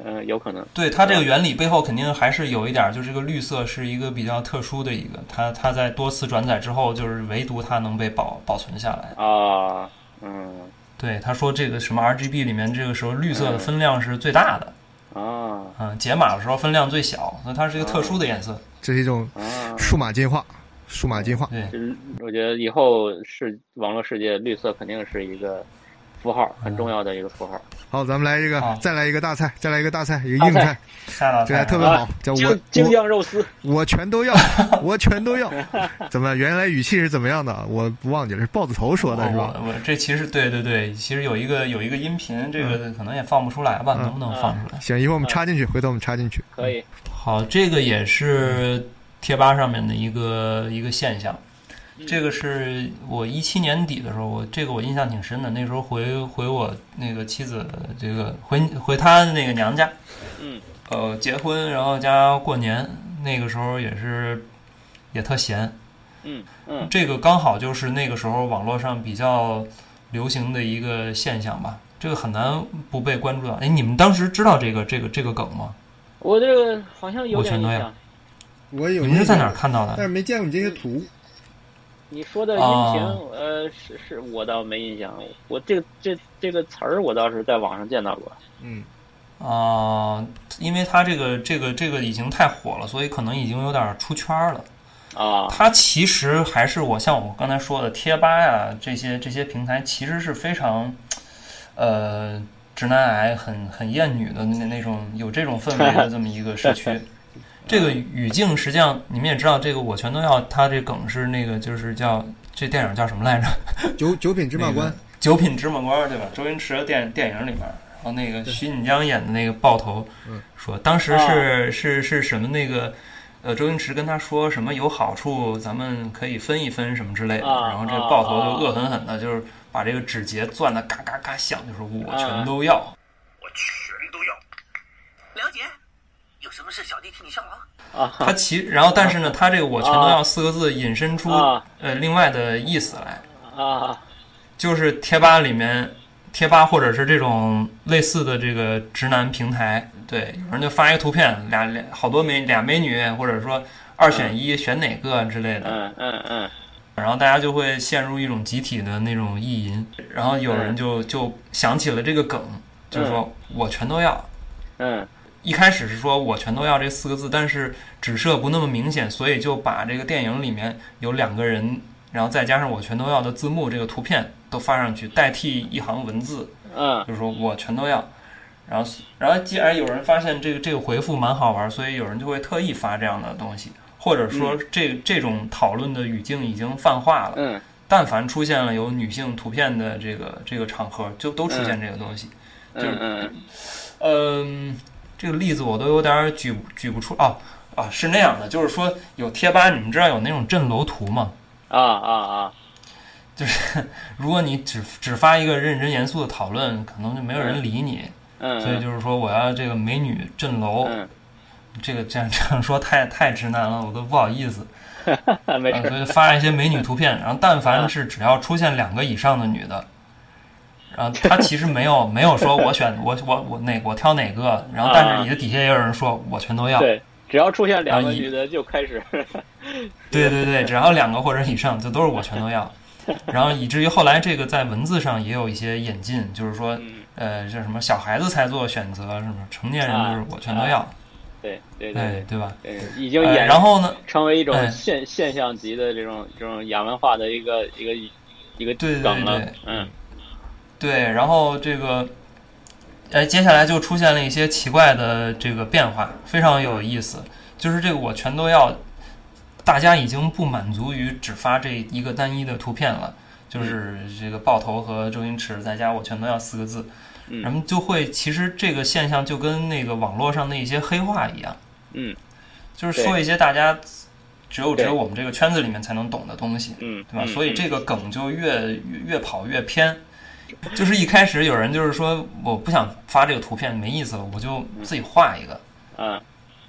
Speaker 3: 嗯，有可能。
Speaker 1: 对它这个原理背后肯定还是有一点儿，就是这个绿色是一个比较特殊的一个，它它在多次转载之后，就是唯独它能被保保存下来。
Speaker 3: 啊，嗯，
Speaker 1: 对，他说这个什么 RGB 里面，这个时候绿色的分量是最大的，
Speaker 3: 啊
Speaker 1: 嗯，解码的时候分量最小，那它是一个特殊的颜色。
Speaker 2: 这是一种
Speaker 3: 啊，
Speaker 2: 数码进化，数码进化。
Speaker 1: 对，
Speaker 3: 就是我觉得以后是网络世界，绿色肯定是一个符号，很重要的一个符
Speaker 1: 嗯
Speaker 3: 号。
Speaker 2: 好，咱们来这
Speaker 1: 好
Speaker 2: 个，再来一个大菜，再来一个大菜，一个
Speaker 3: 大
Speaker 2: 硬
Speaker 3: 菜
Speaker 2: 菜，
Speaker 1: 下道
Speaker 2: 这还
Speaker 1: 菜
Speaker 2: 特别
Speaker 1: 啊
Speaker 2: 好
Speaker 3: 啊，
Speaker 2: 叫
Speaker 3: 京
Speaker 2: 我
Speaker 3: 京
Speaker 2: 我
Speaker 3: 酱肉丝，
Speaker 2: 我全都要，我全都要。 怎么？原来语气是怎么样的？啊我不忘记了，是豹子头说的是吧？
Speaker 1: 哦我我这其实对对对，其实有一个有一个音频，这个可能也放不出来吧，
Speaker 2: 嗯
Speaker 1: 能不能放出来？
Speaker 2: 行，一会儿我们插进去，回头我们插进去。
Speaker 3: 可以
Speaker 1: 好，这个也是贴吧上面的一个一个现象。嗯
Speaker 3: 嗯
Speaker 1: 这个是我一七年底的时候，我这个我印象挺深的。那时候回回我那个妻子，这个回回她那个娘家，
Speaker 3: 嗯，
Speaker 1: 呃，结婚然后加过年，那个时候也是也特闲。
Speaker 3: 嗯嗯
Speaker 1: 这个刚好就是那个时候网络上比较流行的一个现象吧，这个很难不被关注到。哎，你们当时知道这个这个这个梗吗？
Speaker 3: 我这个好像有
Speaker 1: 我
Speaker 3: 点
Speaker 1: 全
Speaker 3: 印
Speaker 1: 都要
Speaker 3: 象，
Speaker 2: 我有
Speaker 1: 你们是在哪儿？看啊到的？
Speaker 2: 没见过你这
Speaker 3: 些
Speaker 2: 图。
Speaker 3: 你说的音
Speaker 1: 啊
Speaker 3: 频，呃，是是我倒没印象，我这个这这个词儿我倒是在网上见到过。
Speaker 2: 嗯，
Speaker 1: 啊、因为它这个这个这个已经太火了，所以可能已经有点出圈了。
Speaker 3: 啊，
Speaker 1: 它其实还是我像我刚才说的贴吧呀、这些这些平台，其实是非常，呃，直男癌很很厌女的那那种有这种氛围的这么一个社区。这个语境实际上你们也知道，这个我全都要。它这梗是那个就是叫这电影叫什么来着？
Speaker 2: 九九品芝麻
Speaker 1: 那
Speaker 2: 官
Speaker 1: 个，九品芝麻官，对吧？周星驰的电电影里面，然后那个徐锦江演的那个爆头
Speaker 2: 嗯，
Speaker 1: 说当时
Speaker 3: 啊
Speaker 1: 是是是什么那个。呃，周星驰跟他说什么有好处，咱们可以分一分什么之类的。
Speaker 3: 啊
Speaker 1: 然后这
Speaker 3: 啊
Speaker 1: 爆头就恶狠狠的，就是把这个指节攥的嘎嘎嘎响，就是我
Speaker 3: 啊
Speaker 1: 全都要。
Speaker 5: 我全都要。了解，有什么事小弟替你效劳。
Speaker 3: 啊
Speaker 1: 他其然后但是呢，他这个我全都要四个字引申出、
Speaker 3: 啊
Speaker 1: 呃另外的意思来，
Speaker 3: 啊
Speaker 1: 就是贴吧里面，贴吧或者是这种类似的这个直男平台，对，
Speaker 3: 嗯
Speaker 1: 有人就发一个图片，俩俩好多美俩美女，或者说二选一、选哪个之类的，
Speaker 3: 嗯嗯嗯
Speaker 1: 然后大家就会陷入一种集体的那种意淫，然后有人
Speaker 3: 嗯
Speaker 1: 就就想起了这个梗，就说我全都要。
Speaker 3: 嗯
Speaker 1: 一开始是说我全都要这四个字，但是指涉不那么明显，所以就把这个电影里面有两个人，然后再加上我全都要的字幕这个图片都发上去，代替一行文字，
Speaker 3: 嗯
Speaker 1: 就是说我全都要。然后，然后既然有人发现这个这个回复蛮好玩，所以有人就会特意发这样的东西，或者说这、这种讨论的语境已经泛化了。
Speaker 3: 嗯
Speaker 1: 但凡出现了有女性图片的这个这个场合，就都出现这个东西。
Speaker 3: 嗯嗯
Speaker 1: 嗯，这个例子我都有点儿举不举不出啊啊，是那样的，就是说有贴吧，你们知道有那种镇楼图吗？
Speaker 3: 啊啊啊
Speaker 1: 就是 如果你只只发一个认真严肃的讨论，可能就没有人理你。
Speaker 3: 嗯，
Speaker 1: 所以就是说，我要这个美女镇楼，
Speaker 3: 嗯，
Speaker 1: 这个这样这样说太太直男了，我都不好意思。
Speaker 3: 没
Speaker 1: 呃
Speaker 3: 事嗯
Speaker 1: 所以发一些美女图片，然后但凡是只要出现两个以上的女的，然后他其实没有没有说我选我我我哪我挑哪个，然后
Speaker 3: 啊
Speaker 1: 但是你的底下也有人说我全都要，
Speaker 3: 对，只要出现两个女的就开始，
Speaker 1: 对对对，只要两个或者以上，就都是我全都 要。然后以至于后来这个在文字上也有一些演进，就是说，
Speaker 3: 嗯
Speaker 1: 呃，叫什么小孩子才做选择，什么成年人就是我全都要，
Speaker 3: 对啊
Speaker 1: 对
Speaker 3: 对对
Speaker 1: 哎对吧？
Speaker 3: 对，已经
Speaker 1: 呃
Speaker 3: 演
Speaker 1: 然后呢，哎
Speaker 3: 成为一种现现象级的这种这种亚文化的一个一个一个梗了，嗯
Speaker 1: 对，然后这个哎，接下来就出现了一些奇怪的这个变化，非常有意思。就是这个我全都要，大家已经不满足于只发这一个单一的图片了，就是这个爆头和周星驰再加我全都要四个字，
Speaker 3: 嗯
Speaker 1: 咱们就会其实这个现象就跟那个网络上的一些黑话一样，
Speaker 3: 嗯
Speaker 1: 就是说一些大家只有只
Speaker 3: 对
Speaker 1: 有我们这个圈子里面才能懂的东西。
Speaker 3: 嗯，
Speaker 1: 对吧？
Speaker 3: 嗯
Speaker 1: 所以
Speaker 3: 嗯
Speaker 1: 这个梗就越越越跑越偏。就是一开始有人就是说我不想发这个图片没意思了，我就自己画一个。
Speaker 3: 啊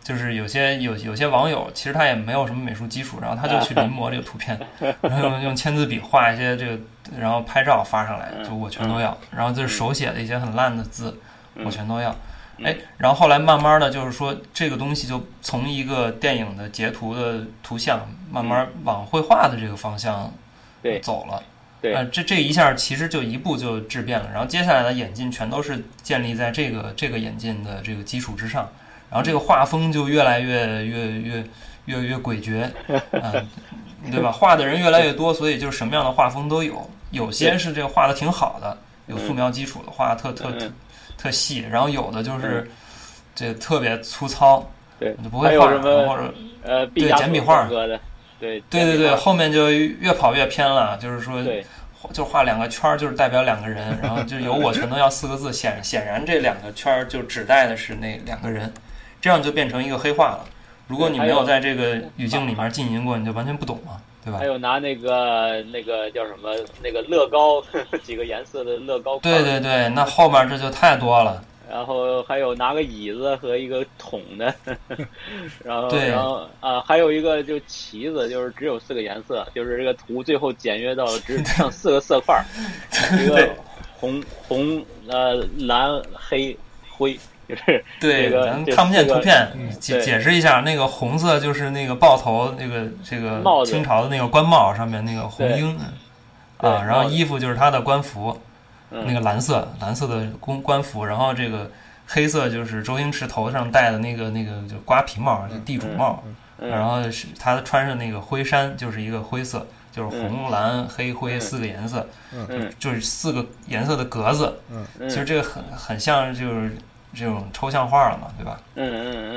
Speaker 1: 就是有些有有些网友其实他也没有什么美术基础，然后他就去临摹这个图片，然后用用签字笔画一些这个，然后拍照发上来，就我全都要。然后就是手写的一些很烂的字，我全都要。哎，然后后来慢慢的就是说，这个东西就从一个电影的截图的图像，慢慢往绘画的这个方向
Speaker 3: 嗯对
Speaker 1: 走了。
Speaker 3: 对
Speaker 1: 呃，这这一下其实就一步就质变了，然后接下来的演进全都是建立在这个这个演进的这个基础之上，然后这个画风就越来越越越越越诡 谲，啊、对吧？画的人越来越多，所以就是什么样的画风都有，有些是这个画的挺好的，有素描基础的，画得特特特
Speaker 3: 嗯
Speaker 1: 特细，然后有的就是这特别粗糙，
Speaker 3: 对
Speaker 1: 就不
Speaker 3: 还
Speaker 1: 会
Speaker 3: 有
Speaker 1: 画，
Speaker 3: 什么
Speaker 1: 或者
Speaker 3: 呃，毕
Speaker 1: 对
Speaker 3: 加
Speaker 1: 简笔
Speaker 3: 索
Speaker 1: 画
Speaker 3: 风格的，
Speaker 1: 对
Speaker 3: 对简
Speaker 1: 对
Speaker 3: 笔
Speaker 1: 对，
Speaker 3: 画
Speaker 1: 后嗯面就越跑越偏了，就是说。
Speaker 3: 对
Speaker 1: 就画两个圈儿，就是代表两个人，然后就有我全都要四个字，显 显然这两个圈儿就指代的是那两个人，这样就变成一个黑化了。如果你没有在这个语境里面浸淫过，你就完全不懂嘛，对吧
Speaker 3: 还？有拿那个那个叫什么那个乐高 几个颜色的乐高块儿
Speaker 1: 对对对，那后面这就太多 了。
Speaker 3: 然后还有拿个椅子和一个桶 的，然后
Speaker 1: 对
Speaker 3: 然后啊，还有一个就旗子，就是只有四个颜色，就是这个图最后简约到 只剩四个色块儿，一个
Speaker 1: 对
Speaker 3: 红红呃蓝黑灰，就是
Speaker 1: 对，
Speaker 3: 这个
Speaker 1: 咱们
Speaker 3: 这
Speaker 1: 看不见
Speaker 3: 这
Speaker 1: 图
Speaker 3: 个嗯
Speaker 1: 片，解
Speaker 3: 对
Speaker 1: 解释一下，那个红色就是那个豹头，那个这个
Speaker 3: 帽子
Speaker 1: 清朝的那个官帽上面那个红
Speaker 3: 对
Speaker 1: 缨
Speaker 3: 对
Speaker 1: 啊，然后
Speaker 3: 帽子
Speaker 1: 衣服就是他的官服，
Speaker 3: 嗯
Speaker 1: 那个蓝色蓝色的官官服，然后这个黑色就是周星驰头上戴的那个那个就瓜皮帽，就地主帽，
Speaker 3: 嗯
Speaker 1: 然后是他穿上那个灰衫，就是一个灰色，就是红蓝黑灰四个颜色，
Speaker 3: 嗯
Speaker 1: 就是四个颜色的格子，
Speaker 3: 嗯
Speaker 1: 其实这个很很像就是这种抽象画了嘛，对吧？
Speaker 3: 嗯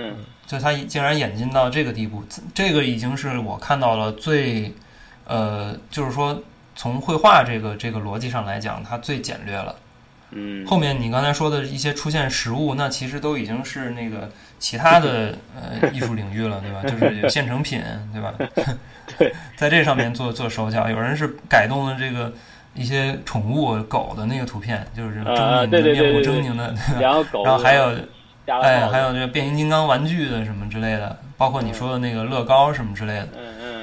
Speaker 3: 嗯嗯
Speaker 1: 就他竟然演进到这个地步，这这个已经是我看到了最，呃，就是说从绘画这个这个逻辑上来讲，它最简略了。
Speaker 3: 嗯
Speaker 1: 后面你刚才说的一些出现实物，那其实都已经是那个其他的呃艺术领域了， 对吧？就是有现成品，对吧？ 在这上面做做手脚，有人是改动了这个一些宠物狗的那个图片，就是狰狞的、
Speaker 3: 啊对对对
Speaker 1: 面部
Speaker 3: 对对
Speaker 1: 狰狞的，
Speaker 3: 嗯，然后 狗，
Speaker 1: 然后还有
Speaker 3: 加了
Speaker 1: 哎，
Speaker 3: 帽子
Speaker 1: 还有这个变形金刚玩具的什么之类的，包括你说的那个乐高什么之类的。
Speaker 3: 嗯嗯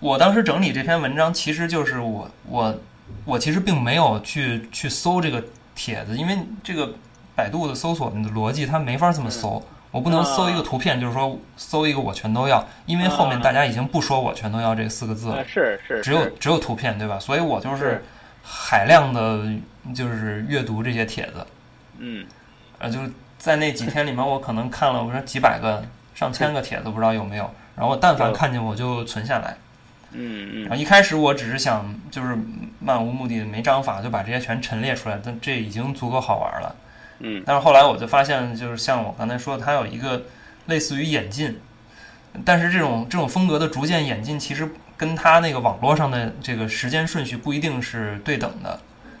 Speaker 1: 我当时整理这篇文章，其实就是我我我其实并没有去去搜这个帖子，因为这个百度的搜索的逻辑它没法这么搜。我不能搜一个图片，就是说搜一个我全都要，因为后面大家已经不说我全都要这四个字
Speaker 3: 嗯，
Speaker 1: 了
Speaker 3: 啊，是是
Speaker 1: 只有
Speaker 3: 是
Speaker 1: 只有图片对吧？所以我就是
Speaker 3: 是
Speaker 1: 海量的就是阅读这些帖子，
Speaker 3: 嗯
Speaker 1: 呃，就是在那几天里面，我可能看了我说几百个、上千个帖子，不知道有没有。然后我但凡看见我就存下来。
Speaker 3: 嗯
Speaker 1: 然后
Speaker 3: 嗯
Speaker 1: 一开始我只是想就是漫无目的的没章法就把这些全陈列出来，但这已经足够好玩了。
Speaker 3: 嗯
Speaker 1: 但是后来我就发现，就是像我刚才说，它有一个类似于演进，但是这种这种风格的逐渐演进，其实跟它那个网络上的这个时间顺序不一定是对等的，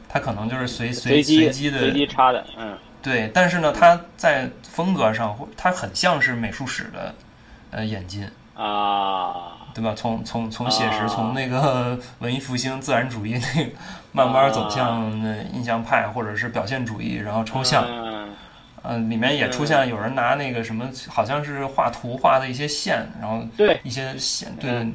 Speaker 1: 它可能就是随哎随
Speaker 3: 随机
Speaker 1: 机的
Speaker 3: 随机插的，嗯
Speaker 1: 对，但是呢，它在风格上，或它很像是美术史的呃演进，
Speaker 3: 啊
Speaker 1: 对吧？从从从写实，
Speaker 3: 啊
Speaker 1: 从那个文艺复兴、自然主义那个，慢慢走向呃印象派或者是表现主义，然后抽象。
Speaker 3: 嗯
Speaker 1: 嗯、里面也出现了有人拿那个什么，好像是画图画的一些线，然后
Speaker 3: 对
Speaker 1: 一些线，对，
Speaker 3: 嗯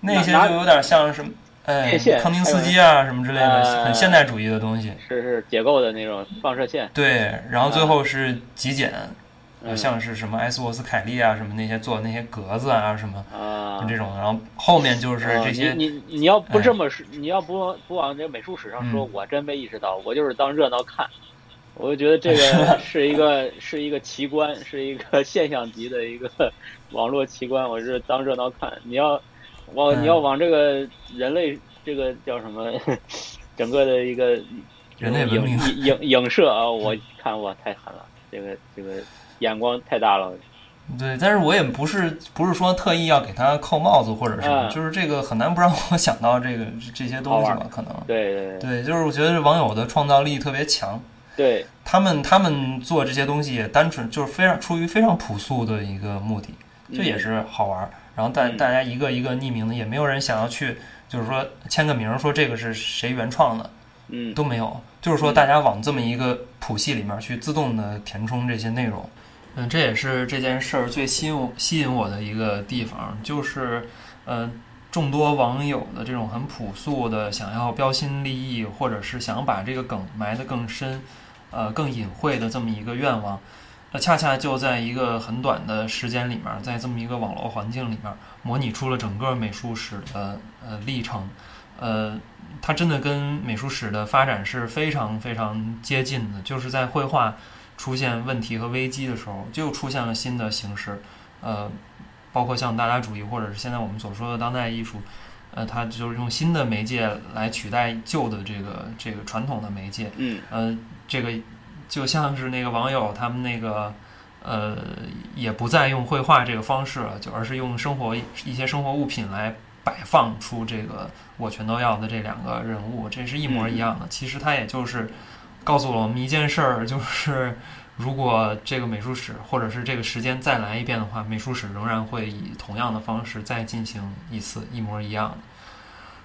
Speaker 1: 那些
Speaker 3: 拿
Speaker 1: 就有点像什么。呃
Speaker 3: 电线，
Speaker 1: 康定斯基啊，什么之类的，
Speaker 3: 呃
Speaker 1: 很现代主义的东西。
Speaker 3: 是是解构的那种放射
Speaker 1: 啊
Speaker 3: 线，
Speaker 1: 对，然后最后是极简，
Speaker 3: 嗯
Speaker 1: 呃像是什么埃斯沃斯凯利啊，什么那些做那些格子啊，什么
Speaker 3: 啊，
Speaker 1: 这种，然后后面就是
Speaker 3: 啊
Speaker 1: 这些，
Speaker 3: 你你你要不
Speaker 1: 哎
Speaker 3: 这么说，你要不不往这个美术史上说，
Speaker 1: 嗯
Speaker 3: 我真没意识到，我就是当热闹看。我就觉得这
Speaker 1: 啊
Speaker 3: 个是一个是一个奇观，是一个 现象级的一个 网络奇观，我是当热闹看。你要往、
Speaker 1: 嗯
Speaker 3: 你要往这个人类这个 叫什么，整个的一个
Speaker 1: 人类文
Speaker 3: 影
Speaker 1: 明
Speaker 3: 影影影射啊，我看哇，太狠了，这个这个眼光太大了。
Speaker 1: 对，但是我也不是不是说特意要给他扣帽子或者什么，
Speaker 3: 嗯
Speaker 1: 就是这个很难不让我想到这个这这些东西吧，可能。
Speaker 3: 对对对
Speaker 1: 对，就是我觉得网友的创造力特别强，
Speaker 3: 对，
Speaker 1: 他们他们做这些东西也单纯就是非常出于非常朴素的一个目的，这也是好玩儿。然后大
Speaker 3: 嗯
Speaker 1: 大家一个一个匿名的，也没有人想要去就是说签个名儿说这个是谁原创的
Speaker 3: 嗯
Speaker 1: 都没有，就是说
Speaker 3: 嗯
Speaker 1: 大家往这么一个谱系里面去自动的填充这些内容。嗯，这也是这件事儿最吸引我吸引我的一个地方，就是，呃，众多网友的这种很朴素的想要标新立异，或者是想把这个梗埋得更深，呃，更隐晦的这么一个愿望，那恰恰就在一个很短的时间里面，在这么一个网络环境里面，模拟出了整个美术史的呃历程，呃，它真的跟美术史的发展是非常非常接近的，就是在绘画出现问题和危机的时候，就出现了新的形式，呃，包括像大家主义或者是现在我们所说的当代艺术，呃，它就是用新的媒介来取代旧的这个这个传统的媒介，
Speaker 3: 嗯
Speaker 1: 呃，这个就像是那个网友他们那个，呃，也不再用绘画这个方式了，就而是用生活一些生活物品来摆放出这个我全都要的这两个人物，这是一模一样的。其实它也就是告诉了我们一件事儿，就是如果这个美术史或者是这个时间再来一遍的话，美术史仍然会以同样的方式再进行一次一模一样的。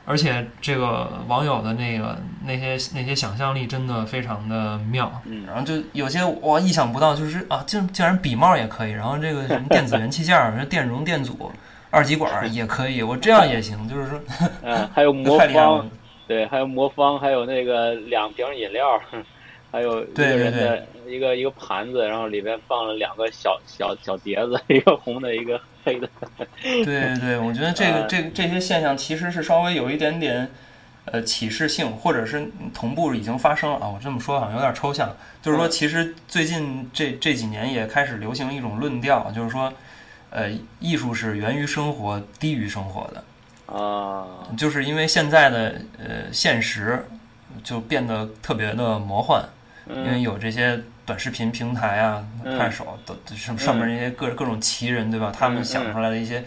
Speaker 1: 而且这个网友的那个那些那些想象力真的非常的妙，
Speaker 3: 嗯
Speaker 1: 然后就有些我意想不到，就是啊，竟竟然笔帽也可以，然后这个什么电子元器件儿、 电容、电阻、二极管儿也可以，我这样也行，就是说
Speaker 3: 嗯，还有魔
Speaker 1: 太厉害了
Speaker 3: 方，。对，还有魔方，还有那个两瓶饮料， 还有一
Speaker 1: 对对
Speaker 3: 个人的一个一个盘子，然后里面放了两个小小小碟子， 一个红的，一个黑的。
Speaker 1: 对对对，我觉得这个
Speaker 3: 呃
Speaker 1: 这个这些现象其实是稍微有一点点呃启示性，或者是同步已经发生了啊。我这么说好像有点抽象，就是说其实最近这这几年也开始流行一种论调，就是说呃艺术是源于生活，低于生活的。
Speaker 3: 啊，
Speaker 1: 就是因为现在的呃现实就变得特别的魔幻，因为
Speaker 3: 嗯
Speaker 1: 有这些短视频平台啊、
Speaker 3: 嗯
Speaker 1: 快手都上上面那些各各种奇人对吧？他
Speaker 3: 嗯
Speaker 1: 们想出来的一些，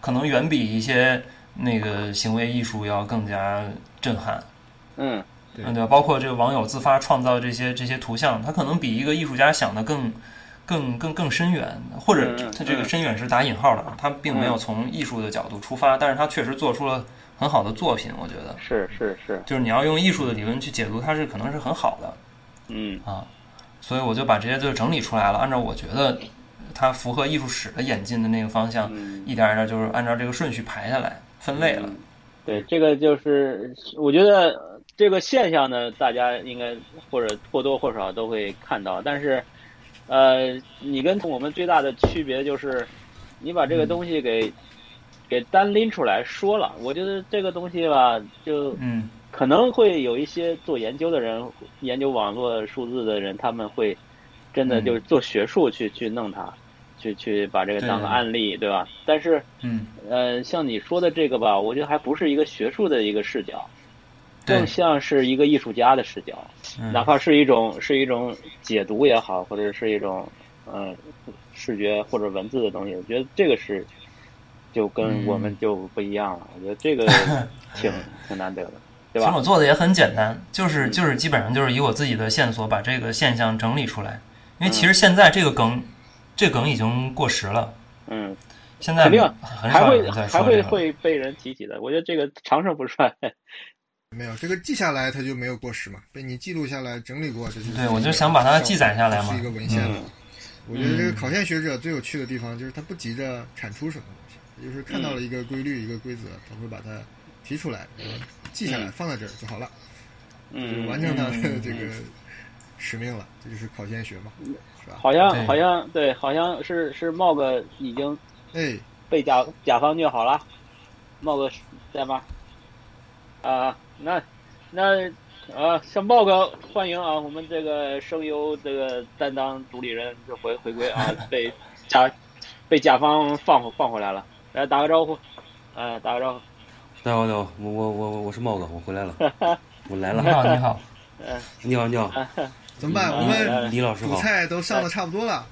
Speaker 1: 可能远比一些那个行为艺术要更加震撼，
Speaker 3: 嗯
Speaker 2: 对
Speaker 1: 嗯对吧？包括这个网友自发创造这些这些图像，它可能比一个艺术家想的更。更更更深远，或者
Speaker 3: 嗯嗯
Speaker 1: 它这个
Speaker 3: 嗯
Speaker 1: 深远是打引号的啊，它并没有从艺术的角度出发，但是它确实做出了很好的作品，我觉得。
Speaker 3: 是是是，
Speaker 1: 就是你要用艺术的理论去解读，它是可能是很好的
Speaker 3: 嗯
Speaker 1: 啊。所以我就把这些就整理出来了，按照我觉得它符合艺术史的演进的那个方向，
Speaker 3: 嗯。
Speaker 1: 一点儿一点儿就是按照这个顺序排下来分类了。
Speaker 3: 对，这个就是我觉得呃这个现象呢，大家应该或者或多或少都会看到，但是，呃，你跟我们最大的区别就是，你把
Speaker 1: 嗯
Speaker 3: 这个东西给给单拎出来说了，我觉得这个东西吧，就
Speaker 1: 嗯，
Speaker 3: 可能会有一些做研究的人，研究网络数字的人，他们会真的
Speaker 1: 嗯
Speaker 3: 就是做学术去、去弄它，去去把这个
Speaker 1: 对
Speaker 3: 当个
Speaker 1: 对
Speaker 3: 案例，对吧？但是。
Speaker 1: 嗯，
Speaker 3: 呃，像你说的这个吧，我觉得还不是一个学术的一个视角，
Speaker 1: 对
Speaker 3: 更，像是一个艺术家的视角，
Speaker 1: 嗯
Speaker 3: 哪怕是一种是一种解读也好，或者是一种嗯、视觉或者文字的东西，我觉得这个是就跟
Speaker 1: 嗯
Speaker 3: 我们就不一样了。我觉得 这个挺挺难得的，对
Speaker 1: 其实
Speaker 3: 吧
Speaker 1: 我？做的也很简单，就是
Speaker 3: 嗯
Speaker 1: 就是基本上就是以我自己的线索把这个现象整理出来，因为其实现在这个梗，这梗已经过时了，
Speaker 3: 嗯，
Speaker 1: 现在
Speaker 3: 肯定
Speaker 1: 很
Speaker 3: 还
Speaker 1: 少有
Speaker 3: 会
Speaker 1: 人在
Speaker 3: 还
Speaker 1: 说
Speaker 3: 会
Speaker 1: 这个。
Speaker 3: 会被人提起的。我觉得这个长盛不衰。
Speaker 2: 没有这个记下来，它就没有过时嘛，被你记录下来、整理过，这就是
Speaker 1: 对我就想把它记载下来嘛
Speaker 2: 是一个文献嘛。
Speaker 3: 嗯
Speaker 2: 我觉得这个考现学者最有趣的地方就是他不急着产出什么东西，他就是看到了一个规律、一个规则，他会把它提出来，然后记下来、
Speaker 3: 嗯
Speaker 2: 放在这儿就好了，就
Speaker 3: 嗯
Speaker 2: 完，成他的
Speaker 1: 嗯
Speaker 2: 这个使命了。这就是考现学嘛，是吧？
Speaker 3: 好像
Speaker 1: 对
Speaker 3: 好像对，好像是是茂哥已经
Speaker 2: 哎，
Speaker 3: 被甲甲方虐好了，茂哥在吗？啊，那那啊，向茂哥欢迎啊！我们这个声优这个担当主理人就回回归啊，被甲被甲方放放回来了，来打个招呼，哎，打个招呼，
Speaker 6: 大家好，大家好， 我我我我是茂哥，我回来了，我来
Speaker 1: 你
Speaker 6: 了。
Speaker 1: 好，你好，
Speaker 6: 你好，你好，
Speaker 2: 怎么办？
Speaker 3: 嗯哎
Speaker 2: 我
Speaker 3: 来来
Speaker 2: 们
Speaker 6: 李老师
Speaker 2: 主
Speaker 6: 好，
Speaker 2: 菜都上的差不多了，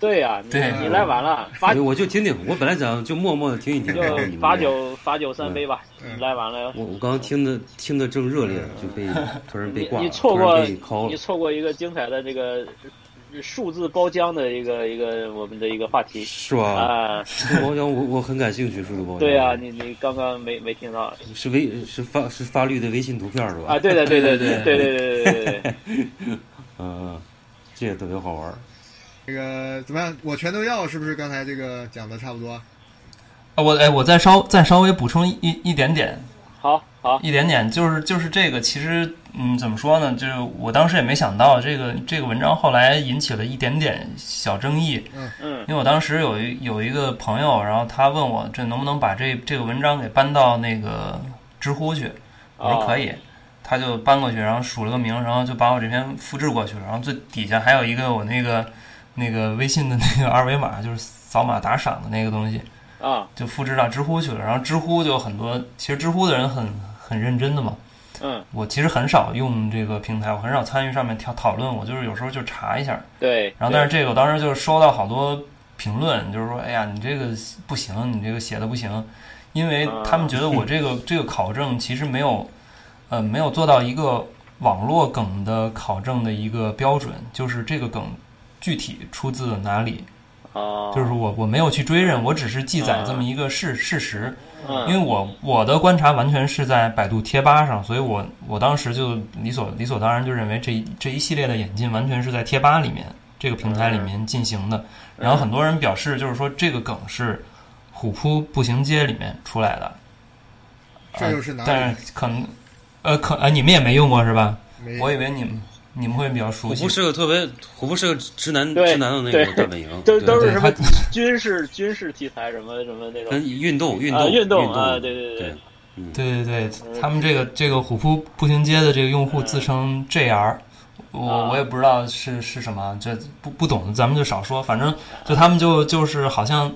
Speaker 3: 对呀、你
Speaker 1: 对
Speaker 3: 你来晚了，罚
Speaker 6: 对我就听听，我本来想就默默的听一听，但是你
Speaker 3: 就
Speaker 6: 们
Speaker 3: 罚
Speaker 6: 这
Speaker 3: 酒罚酒三杯吧，
Speaker 2: 嗯
Speaker 3: 你来晚了。
Speaker 6: 我我刚刚听的听的正热烈，就 被突然被
Speaker 3: 嗯你
Speaker 6: 挂了，
Speaker 3: 你错
Speaker 6: 突
Speaker 3: 过
Speaker 6: 然被敲
Speaker 3: 你
Speaker 6: 了。
Speaker 3: 错过一个精彩的这个数字包浆的一个一个我们的一个话题
Speaker 6: 是吧？
Speaker 3: 啊，
Speaker 6: 数字包浆，我我很感兴趣。数字包浆，
Speaker 3: 对啊，你你刚刚没没听到
Speaker 6: 是微是发是发绿的微信图片是吧？
Speaker 3: 啊？对的，对的，对
Speaker 1: 对
Speaker 3: 对对对对对对，
Speaker 6: 嗯，这也特别好玩儿。
Speaker 2: 这个怎么样？我全都要是不是？刚才这个讲的差不多，
Speaker 1: 啊我哎，我再稍再稍微补充一一一点点，
Speaker 3: 好好，
Speaker 1: 一点点，就是就是这个，其实嗯，怎么说呢？就是我当时也没想到，这个这个文章后来引起了一点点小争议，
Speaker 3: 嗯
Speaker 1: 因为我当时有一有一个朋友，然后他问我这能不能把这这个文章给搬到那个知乎去，我说
Speaker 3: 啊
Speaker 1: 可以，他就搬过去，然后署了个名，然后就把我这篇复制过去了，然后最底下还有一个我那个那个微信的那个二维码，就是扫码打赏的那个东西。
Speaker 3: 啊
Speaker 1: 就复制到知乎去了，然后知乎就有很多，其实知乎的人很很认真的嘛。
Speaker 3: 嗯，
Speaker 1: 我其实很少用这个平台，我很少参与上面讨讨论，我就是有时候就查一下。
Speaker 3: 对，
Speaker 1: 然后，但是这个我当时就收到好多评论，就是说，哎呀，你这个不行，你这个写的不行，因为他们觉得我这个、这个考证其实没有，呃，没有做到一个网络梗的考证的一个标准，就是这个梗具体出自哪里，
Speaker 3: 对啊，
Speaker 1: 就是我我没有去追认，我只是记载这么一个事事实。因为
Speaker 3: 嗯
Speaker 1: 我我的观察完全是在百度贴吧上，所以我我当时就理所理所当然就认为这一这一系列的演进完全是在贴吧里面这个平台
Speaker 2: 嗯
Speaker 1: 里面进行的。然后很多人表示，就是说这个梗是《虎扑步行街》里面出来的，啊
Speaker 2: 这又是哪
Speaker 1: 但
Speaker 2: 里？
Speaker 1: 是可能呃可呃你们也没用过是吧？
Speaker 2: 没嗯
Speaker 1: 我以为你们你们会比较熟
Speaker 6: 虎
Speaker 1: 悉
Speaker 6: 扑。是个特别，虎扑是个直男
Speaker 3: 对
Speaker 6: 直男的那个
Speaker 3: 对
Speaker 6: 大本营，
Speaker 3: 都
Speaker 6: 对
Speaker 3: 都是什么
Speaker 1: 对嗯
Speaker 3: 军事军事题材什么什么那种
Speaker 6: 跟运动运
Speaker 3: 啊
Speaker 6: 动
Speaker 3: 运
Speaker 6: 动
Speaker 3: 动啊，对对对
Speaker 6: 对
Speaker 3: 对，
Speaker 1: 对对对，他们这个这个虎扑步行街的这个用户自称 JR，我
Speaker 3: 啊
Speaker 1: 我也不知道是是什么，这不不懂，咱们就少说。反正就他们就就是好像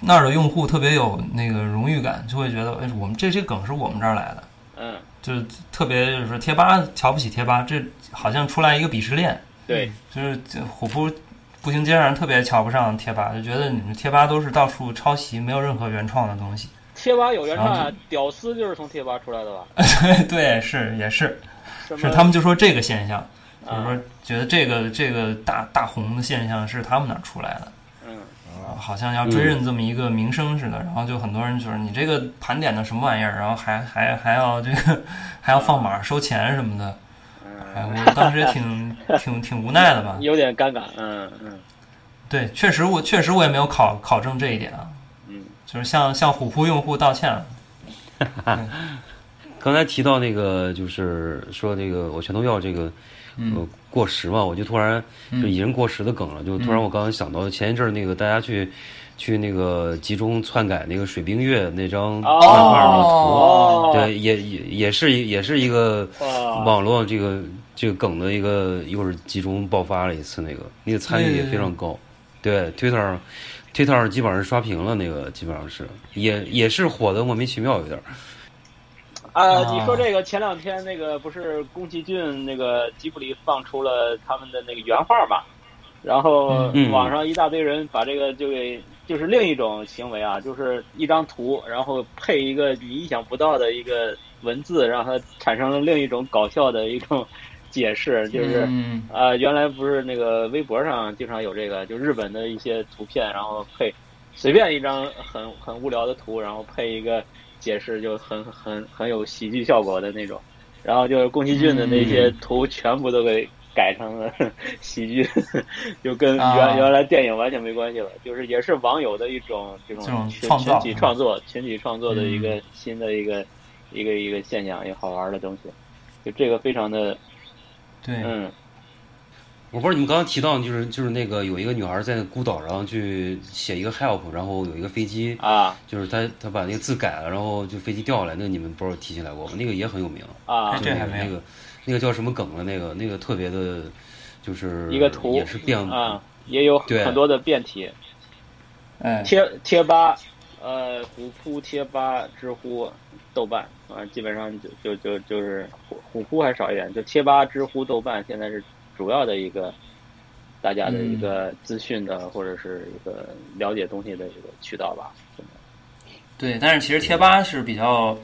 Speaker 1: 那儿的用户特别有那个荣誉感，就会觉得哎，我们这些梗是我们这儿来的，
Speaker 3: 嗯
Speaker 1: 就是特别就是说贴吧瞧不起贴吧，这好像出来一个鄙视链，
Speaker 3: 对，
Speaker 1: 就是这虎扑步行街上人特别瞧不上贴吧，就觉得你们贴吧都是到处抄袭，没有任何原创的东西。
Speaker 3: 贴吧有原创
Speaker 1: 然
Speaker 3: 啊
Speaker 1: 后，
Speaker 3: 屌丝就是从贴吧出来的吧？
Speaker 1: 对，是也是。
Speaker 3: 什
Speaker 1: 是
Speaker 3: 么
Speaker 1: 他们就说这个现象，就是
Speaker 3: 啊
Speaker 1: 说觉得这个这个大大红的现象是他们哪儿出来的，
Speaker 3: 嗯
Speaker 1: 好像要追认这么一个名声似的。然后就很多人觉得你这个盘点的什么玩意儿，然后还还还要这个还要放码收钱什么的。哎，
Speaker 3: 嗯，
Speaker 1: 我当时也挺挺挺无奈的吧？
Speaker 3: 有点尴尬，嗯嗯
Speaker 1: 对，确实我确实我也没有考考证这一点啊，
Speaker 3: 嗯，
Speaker 1: 就是向向虎扑用户道歉了。
Speaker 6: 刚才提到那个，就是说这个我全都要这个，
Speaker 3: 嗯
Speaker 6: 呃，过时嘛，我就突然就已经过时的梗了，就突
Speaker 3: 嗯
Speaker 6: 然我刚刚想到前一阵儿那个大家去去那个集中篡改那个水冰月那张漫画上的图，
Speaker 3: 哦
Speaker 6: 对，也也也是一也是一个
Speaker 3: 哇
Speaker 6: 网络这个这个梗的一个又是集中爆发了一次，那个那个参与也非常高，
Speaker 3: 嗯
Speaker 6: 对，Twitter 上 Twitter 上基本上是刷屏了，那个基本上是也也是火的莫名其妙有点儿，
Speaker 3: 啊，
Speaker 1: 啊
Speaker 3: 你说这个前两天那个不是宫崎骏那个吉卜力放出了他们的那个原画嘛，然后
Speaker 6: 嗯
Speaker 3: 网上一大堆人把这个就给就是另一种行为啊，就是一张图，然后配一个你意想不到的一个文字，让它产生了另一种搞笑的一种解释，就是。
Speaker 1: 嗯
Speaker 3: 呃，原来不是那个微博上经常有这个，就日本的一些图片，然后配随便一张很很无聊的图，然后配一个解释，就很很很有喜剧效果的那种。然后就是宫崎骏的那些
Speaker 1: 嗯
Speaker 3: 图全部都给改成了 喜剧，就跟原、
Speaker 1: 啊
Speaker 3: 原来电影完全没关系了，就是也是网友的一种这
Speaker 1: 这种
Speaker 3: 种群
Speaker 1: 创造嗯
Speaker 3: 群体创作、群体创作的一个新的一个、一个一个现象，也好玩的东西。就这个非常的
Speaker 1: 对，
Speaker 3: 嗯
Speaker 6: 我不知道你们刚刚提到，就是就是那个有一个女孩在孤岛上去写一个 help，然后有一个飞机，
Speaker 3: 啊
Speaker 6: 就是她她把那个字改了，然后就飞机掉下来，那个你们不知道提起来过吗？那个也很有名，
Speaker 3: 啊
Speaker 1: 哎，
Speaker 6: 就是那
Speaker 1: 这还
Speaker 6: 个
Speaker 1: 没有
Speaker 6: 那个那个叫什么梗了？那个那个特别的，就是
Speaker 3: 一个图
Speaker 6: 也是变
Speaker 3: 啊，也有
Speaker 6: 对
Speaker 3: 很多的变体，
Speaker 1: 哎，
Speaker 3: 贴贴吧，呃，虎扑、贴吧、知乎、豆瓣啊，基本上就就就就是虎虎扑还少一点，就贴吧、知乎、豆瓣现在是主要的一个大家的一个
Speaker 1: 嗯
Speaker 3: 资讯的、或者是一个了解东西的一个渠道吧。
Speaker 1: 对，但是其实贴吧是比较，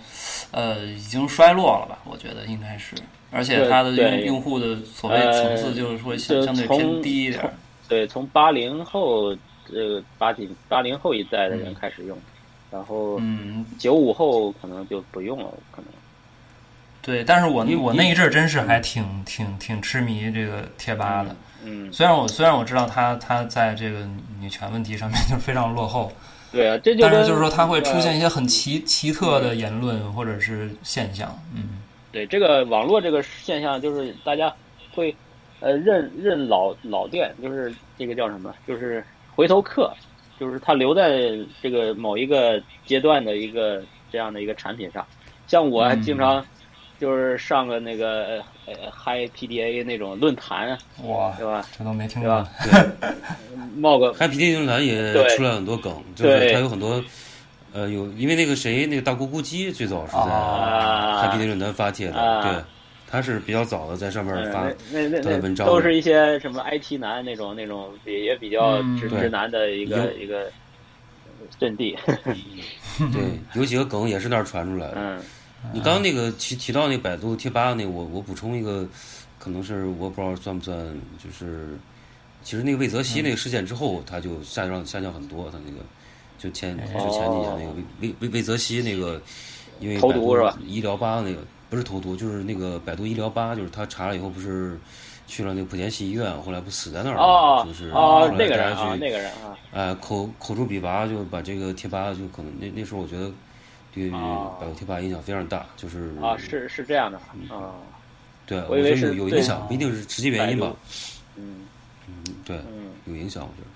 Speaker 1: 呃，已经衰落了吧？我觉得应该是，而且
Speaker 3: 对
Speaker 1: 它的用
Speaker 3: 对
Speaker 1: 用户的所谓
Speaker 3: 呃
Speaker 1: 层次就是说相
Speaker 3: 就
Speaker 1: 相对
Speaker 3: 从
Speaker 1: 偏低一点儿。
Speaker 3: 对，从八零后这个八几八零后一代的人开始用，然后
Speaker 1: 嗯，
Speaker 3: 九五后可能就不用了，可能。
Speaker 1: 对，但是我
Speaker 6: 因为
Speaker 1: 我那一阵儿真是还挺挺挺痴迷这个贴吧的。
Speaker 3: 嗯，
Speaker 1: 虽然我虽然我知道它它在这个女权问题上面就非常落后，
Speaker 3: 对啊，这就
Speaker 1: 但
Speaker 3: 跟
Speaker 1: 是就是说它会出现一
Speaker 3: 呃嗯
Speaker 1: 些很奇奇特的言论或者是现象。嗯，
Speaker 3: 对这个网络这个现象，就是大家会呃认认老老店，就是这个叫什么，就是回头客，就是他留在这个某一个阶段的一个这样的一个产品上。像我还
Speaker 1: 嗯
Speaker 3: 经常就是上个那个呃呃 Hi PDA 那种论坛，
Speaker 1: 哇，
Speaker 3: 对吧？
Speaker 1: 这都没听
Speaker 3: 对
Speaker 1: 过
Speaker 3: 吧。？ 冒个
Speaker 6: Happy 电竞团也
Speaker 3: 对
Speaker 6: 出来很多梗，就是
Speaker 3: 对
Speaker 6: 它有很多，呃，有因为那个谁，那个大咕咕鸡最早是在
Speaker 3: 啊
Speaker 6: Happy 电竞论坛发帖的，
Speaker 3: 啊
Speaker 6: 对，他是比较早的在上面
Speaker 3: 嗯
Speaker 6: 发，
Speaker 3: 那那
Speaker 6: 段
Speaker 3: 那
Speaker 6: 文
Speaker 3: 那
Speaker 6: 章
Speaker 3: 都
Speaker 6: 的
Speaker 3: 是一些什么 IT 男那种那种也也比较
Speaker 1: 嗯
Speaker 3: 直
Speaker 6: 对
Speaker 3: 直男的一个
Speaker 6: 有
Speaker 3: 一个阵 地。
Speaker 6: 对，有几个梗也是那儿传出来的。
Speaker 3: 嗯
Speaker 6: 你刚刚那个提提到那百度贴吧那，我我补充一个，可能是我不知道算不算，就是其实那个魏则西那个事件之后，他就下降下降很多，他那个就前就前几年那个魏魏魏魏则西那个，因为
Speaker 3: 投
Speaker 6: 百
Speaker 3: 毒
Speaker 6: 度
Speaker 3: 是吧
Speaker 6: 医疗吧那个不是投毒，就是那个百度医疗吧，就是他查了以后不是。去了那个莆田系医院，后来不死在那儿了
Speaker 3: 哦
Speaker 6: 吗，就是后
Speaker 3: 哦，
Speaker 6: 来
Speaker 3: 那个
Speaker 6: 大
Speaker 3: 人
Speaker 6: 家
Speaker 3: 啊，
Speaker 6: 去
Speaker 3: 那个人啊，
Speaker 6: 呃，口口诛笔伐，就把这个贴吧就可能那那时候我觉得对
Speaker 3: 哦
Speaker 6: 百度贴吧影响非常大，就是
Speaker 3: 啊，是是这样的
Speaker 6: 嗯
Speaker 3: 啊，
Speaker 6: 对，
Speaker 3: 我以
Speaker 6: 觉
Speaker 3: 为
Speaker 6: 得
Speaker 3: 是
Speaker 6: 有有
Speaker 3: 对
Speaker 6: 影响，不一定是直接原因
Speaker 3: 百
Speaker 6: 吧
Speaker 3: 度，嗯
Speaker 6: 嗯，对，
Speaker 3: 嗯，
Speaker 6: 有影响，我觉得。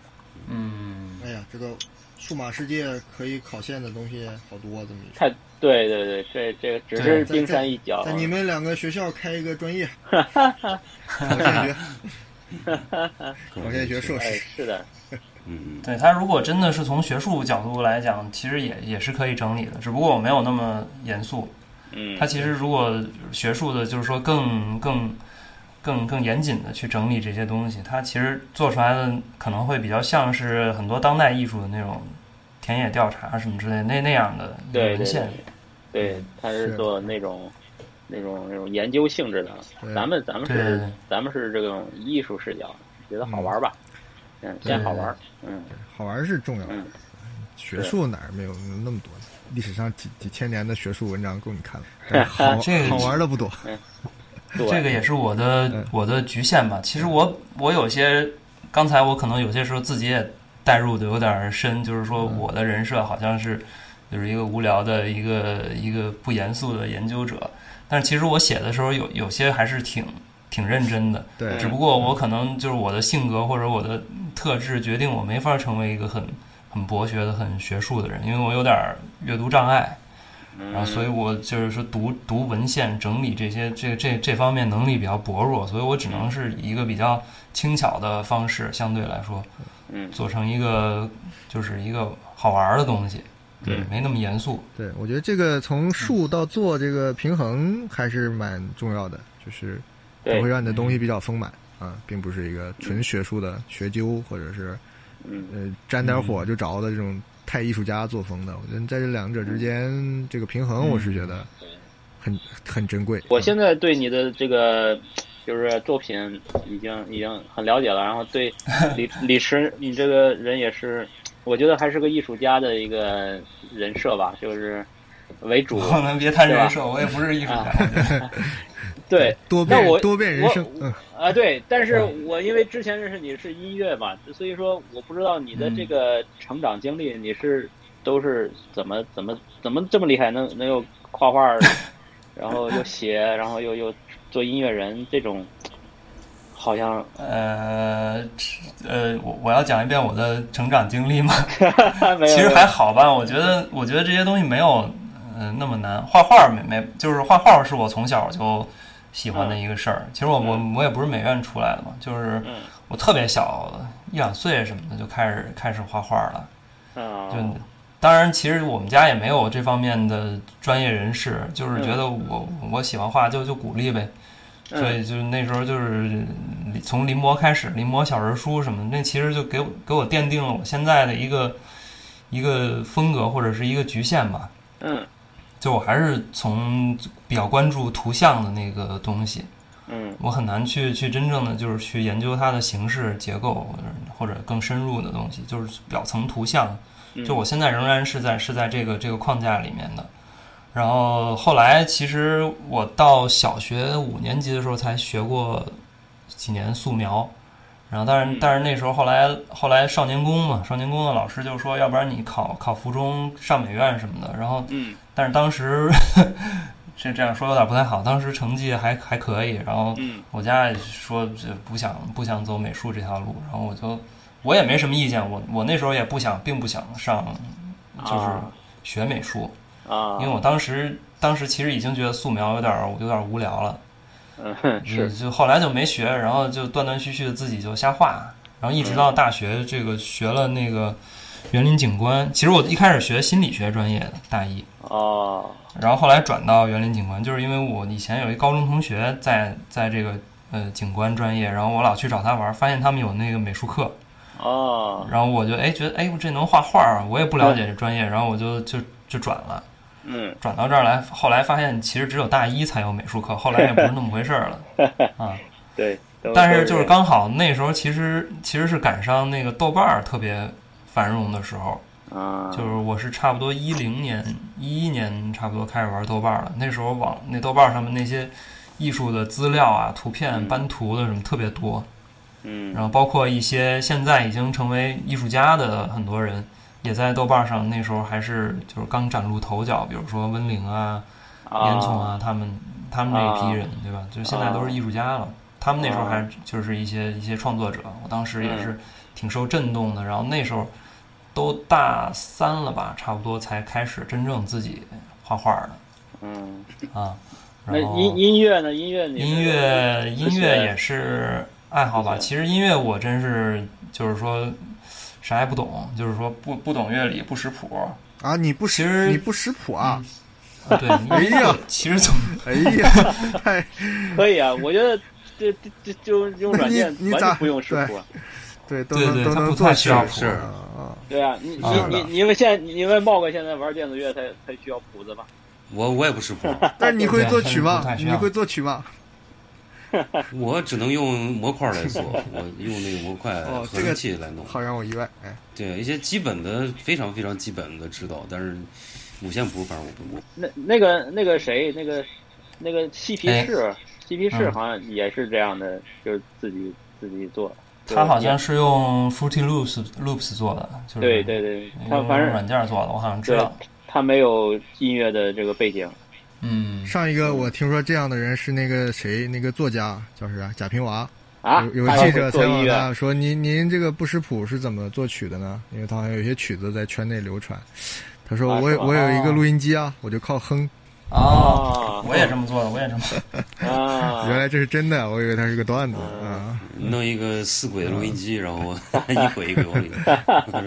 Speaker 1: 嗯，
Speaker 7: 哎呀，这个数码世界可以考现的东西好多，这么一说。
Speaker 3: 太对对对，这这个只
Speaker 1: 对
Speaker 3: 是冰山一角
Speaker 7: 在，你们两个学校开一个专业，考现 学，考现学硕
Speaker 3: 哎，
Speaker 7: 士。
Speaker 3: 是的，
Speaker 6: 嗯嗯，
Speaker 1: 对它如果真的是从学术角度来讲，其实也也是可以整理的，只不过我没有那么严肃。
Speaker 3: 嗯
Speaker 1: 它，其实如果学术的，就是说更更更更严谨的去整理这些东西，它其实做出来的可能会比较像是很多当代艺术的那种田野调查什么之类那那样的一个
Speaker 3: 对
Speaker 1: 文
Speaker 3: 对
Speaker 1: 献。
Speaker 3: 对，他是
Speaker 7: 是
Speaker 3: 做那种那种那种研究性质的，
Speaker 7: 对
Speaker 3: 咱们咱们
Speaker 1: 对对
Speaker 3: 是
Speaker 1: 对
Speaker 3: 咱们是这种艺术视角，觉得好玩吧，嗯，先好玩，嗯
Speaker 7: 好玩是重要的
Speaker 3: 嗯，
Speaker 7: 学术哪儿没有那么多呢？历史上几几千年的学术文章够你看了， 但是好
Speaker 1: 这个
Speaker 7: 好玩的不多。
Speaker 3: 嗯对，
Speaker 1: 这个也是我的、
Speaker 7: 嗯
Speaker 1: 我的局限吧。其实我我有些刚才我可能有些时候自己也代入的有点深，就是说我的人设好像是就是一个无聊的一个一个不严肃的研究者，但是其实我写的时候有有些还是挺挺认真的。
Speaker 7: 对，
Speaker 1: 只不过我可能就是我的性格或者我的特质决定我没法成为一个很很博学的、很学术的人，因为我有点儿阅读障碍，然后所以我就是说读读文献、整理这些这这这方面能力比较薄弱，所以我只能是以一个比较轻巧的方式，相对来说
Speaker 3: 嗯
Speaker 1: 做成一个就是一个好玩儿的东西，
Speaker 7: 对
Speaker 1: 没那么严肃。
Speaker 7: 对，我觉得这个从术到做这个平衡还是蛮重要的，就是
Speaker 3: 对嗯
Speaker 7: 它会让你的东西比较丰满啊，并不是一个纯学术的学究或者是
Speaker 3: 嗯
Speaker 7: 呃沾点火就着的这种太艺术家作风的。我觉得在这两者之间这个平衡，我是觉得很很珍贵。
Speaker 3: 我
Speaker 7: 嗯
Speaker 3: 现在对你的这个就是作品已经已经很了解了，然后对李李驰，你这个人也是，我觉得还是个艺术家的一个人设吧，就是 为主。
Speaker 1: 我们别谈
Speaker 3: 对
Speaker 1: 人
Speaker 3: 吧
Speaker 1: 设，我也不是艺术家
Speaker 3: 啊。对，
Speaker 7: 多
Speaker 3: 那
Speaker 7: 变
Speaker 3: 我
Speaker 7: 多变人
Speaker 3: 我
Speaker 7: 生，嗯，
Speaker 3: 啊，对，但是我因为之前认识你是音乐嘛，所以说我不知道你的这个成长经历，你是都是怎么怎么怎么这么厉害，能能有画画儿，然后又写，然后又又做音乐人这种，好像
Speaker 1: 呃，这呃，我我要讲一遍我的成长经历吗？
Speaker 3: 啊没有，
Speaker 1: 其实
Speaker 3: 没有
Speaker 1: 还好吧，我觉得，我觉得这些东西没有，嗯、那么难。画画没没，就是画画是我从小就喜欢的一个事儿。其实我我我也不是美院出来的嘛，就是
Speaker 3: 嗯
Speaker 1: 我特别小一两岁什么的就开始开始画画了。
Speaker 3: 啊，
Speaker 1: 就当然，其实我们家也没有这方面的专业人士，就是觉得我我喜欢画就就鼓励呗。
Speaker 3: 嗯
Speaker 1: 所以就是那时候就是从临摹开始，临摹小人书什么的，那其实就给我给我奠定了我现在的一个一个风格或者是一个局限吧。
Speaker 3: 嗯
Speaker 1: 就我还是从比较关注图像的那个东西，
Speaker 3: 嗯
Speaker 1: 我很难去去真正的就是去研究它的形式结构，或者更深入的东西，就是表层图像。
Speaker 3: 嗯，
Speaker 1: 就我现在仍然是在是在这个这个框架里面的。然后后来其实我到小学五年级的时候才学过几年素描，然后当然
Speaker 3: 嗯
Speaker 1: 但是那时候后来后来少年宫嘛，少年宫的老师就说，要不然你考考附中上美院什么的，然后
Speaker 3: 嗯
Speaker 1: 但是当时 这这样说有点不太好，当时成绩还还可以，然后
Speaker 3: 嗯
Speaker 1: 我家也说这不想不想走美术这条路，然后我就我也没什么意见，我我那时候也不想，并不想上就是
Speaker 3: 啊
Speaker 1: 学美术，
Speaker 3: 啊，
Speaker 1: 因为我当时当时其实已经觉得素描有点儿有点儿无聊了，
Speaker 3: 嗯
Speaker 1: 就是就后来就没学，然后就断断续续的自己就瞎画，然后一直
Speaker 3: 嗯
Speaker 1: 到大学这个学了那个园林景观，其实我一开始学心理学专业的大一，
Speaker 3: 哦
Speaker 1: 然后后来转到园林景观，就是因为我以前有一高中同学在在这个呃景观专业，然后我老去找他玩，发现他们有那个美术课，
Speaker 3: 哦，
Speaker 1: 然后我就哎觉得哎我这能画画啊，我也不了解这专业，然后我就就就转了，
Speaker 3: 嗯
Speaker 1: 转到这儿来，后来发现其实只有大一才有美术课，后来也不是那么回事儿了啊。
Speaker 3: 对， 都
Speaker 1: 但是就是
Speaker 3: 都
Speaker 1: 刚好那时候其实其实是赶上那个豆瓣儿特别繁荣的时候，
Speaker 3: 这样啊，
Speaker 1: 就是我是差不多一零年、一一年差不多开始玩豆瓣儿了。那时候网那豆瓣儿上面那些艺术的资料啊、图片、
Speaker 3: 嗯
Speaker 1: 斑图的什么特别多，
Speaker 3: 嗯
Speaker 1: 然后包括一些现在已经成为艺术家的很多人，也在豆瓣儿上那时候还是就是刚崭露头角，比如说温岭啊、
Speaker 3: 啊
Speaker 1: 烟囱啊，他们他们那一批人，对吧？就是现在都是艺术家了。他们那
Speaker 3: 啊
Speaker 1: 时候还就是一些一些创作者，我当时也
Speaker 3: 嗯
Speaker 1: 是挺受震动的。然后那时候都大三了吧，差不多才开始真正自己画画的
Speaker 3: 嗯，
Speaker 1: 啊。
Speaker 3: 那
Speaker 1: 然后
Speaker 3: 音音乐呢？音乐你是
Speaker 1: 音乐
Speaker 3: 自
Speaker 1: 音
Speaker 3: 学
Speaker 1: 乐也是爱好吧。
Speaker 3: 自学
Speaker 1: 其实音乐我真是就是说啥也不懂，就是说不不懂乐理，不识谱。
Speaker 2: 啊，你不
Speaker 1: 其实
Speaker 2: 识你不识谱啊？
Speaker 1: 啊对，
Speaker 2: 哎呀，
Speaker 1: 其实从
Speaker 2: 哎呀，太
Speaker 3: 可以啊，我觉得这这这就用软件
Speaker 2: 你你
Speaker 3: 完
Speaker 2: 咋
Speaker 3: 全不用识谱啊。
Speaker 2: 对 都
Speaker 1: 对
Speaker 2: 能
Speaker 1: 对
Speaker 2: 都
Speaker 1: 他
Speaker 2: 能
Speaker 1: 不
Speaker 2: 做
Speaker 1: 太
Speaker 2: 事
Speaker 1: 需要谱
Speaker 2: 是啊，
Speaker 3: 对啊，你
Speaker 1: 啊
Speaker 3: 你你你因为现在你因为茂哥现在玩电子乐才才需要谱子吧？
Speaker 6: 我我也不识谱，
Speaker 2: 啊但是你会
Speaker 1: 对
Speaker 2: 作
Speaker 1: 他
Speaker 2: 曲
Speaker 1: 不
Speaker 2: 吗？
Speaker 1: 太需
Speaker 2: 你
Speaker 1: 要
Speaker 2: 会作曲吗？
Speaker 6: 我只能用模块来做，我用那个模块
Speaker 2: 哦
Speaker 6: 合
Speaker 2: 这个
Speaker 6: 成器来弄。
Speaker 2: 好让我意外，哎，
Speaker 6: 对一些基本的、非常非常基本的知道，但是五线谱反正我不我
Speaker 3: 那那个那个谁，那个那个嬉皮士，嬉皮士
Speaker 1: 哎嗯
Speaker 3: 好像也是这样的，就是自己自己做。
Speaker 1: 他好像
Speaker 3: 是
Speaker 1: 是用 Fruity Loops Loops 做的，就是
Speaker 3: 对对对，他
Speaker 1: 用
Speaker 3: 反正
Speaker 1: 软件做的，我好像知道。
Speaker 3: 他没有音乐的这个背景。
Speaker 1: 嗯，
Speaker 2: 上一个我听说这样的人是那个谁，那个作家叫啥？贾平娃。
Speaker 3: 啊，
Speaker 2: 有有
Speaker 3: 他
Speaker 2: 记
Speaker 3: 要
Speaker 2: 者采
Speaker 3: 会做音
Speaker 2: 访
Speaker 3: 乐，
Speaker 2: 他说：“您您这个不识谱是怎么作曲的呢？因为他好像有些曲子在圈内流传。”他说：“
Speaker 3: 啊
Speaker 2: 我
Speaker 3: 是
Speaker 2: 有
Speaker 3: 吧
Speaker 2: 我有一个录音机啊，我就靠哼。
Speaker 1: 哦，
Speaker 3: 啊
Speaker 1: 我也这么做的，我也这么做的。
Speaker 3: 啊，嗯
Speaker 2: 原来这是真的，我以为它是个段子啊，
Speaker 6: 弄一个四轨的录音机，然后我 一轨一轨往里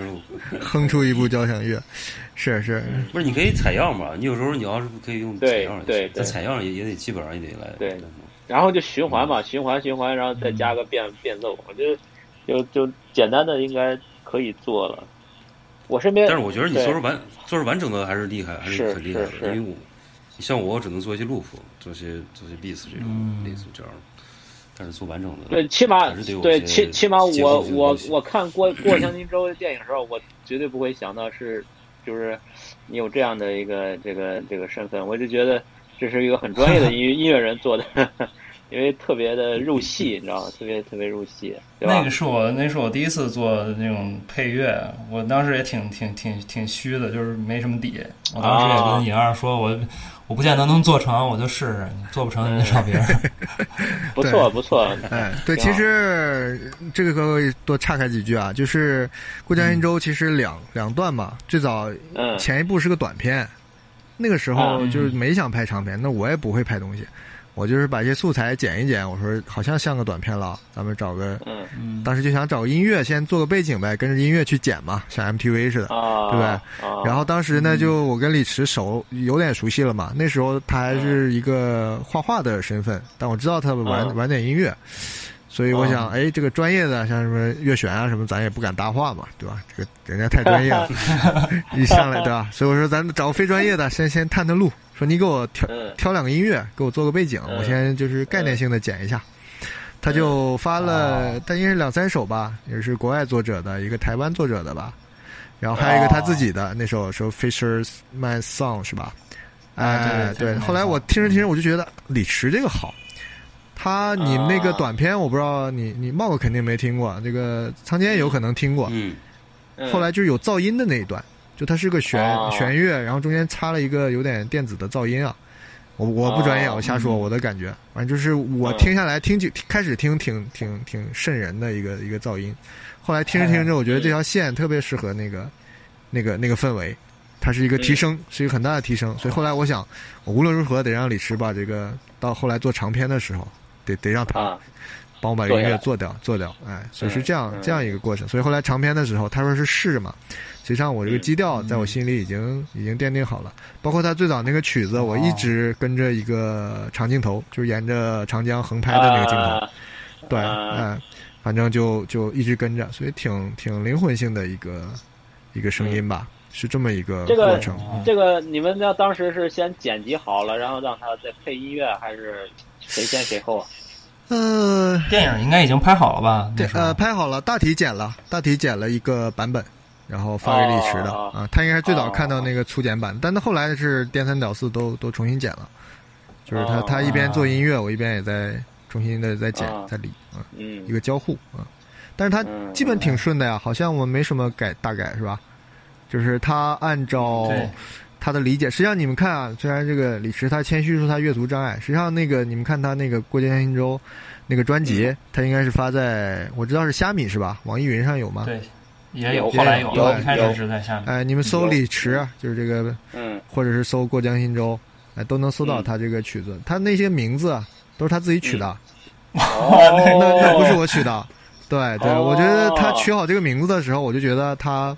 Speaker 6: 录。
Speaker 2: 哼出一部交响乐。是是，
Speaker 3: 嗯
Speaker 6: 不是，你可以采样嘛？你有时候你要是可以用采
Speaker 3: 对
Speaker 6: 样，
Speaker 3: 对对
Speaker 6: 但采样也也得基本上也得来。
Speaker 3: 对
Speaker 6: 来弄
Speaker 3: 然后就循环嘛，循环循环，然后再加个
Speaker 2: 嗯
Speaker 3: 变变奏，我觉得就就简单的应该可以做了。我身边，
Speaker 6: 但是我觉得你
Speaker 3: 对
Speaker 6: 做出完做出完整的还是厉害，还
Speaker 3: 是
Speaker 6: 很厉害的。
Speaker 3: 是
Speaker 6: 因
Speaker 3: 是
Speaker 6: 为我你像我只能做一些 loop，做些做些 beats 这种
Speaker 1: 嗯
Speaker 6: 类似这样的，但是做完整的
Speaker 3: 对，起码
Speaker 6: 还是得有
Speaker 3: 对
Speaker 6: 些
Speaker 3: 起起码
Speaker 6: 结
Speaker 3: 我
Speaker 6: 构性的
Speaker 3: 我
Speaker 6: 东西
Speaker 3: 我看过《过乡金州》的电影的时候，我绝对不会想到是就是你有这样的一个这个这个身份，我就觉得这是一个很专业的 音乐音乐人做的，因为特别的入戏，你知道吗？特别特别入戏，对 吧？
Speaker 1: 那个是我，那是我第一次做那种配乐，我当时也挺挺挺挺虚的，就是没什么底。我当时也跟尹二说，我我不见得能做成，我就试试，你做不成你就找别 人。
Speaker 3: 不错不错，
Speaker 2: 哎，对，
Speaker 3: 挺好
Speaker 2: 其实这个可以多岔开几句啊，就是《过江阴州》其实两两段嘛，最早
Speaker 3: 嗯啊
Speaker 2: 前一部是个短片，那个时候
Speaker 1: 嗯
Speaker 2: 就是没想拍长片，那我也不会拍东西。我就是把这些素材剪一剪，我说好像像个短片了，咱们找个，
Speaker 3: 嗯
Speaker 1: 嗯，
Speaker 2: 当时就想找音乐先做个背景呗，跟着音乐去剪嘛，像 MTV 似的。
Speaker 3: 啊，
Speaker 2: 对吧
Speaker 3: 啊？嗯
Speaker 2: 然后当时呢，就我跟李驰熟有点熟悉了嘛，那时候他还是一个画画的身份，但我知道他玩、
Speaker 3: 嗯
Speaker 2: 玩点音乐，所以我想，哎，这个专业的像什么乐旋啊什么，咱也不敢搭话嘛，对吧？这个人家太专业 了，一上来对吧？所以我说，咱们找个非专业的，先先探探路。说你给我挑
Speaker 3: 嗯
Speaker 2: 挑两个音乐，给我做个背景，
Speaker 1: 呃
Speaker 3: 嗯
Speaker 2: 我先就是概念性的剪一下。他就发
Speaker 1: 呃
Speaker 2: 了，大概是两三首吧，也是国外作者的一个台湾作者的吧，然后还有一个他自己
Speaker 1: 哦
Speaker 2: 的那首说 Fisher's Man Song 是吧？
Speaker 1: 啊对
Speaker 2: 哎，
Speaker 1: 对
Speaker 2: 对。
Speaker 1: Fisherman's
Speaker 2: 后来我听着听着，我就觉得李驰这个好，他你
Speaker 3: 啊
Speaker 2: 那个短片我不知道你你茂哥肯定没听过，这个仓间有可能听
Speaker 1: 啊
Speaker 2: 过，
Speaker 6: 嗯，
Speaker 3: 嗯
Speaker 2: 后来就是有噪音的那一段，就它是个弦、
Speaker 3: 哦
Speaker 2: 弦乐，然后中间插了一个有点电子的噪音啊。我我不专业，
Speaker 3: 哦
Speaker 2: 我瞎说，我的感觉，反正就是我
Speaker 3: 嗯
Speaker 2: 听下来，听就开始听挺挺挺瘆人的一个一个噪音，后来听着
Speaker 3: 嗯
Speaker 2: 听着，我觉得这条线特别适合那个那个那个氛围，它是一个提升，
Speaker 3: 嗯
Speaker 2: 是一个很大的提升。所以后来我想，我无论如何得让李驰把这个到后来做长篇的时候，得得让他
Speaker 3: 啊，
Speaker 2: 帮我把这个音乐做掉，做掉，哎，所以是这样、
Speaker 3: 嗯
Speaker 2: 这样一个过程。所以后来长篇的时候，他说是试嘛，实际上我这个基调在我心里已经、已经奠定好了。包括他最早那个曲子，我一
Speaker 3: 哦
Speaker 2: 直跟着一个长镜头，就是沿着长江横拍的那个镜头，
Speaker 3: 啊
Speaker 2: 对，
Speaker 3: 啊
Speaker 2: 哎，反正就就一直跟着，所以挺挺灵魂性的一个一个声音吧，是这么一个
Speaker 3: 嗯这个
Speaker 2: 过程。
Speaker 3: 这个你们那当时是先剪辑好了，然后让他再配音乐，还是谁先谁后啊？
Speaker 2: 呃，
Speaker 1: 电影应该已经拍好了吧？那
Speaker 2: 对，
Speaker 1: 时候
Speaker 2: 呃，拍好了，大体剪了，大体剪了一个版本，然后发给李驰的、
Speaker 3: 哦
Speaker 2: 啊。他应该是最早
Speaker 3: 哦
Speaker 2: 看到那个粗剪版，但他后来是颠三倒四都都重新剪了，就是他、
Speaker 3: 哦
Speaker 2: 他一边做音乐，我一边也在重新的在剪、
Speaker 3: 哦
Speaker 2: 在理啊，
Speaker 3: 嗯
Speaker 2: 一，个交互啊。但是他
Speaker 3: 嗯
Speaker 2: 基本挺顺的呀，好像我没什么改大改是吧？就是他按照
Speaker 3: 嗯
Speaker 1: 对
Speaker 2: 他的理解，实际上你们看啊，虽然这个李驰他谦虚说他阅读障碍，实际上那个你们看他那个《过街天行周》那个专
Speaker 3: 嗯
Speaker 2: 辑，他应该是发在我知道是虾米是吧？网易云上有吗？
Speaker 1: 对，也有，
Speaker 3: 有
Speaker 1: 后来有
Speaker 2: 有
Speaker 1: 了，开
Speaker 3: 有
Speaker 1: 始是在下面。
Speaker 2: 哎，你们搜
Speaker 3: 有
Speaker 2: 李驰，就是这个，
Speaker 3: 嗯
Speaker 2: 或者是搜《过江心舟》，哎，都能搜到
Speaker 3: 嗯
Speaker 2: 他这个曲子。他那些名字啊都是他自己取的，
Speaker 3: 哦
Speaker 2: 那那不是我取的。对对，
Speaker 3: 哦
Speaker 2: 我觉得他取好这个名字的时候，我就觉得他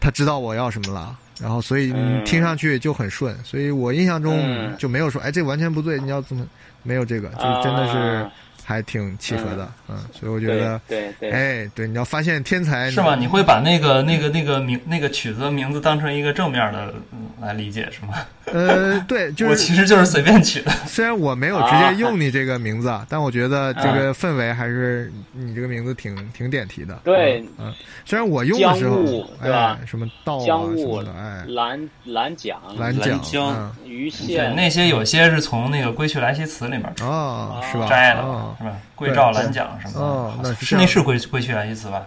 Speaker 2: 他知道我要什么了，然后所以你
Speaker 3: 嗯
Speaker 2: 听上去就很顺，所以我印象中
Speaker 3: 嗯
Speaker 2: 就没有说，哎，这完全不对，你要怎么没有这个，就是真的是
Speaker 3: 啊
Speaker 2: 还挺契合的，嗯，所以我觉
Speaker 3: 对
Speaker 2: 得，
Speaker 3: 对对，
Speaker 2: 哎，对，你要发现天才
Speaker 1: 是吗？？你会把那个、那个、那个名、那个曲子的名字当成一个正面的嗯来理解是吗？
Speaker 2: 呃，对，就
Speaker 1: 我
Speaker 2: 是
Speaker 1: 其实就是随便取的。
Speaker 2: 虽然我没有直接用你这个名字， 啊、但我觉得这个氛围还是你这个名字挺挺点题的。
Speaker 3: 啊对
Speaker 2: 嗯，嗯，虽然我用的时
Speaker 3: 江
Speaker 2: 候
Speaker 3: 户，对吧
Speaker 2: 哎，什么道啊
Speaker 3: 江户
Speaker 2: 什
Speaker 3: 嗯
Speaker 2: 么的，哎，
Speaker 3: 蓝蓝桨、
Speaker 2: 蓝
Speaker 6: 蓝
Speaker 2: 桨，
Speaker 6: 江
Speaker 2: 嗯
Speaker 3: 鱼
Speaker 1: 对，
Speaker 3: 线，
Speaker 1: 那些有些是从那个《归去来兮辞》里面
Speaker 2: 哦，
Speaker 3: 啊
Speaker 2: 是吧？
Speaker 1: 摘的，
Speaker 2: 哦
Speaker 1: 是吧？桂棹蓝桨什么的，
Speaker 2: 哦那是
Speaker 1: 是
Speaker 2: 这
Speaker 1: 那
Speaker 2: 样
Speaker 1: 是归归去来兮辞吧？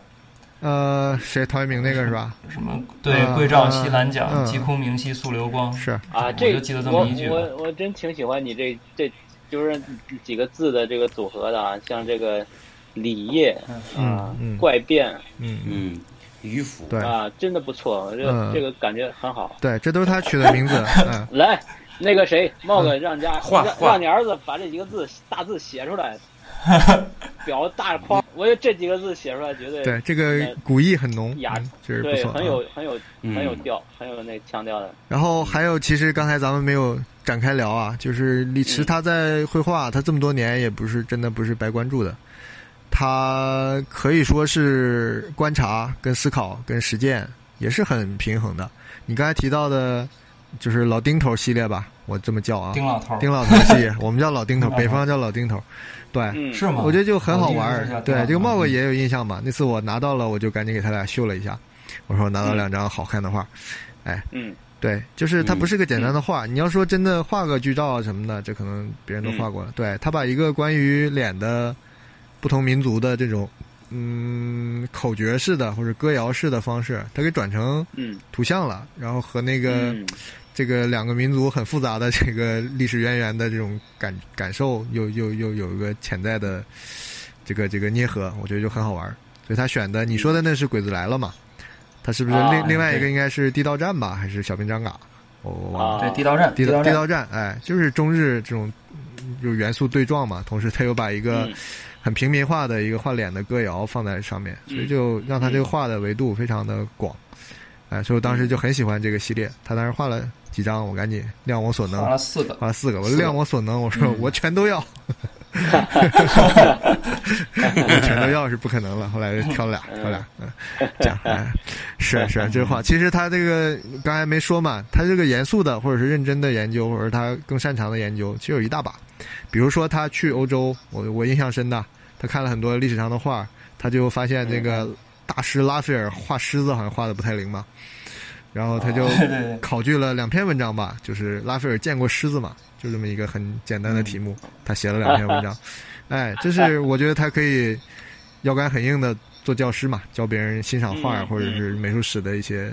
Speaker 2: 呃，谁？陶渊明那个是吧？
Speaker 1: 什么对
Speaker 2: 嗯，
Speaker 1: 桂棹兮蓝
Speaker 2: 嗯
Speaker 1: 桨，击空明兮溯流光。
Speaker 2: 是，
Speaker 3: 啊，
Speaker 1: 我
Speaker 3: 这
Speaker 1: 就记得这
Speaker 3: 我
Speaker 1: 么一句吧
Speaker 3: 我我真挺喜欢你这这就是几个字的这个组合的啊，像这个李业啊、
Speaker 2: 嗯嗯
Speaker 3: 怪变
Speaker 2: 嗯嗯，
Speaker 6: 嗯，渔夫，
Speaker 2: 对
Speaker 3: 啊，真的不错，这个、
Speaker 2: 嗯
Speaker 3: 这个感觉很好。
Speaker 2: 对，这都是他取的名字。嗯，
Speaker 3: 来，那个谁，茂哥让家、
Speaker 6: 画
Speaker 3: 让
Speaker 6: 画
Speaker 3: 让你儿子把这几个字大字写出 来，表大框，我觉得这几个字写出来绝 对
Speaker 2: 对，这个古意很浓，
Speaker 3: 雅
Speaker 2: 嗯就是不
Speaker 3: 对
Speaker 2: 错，
Speaker 3: 很
Speaker 2: 嗯
Speaker 3: 有很有
Speaker 6: 嗯
Speaker 3: 很有调，很有那腔调的。
Speaker 2: 然后还有，其实刚才咱们没有展开聊啊，就是李
Speaker 1: 嗯
Speaker 2: 驰他在绘画，他这么多年也不是真的不是白关注的，他可以说是观察、跟思考、跟实践也是很平衡的。你刚才提到的，就是老丁头系列吧，我这么叫啊，
Speaker 1: 丁老头儿
Speaker 2: 丁老头系 列，我们叫老丁头，
Speaker 1: 丁老头
Speaker 2: 北方叫老丁头，对，
Speaker 3: 嗯，
Speaker 1: 是吗？
Speaker 2: 我觉得就很好玩
Speaker 1: 我记得
Speaker 2: 儿。
Speaker 1: 是
Speaker 2: 对，这个茂哥
Speaker 1: 嗯
Speaker 2: 也有印象嘛？那次我拿到了，我就赶紧给他俩秀了一下，我说我拿到两张好看的画，
Speaker 3: 嗯
Speaker 2: 对，就是它不是个简单的画。你要说真的画个剧照啊什么的，这可能别
Speaker 3: 嗯
Speaker 2: 人都画过了。对他把一个关于脸的不同民族的这种嗯口诀式的或者歌谣式的方式，他给转成
Speaker 3: 嗯
Speaker 2: 图像了，然后和那个、
Speaker 3: 嗯
Speaker 2: 这个两个民族很复杂的这个历史渊源的这种感感受，又又又有一个潜在的这个这个捏合，我觉得就很好玩儿。所以他选的你说的那是《鬼子来了》嘛？他是不是
Speaker 3: 啊
Speaker 2: 另另外一个
Speaker 1: 对
Speaker 2: 应该是《地道战》吧？还是《小兵张嘎》？我我忘了。
Speaker 3: 啊
Speaker 1: 对，地道战，
Speaker 2: 地
Speaker 1: 道战
Speaker 2: 道地，道战，哎，就是中日这种嗯就是元素对撞嘛，同时他又把一个
Speaker 3: 嗯
Speaker 2: 很平民化的一个换脸的歌谣放在上面，
Speaker 1: 嗯
Speaker 2: 所以就让他这个画的维度非常的广，哎，所以我当时就很喜欢这个系列。他当时画了几张，我赶紧量我所能
Speaker 1: 画了四个，
Speaker 2: 画啊了四个，我
Speaker 1: 四个嗯
Speaker 2: 量我所能，我说我 全都要，我全都要是不可能了。后来就挑俩，挑俩，嗯，这样，哎，是 是，这话其实他这个刚才没说嘛，他这个严肃的或者是认真的研究，或者是他更擅长的研究，其实有一大把。比如说他去欧洲，我我印象深的，他看了很多历史上的画，他就发现这个大师拉斐尔画狮子好像画的不太灵嘛，然后他就
Speaker 1: 对对对，
Speaker 2: 考据了两篇文章吧，就是拉斐尔见过狮子嘛，就这么一个很简单的题目，
Speaker 1: 嗯
Speaker 2: 他写了两篇 文章。哎，这是我觉得他可以腰杆很硬的做教师嘛，教别人欣赏画、
Speaker 3: 嗯
Speaker 2: 或者是美术史的一些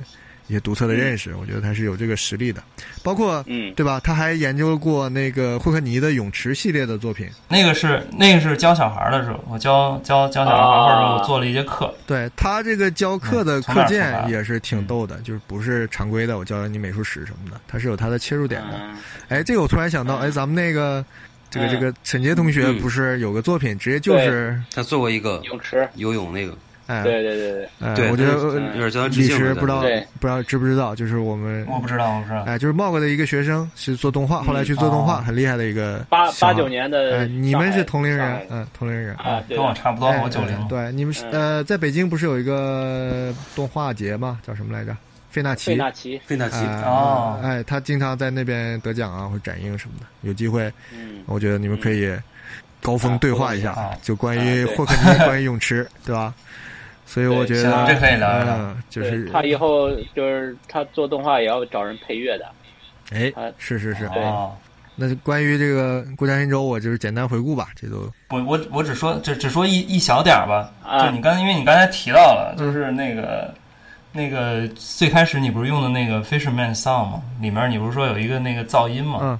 Speaker 2: 一些独特的认
Speaker 1: 嗯
Speaker 2: 识，我觉得他是有这个实力的。包括
Speaker 3: 嗯
Speaker 2: 对吧？他还研究过那个霍克尼的泳池系列的作品，
Speaker 1: 那个是那个是教小孩的时候，我教教教小孩，
Speaker 3: 啊
Speaker 1: 或者我做了一节课，
Speaker 2: 对他这个教课的
Speaker 1: 嗯从
Speaker 2: 课
Speaker 1: 哪儿出
Speaker 2: 件
Speaker 1: 发嗯
Speaker 2: 也是挺逗的，就是不是常规的，我教你美术史什么的，它是有它的切入点的。
Speaker 3: 嗯
Speaker 2: 哎，这个我突然想到，哎，咱们那个这个
Speaker 3: 嗯
Speaker 2: 这个沈杰同学
Speaker 6: 嗯
Speaker 2: 不是有个作品，直接就是
Speaker 6: 他做过一个
Speaker 3: 泳池，
Speaker 6: 游泳那个，
Speaker 1: 嗯
Speaker 2: 哎，
Speaker 3: 对对对对，
Speaker 2: 哎
Speaker 6: 对，
Speaker 2: 我觉
Speaker 6: 他
Speaker 2: 得
Speaker 6: 是
Speaker 2: 呃
Speaker 6: 有点叫他致
Speaker 2: 李
Speaker 6: 敬
Speaker 2: 石
Speaker 6: 了，
Speaker 2: 不知道
Speaker 6: 对
Speaker 3: 对哦
Speaker 2: 不知道知不知道，就是我们
Speaker 1: 我不知道，我不知道。
Speaker 2: 哎，就是茂哥的一个学生是做动画，后来去做动画，
Speaker 1: 哦
Speaker 2: 很厉害的一个
Speaker 3: 嗯八
Speaker 2: 小
Speaker 3: 八
Speaker 2: 孩
Speaker 3: 九。年
Speaker 2: 哎，
Speaker 1: 呃
Speaker 3: 的上海，
Speaker 2: 你们是同龄
Speaker 3: 上
Speaker 2: 人
Speaker 3: 海，
Speaker 2: 嗯，同龄人。
Speaker 3: 啊，对
Speaker 1: 跟我
Speaker 3: 的，
Speaker 1: 差不多，
Speaker 2: 哎
Speaker 1: 我九零
Speaker 2: 哎。对，你们是
Speaker 3: 嗯
Speaker 2: 呃，在北京不是有一个动画节吗？叫什么来着？费纳
Speaker 3: 费
Speaker 2: 奇。
Speaker 3: 纳奇，
Speaker 6: 费纳奇，
Speaker 2: 哎
Speaker 1: 哦
Speaker 2: 哎，他经常在那边得奖啊，或者展映什么的。有机会，
Speaker 3: 嗯，
Speaker 1: 哦
Speaker 2: 我觉得你们可以高峰对话一下，
Speaker 1: 啊
Speaker 2: 就关于
Speaker 3: 啊对
Speaker 2: 霍克尼，关于泳池，对吧？所以我觉
Speaker 3: 对
Speaker 2: 得
Speaker 3: 行
Speaker 1: 这可以聊一聊
Speaker 2: 嗯，就
Speaker 3: 对
Speaker 2: 是
Speaker 3: 他以后就是他做动画也要找人配乐的，
Speaker 2: 哎
Speaker 3: 他，
Speaker 2: 是是是。
Speaker 3: 对
Speaker 1: 哦，
Speaker 2: 那关于这个《孤山神州》，我就是简单回顾吧，这都
Speaker 1: 我我我只说只只说一一小点儿吧，
Speaker 3: 啊
Speaker 1: 就你刚才因为你刚才提到了，
Speaker 2: 嗯
Speaker 1: 就是那个、那个最开始你不是用的那个 Fisherman Song 吗？里面你不是说有一个那个噪音吗？
Speaker 2: 嗯，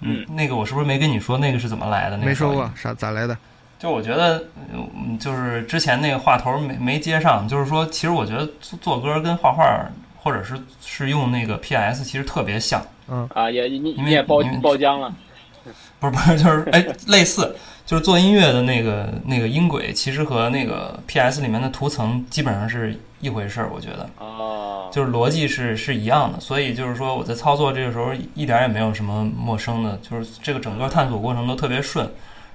Speaker 3: 嗯，
Speaker 1: 那个我是不是没跟你说那个是怎么来的？那个
Speaker 2: 没说
Speaker 1: 噪音
Speaker 2: 过啥咋来的？
Speaker 1: 就我觉得，嗯，就是之前那个话头没没接上，就是说，其实我觉得做做歌跟画画，或者是是用那个 PS，其实特别像，
Speaker 3: 啊，也你
Speaker 1: 因为
Speaker 3: 你也包
Speaker 1: 因为
Speaker 3: 包浆了，
Speaker 1: 不是不 是，就是哎，类似，就是做音乐的那个那个音轨，其实和那个 PS 里面的图层基本上是一回事儿，我觉得。
Speaker 3: 哦，
Speaker 1: 就是逻辑是是一样的，所以就是说我在操作这个时候一点也没有什么陌生的，就是这个整个探索过程都特别顺。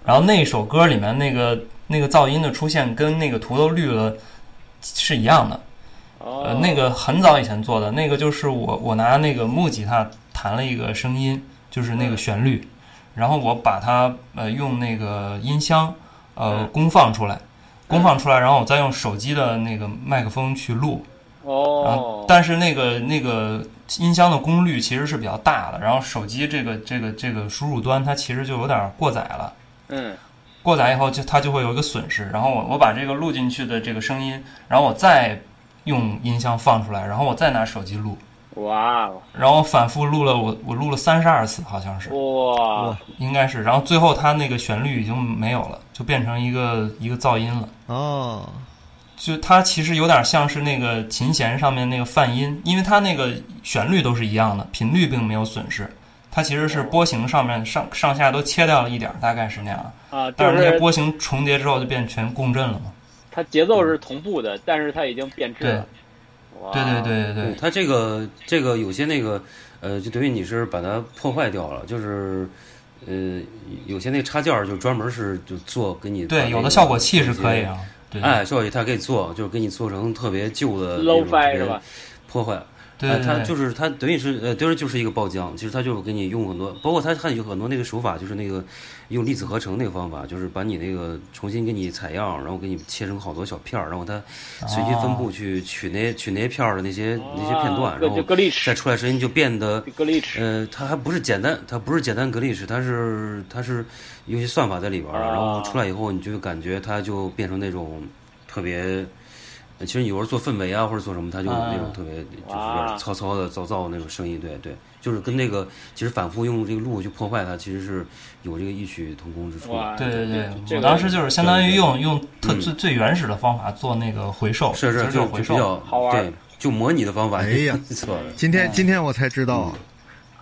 Speaker 1: 然后那首歌里面那个那个噪音的出现跟那个图都绿了是一样的，呃
Speaker 3: 哦，，
Speaker 1: 那个很早以前做的，那个就是我我拿那个木吉他弹了一个声音，就是
Speaker 3: 嗯
Speaker 1: 那个旋律，然后我把它呃用那个音箱呃
Speaker 3: 嗯
Speaker 1: 公放出来，公放出来，然后我再用手机的那个麦克风去录，然后
Speaker 3: 哦，
Speaker 1: 啊但是那个那个音箱的功率其实是比较大的，然后手机这个这个这个输入端它其实就有点过载了，
Speaker 3: 嗯，
Speaker 1: 过载以后就它就会有一个损失。然后我我把这个录进去的这个声音，然后我再用音箱放出来，然后我再拿手机录，
Speaker 3: 哇哦
Speaker 1: 然后反复录了我我录了三十二次，好像是
Speaker 3: 哇，
Speaker 1: 应该是，然后最后它那个旋律已经没有了，就变成一个一个噪音了。
Speaker 2: 哦，
Speaker 1: 就它其实有点像是那个琴弦上面那个泛音，因为它那个旋律都是一样的，频率并没有损失。它其实是波形上面上上下都切掉了一点儿，大概是那样。
Speaker 3: 啊，就
Speaker 1: 但是那些
Speaker 3: 是
Speaker 1: 波形重叠之后就变全共振了嘛。
Speaker 3: 它节奏是同步的，但是它已经变质了，哇，
Speaker 1: 对对，对对
Speaker 6: 对
Speaker 1: 嗯对，
Speaker 6: 嗯他这个这个有些那个呃，就等于你是把它破坏掉了，就是呃，有些那插件儿就专门是就做给你把那
Speaker 1: 对，
Speaker 6: 个
Speaker 1: 有的效果器是可以啊。对
Speaker 6: 哎，效果器它可以做，就是给你做成特别旧的那种
Speaker 3: low-fi
Speaker 6: 特别
Speaker 3: 是吧？
Speaker 6: 破坏。
Speaker 1: 对
Speaker 6: 哎
Speaker 1: 对
Speaker 6: 它
Speaker 1: 对，
Speaker 6: 就是它等于是呃，就是就是一个爆浆，其实它就是给你用很多，包括它还有很多那个手法，就是那个用粒子合成那个方法，就是把你那个重新给你采样，然后给你切成好多小片儿，然后它随机分
Speaker 1: 哦
Speaker 6: 布去取那取那些片儿的那些那些片段，
Speaker 3: 啊
Speaker 6: 然后
Speaker 3: 就就 glitch
Speaker 6: 再出来声音就变得
Speaker 3: 格力池，
Speaker 6: 呃，它还不是简单，它不是简单格力式，它是它是有些算法在里边儿了，然后
Speaker 3: 啊
Speaker 6: 出来以后，你就感觉它就变成那种特别，呃其实你有时候做氛围啊或者做什么，它就有那种特别就是有点糙糙的、燥燥的那种声音，对对，就是跟那个其实反复用这个路去破坏它，其实是有这个异曲同工之处的。
Speaker 3: 哇
Speaker 1: 嗯对对对
Speaker 3: 这这，
Speaker 1: 我
Speaker 3: 个
Speaker 1: 当时就是相当于
Speaker 6: 对
Speaker 1: 用用特
Speaker 6: 嗯
Speaker 1: 最最原始的方法做那个回收，
Speaker 6: 是
Speaker 1: 其
Speaker 6: 是，
Speaker 1: 实就
Speaker 6: 就
Speaker 1: 是
Speaker 6: 就
Speaker 1: 回
Speaker 6: 比
Speaker 1: 收。
Speaker 6: 较
Speaker 3: 好玩儿
Speaker 6: 对，就模拟的方法。
Speaker 2: 哎呀
Speaker 6: 错了。
Speaker 2: 今天今天我才知道啊，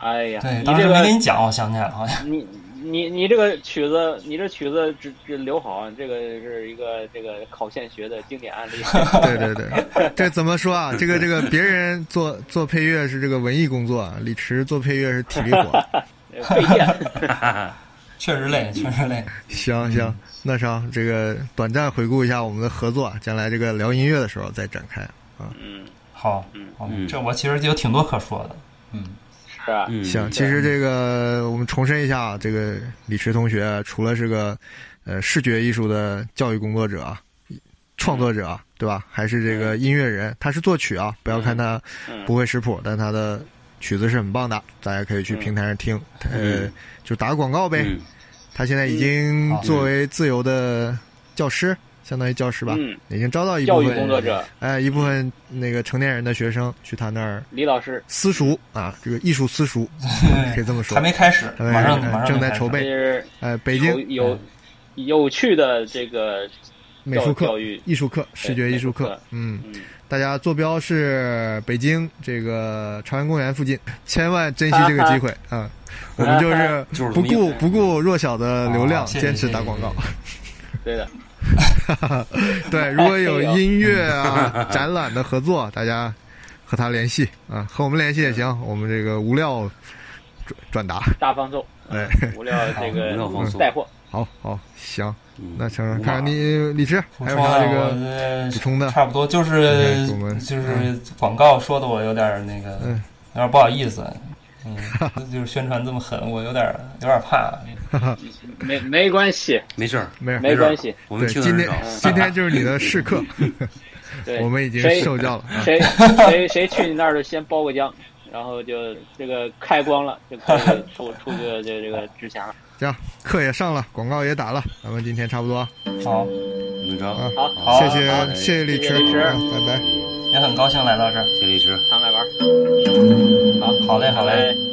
Speaker 3: 哎呀，
Speaker 1: 对，
Speaker 3: 你
Speaker 1: 当
Speaker 3: 这
Speaker 1: 时没
Speaker 3: 个
Speaker 1: 跟你讲，我想起来了，好像
Speaker 3: 你你你这个曲子，你这曲子只只刘好，这个是一个这个考现学的经典案 例。呃
Speaker 2: 对对对，这怎么说啊？这个这个，别人做做配乐是这个文艺工作啊，李池做配乐是体力活。
Speaker 3: 呃费电，
Speaker 1: 确实累，确实累。
Speaker 2: 行
Speaker 3: 嗯
Speaker 2: 行，那啥，这个短暂回顾一下我们的合作啊，将来这个聊音乐的时候再展开啊。
Speaker 3: 嗯，
Speaker 1: 好，好，这我其实有挺多可说的。嗯，
Speaker 3: 是啊，
Speaker 6: 嗯，
Speaker 2: 行，其实这个我们重申一下啊，这个李池同学除了是个呃视觉艺术的教育工作者啊、创作者啊，对吧？还是这个音乐人，他是作曲啊。不要看他
Speaker 3: 嗯
Speaker 2: 不会识谱，但他的曲子是很棒的，大家可以去平台上听。呃
Speaker 6: 嗯，
Speaker 2: 就打个广告呗。
Speaker 6: 嗯
Speaker 2: 他现在已
Speaker 3: 嗯
Speaker 2: 经
Speaker 1: 好
Speaker 2: 作为自由的教师，相当于教师吧，
Speaker 3: 嗯
Speaker 2: 已经招到一部
Speaker 3: 教育
Speaker 2: 分
Speaker 3: 工作者
Speaker 2: 哎一部分那个成年人的学生去他那儿
Speaker 3: 李老师，
Speaker 2: 私塾啊，这个艺术私塾可以这么说。
Speaker 1: 还没开始，
Speaker 2: 还没
Speaker 1: 马上
Speaker 2: 哎
Speaker 1: 马上
Speaker 2: 正
Speaker 1: 就
Speaker 2: 在
Speaker 1: 开始
Speaker 2: 筹备
Speaker 3: 这
Speaker 2: 对
Speaker 3: 是
Speaker 2: 哎，北
Speaker 3: 有
Speaker 2: 京
Speaker 1: 嗯
Speaker 3: 有有趣的这个
Speaker 2: 美术
Speaker 3: 教
Speaker 2: 课、
Speaker 3: 育，
Speaker 2: 艺术课、视觉艺术
Speaker 3: 美术
Speaker 2: 课
Speaker 3: 课，
Speaker 2: 嗯，
Speaker 3: 嗯，
Speaker 2: 大家坐标是北京这个朝阳公园附近，千万珍惜这个机会啊！我们就是
Speaker 6: 就是
Speaker 2: 不
Speaker 6: 这么
Speaker 2: 顾
Speaker 6: 一
Speaker 2: 不顾弱小的流量，
Speaker 1: 啊谢谢
Speaker 2: 坚持打广告。
Speaker 3: 对的，
Speaker 2: 对，如果有音乐啊、展览的合作，大家和他联系啊，和我们联系也行，我们这个无料转转达。
Speaker 3: 大放纵，
Speaker 2: 哎，
Speaker 3: 无聊这
Speaker 6: 无聊放
Speaker 3: 个
Speaker 6: 纵
Speaker 3: 带货，
Speaker 2: 好好行，
Speaker 6: 嗯
Speaker 2: 那成，
Speaker 6: 五
Speaker 2: 看
Speaker 6: 马
Speaker 2: 看你李志
Speaker 1: 补
Speaker 2: 还有
Speaker 1: 充
Speaker 2: 啥
Speaker 1: 的
Speaker 2: 这个
Speaker 1: 啊我
Speaker 2: 补充的？
Speaker 1: 差不多就
Speaker 2: 哎
Speaker 1: 是
Speaker 2: 我们
Speaker 1: 就是广告说的我有点儿那个，有
Speaker 2: 嗯
Speaker 1: 点儿不好意思，嗯，就是宣传这么狠，我有点儿有点儿怕。
Speaker 3: 没没 关系，
Speaker 6: 没事儿，
Speaker 2: 没事，
Speaker 3: 没关系，
Speaker 6: 我们
Speaker 2: 对，
Speaker 6: 听的
Speaker 2: 今
Speaker 6: 人
Speaker 2: 天
Speaker 6: 少。
Speaker 2: 今天就是你的试课，
Speaker 3: 对，
Speaker 2: 我们已经
Speaker 3: 谁
Speaker 2: 受教了。啊
Speaker 3: 谁 谁谁去你那儿就先包个浆，然后就这个开光了，就可以出出去这这个之前了。
Speaker 2: 行，课也上了，广告也打了，咱们今天差不多啊。
Speaker 1: 好，
Speaker 6: 怎么着？
Speaker 2: 啊
Speaker 3: 好，
Speaker 6: 好哎
Speaker 2: 谢谢
Speaker 6: 好
Speaker 2: 谢谢李
Speaker 3: 谢谢李
Speaker 2: 志，
Speaker 3: 志
Speaker 2: 啊拜拜。
Speaker 1: 也很高兴来到这儿。
Speaker 6: 谢谢荔枝。
Speaker 3: 常来玩儿。
Speaker 1: 嗯好嘞，好
Speaker 3: 好
Speaker 1: 嘞。
Speaker 3: 嘞。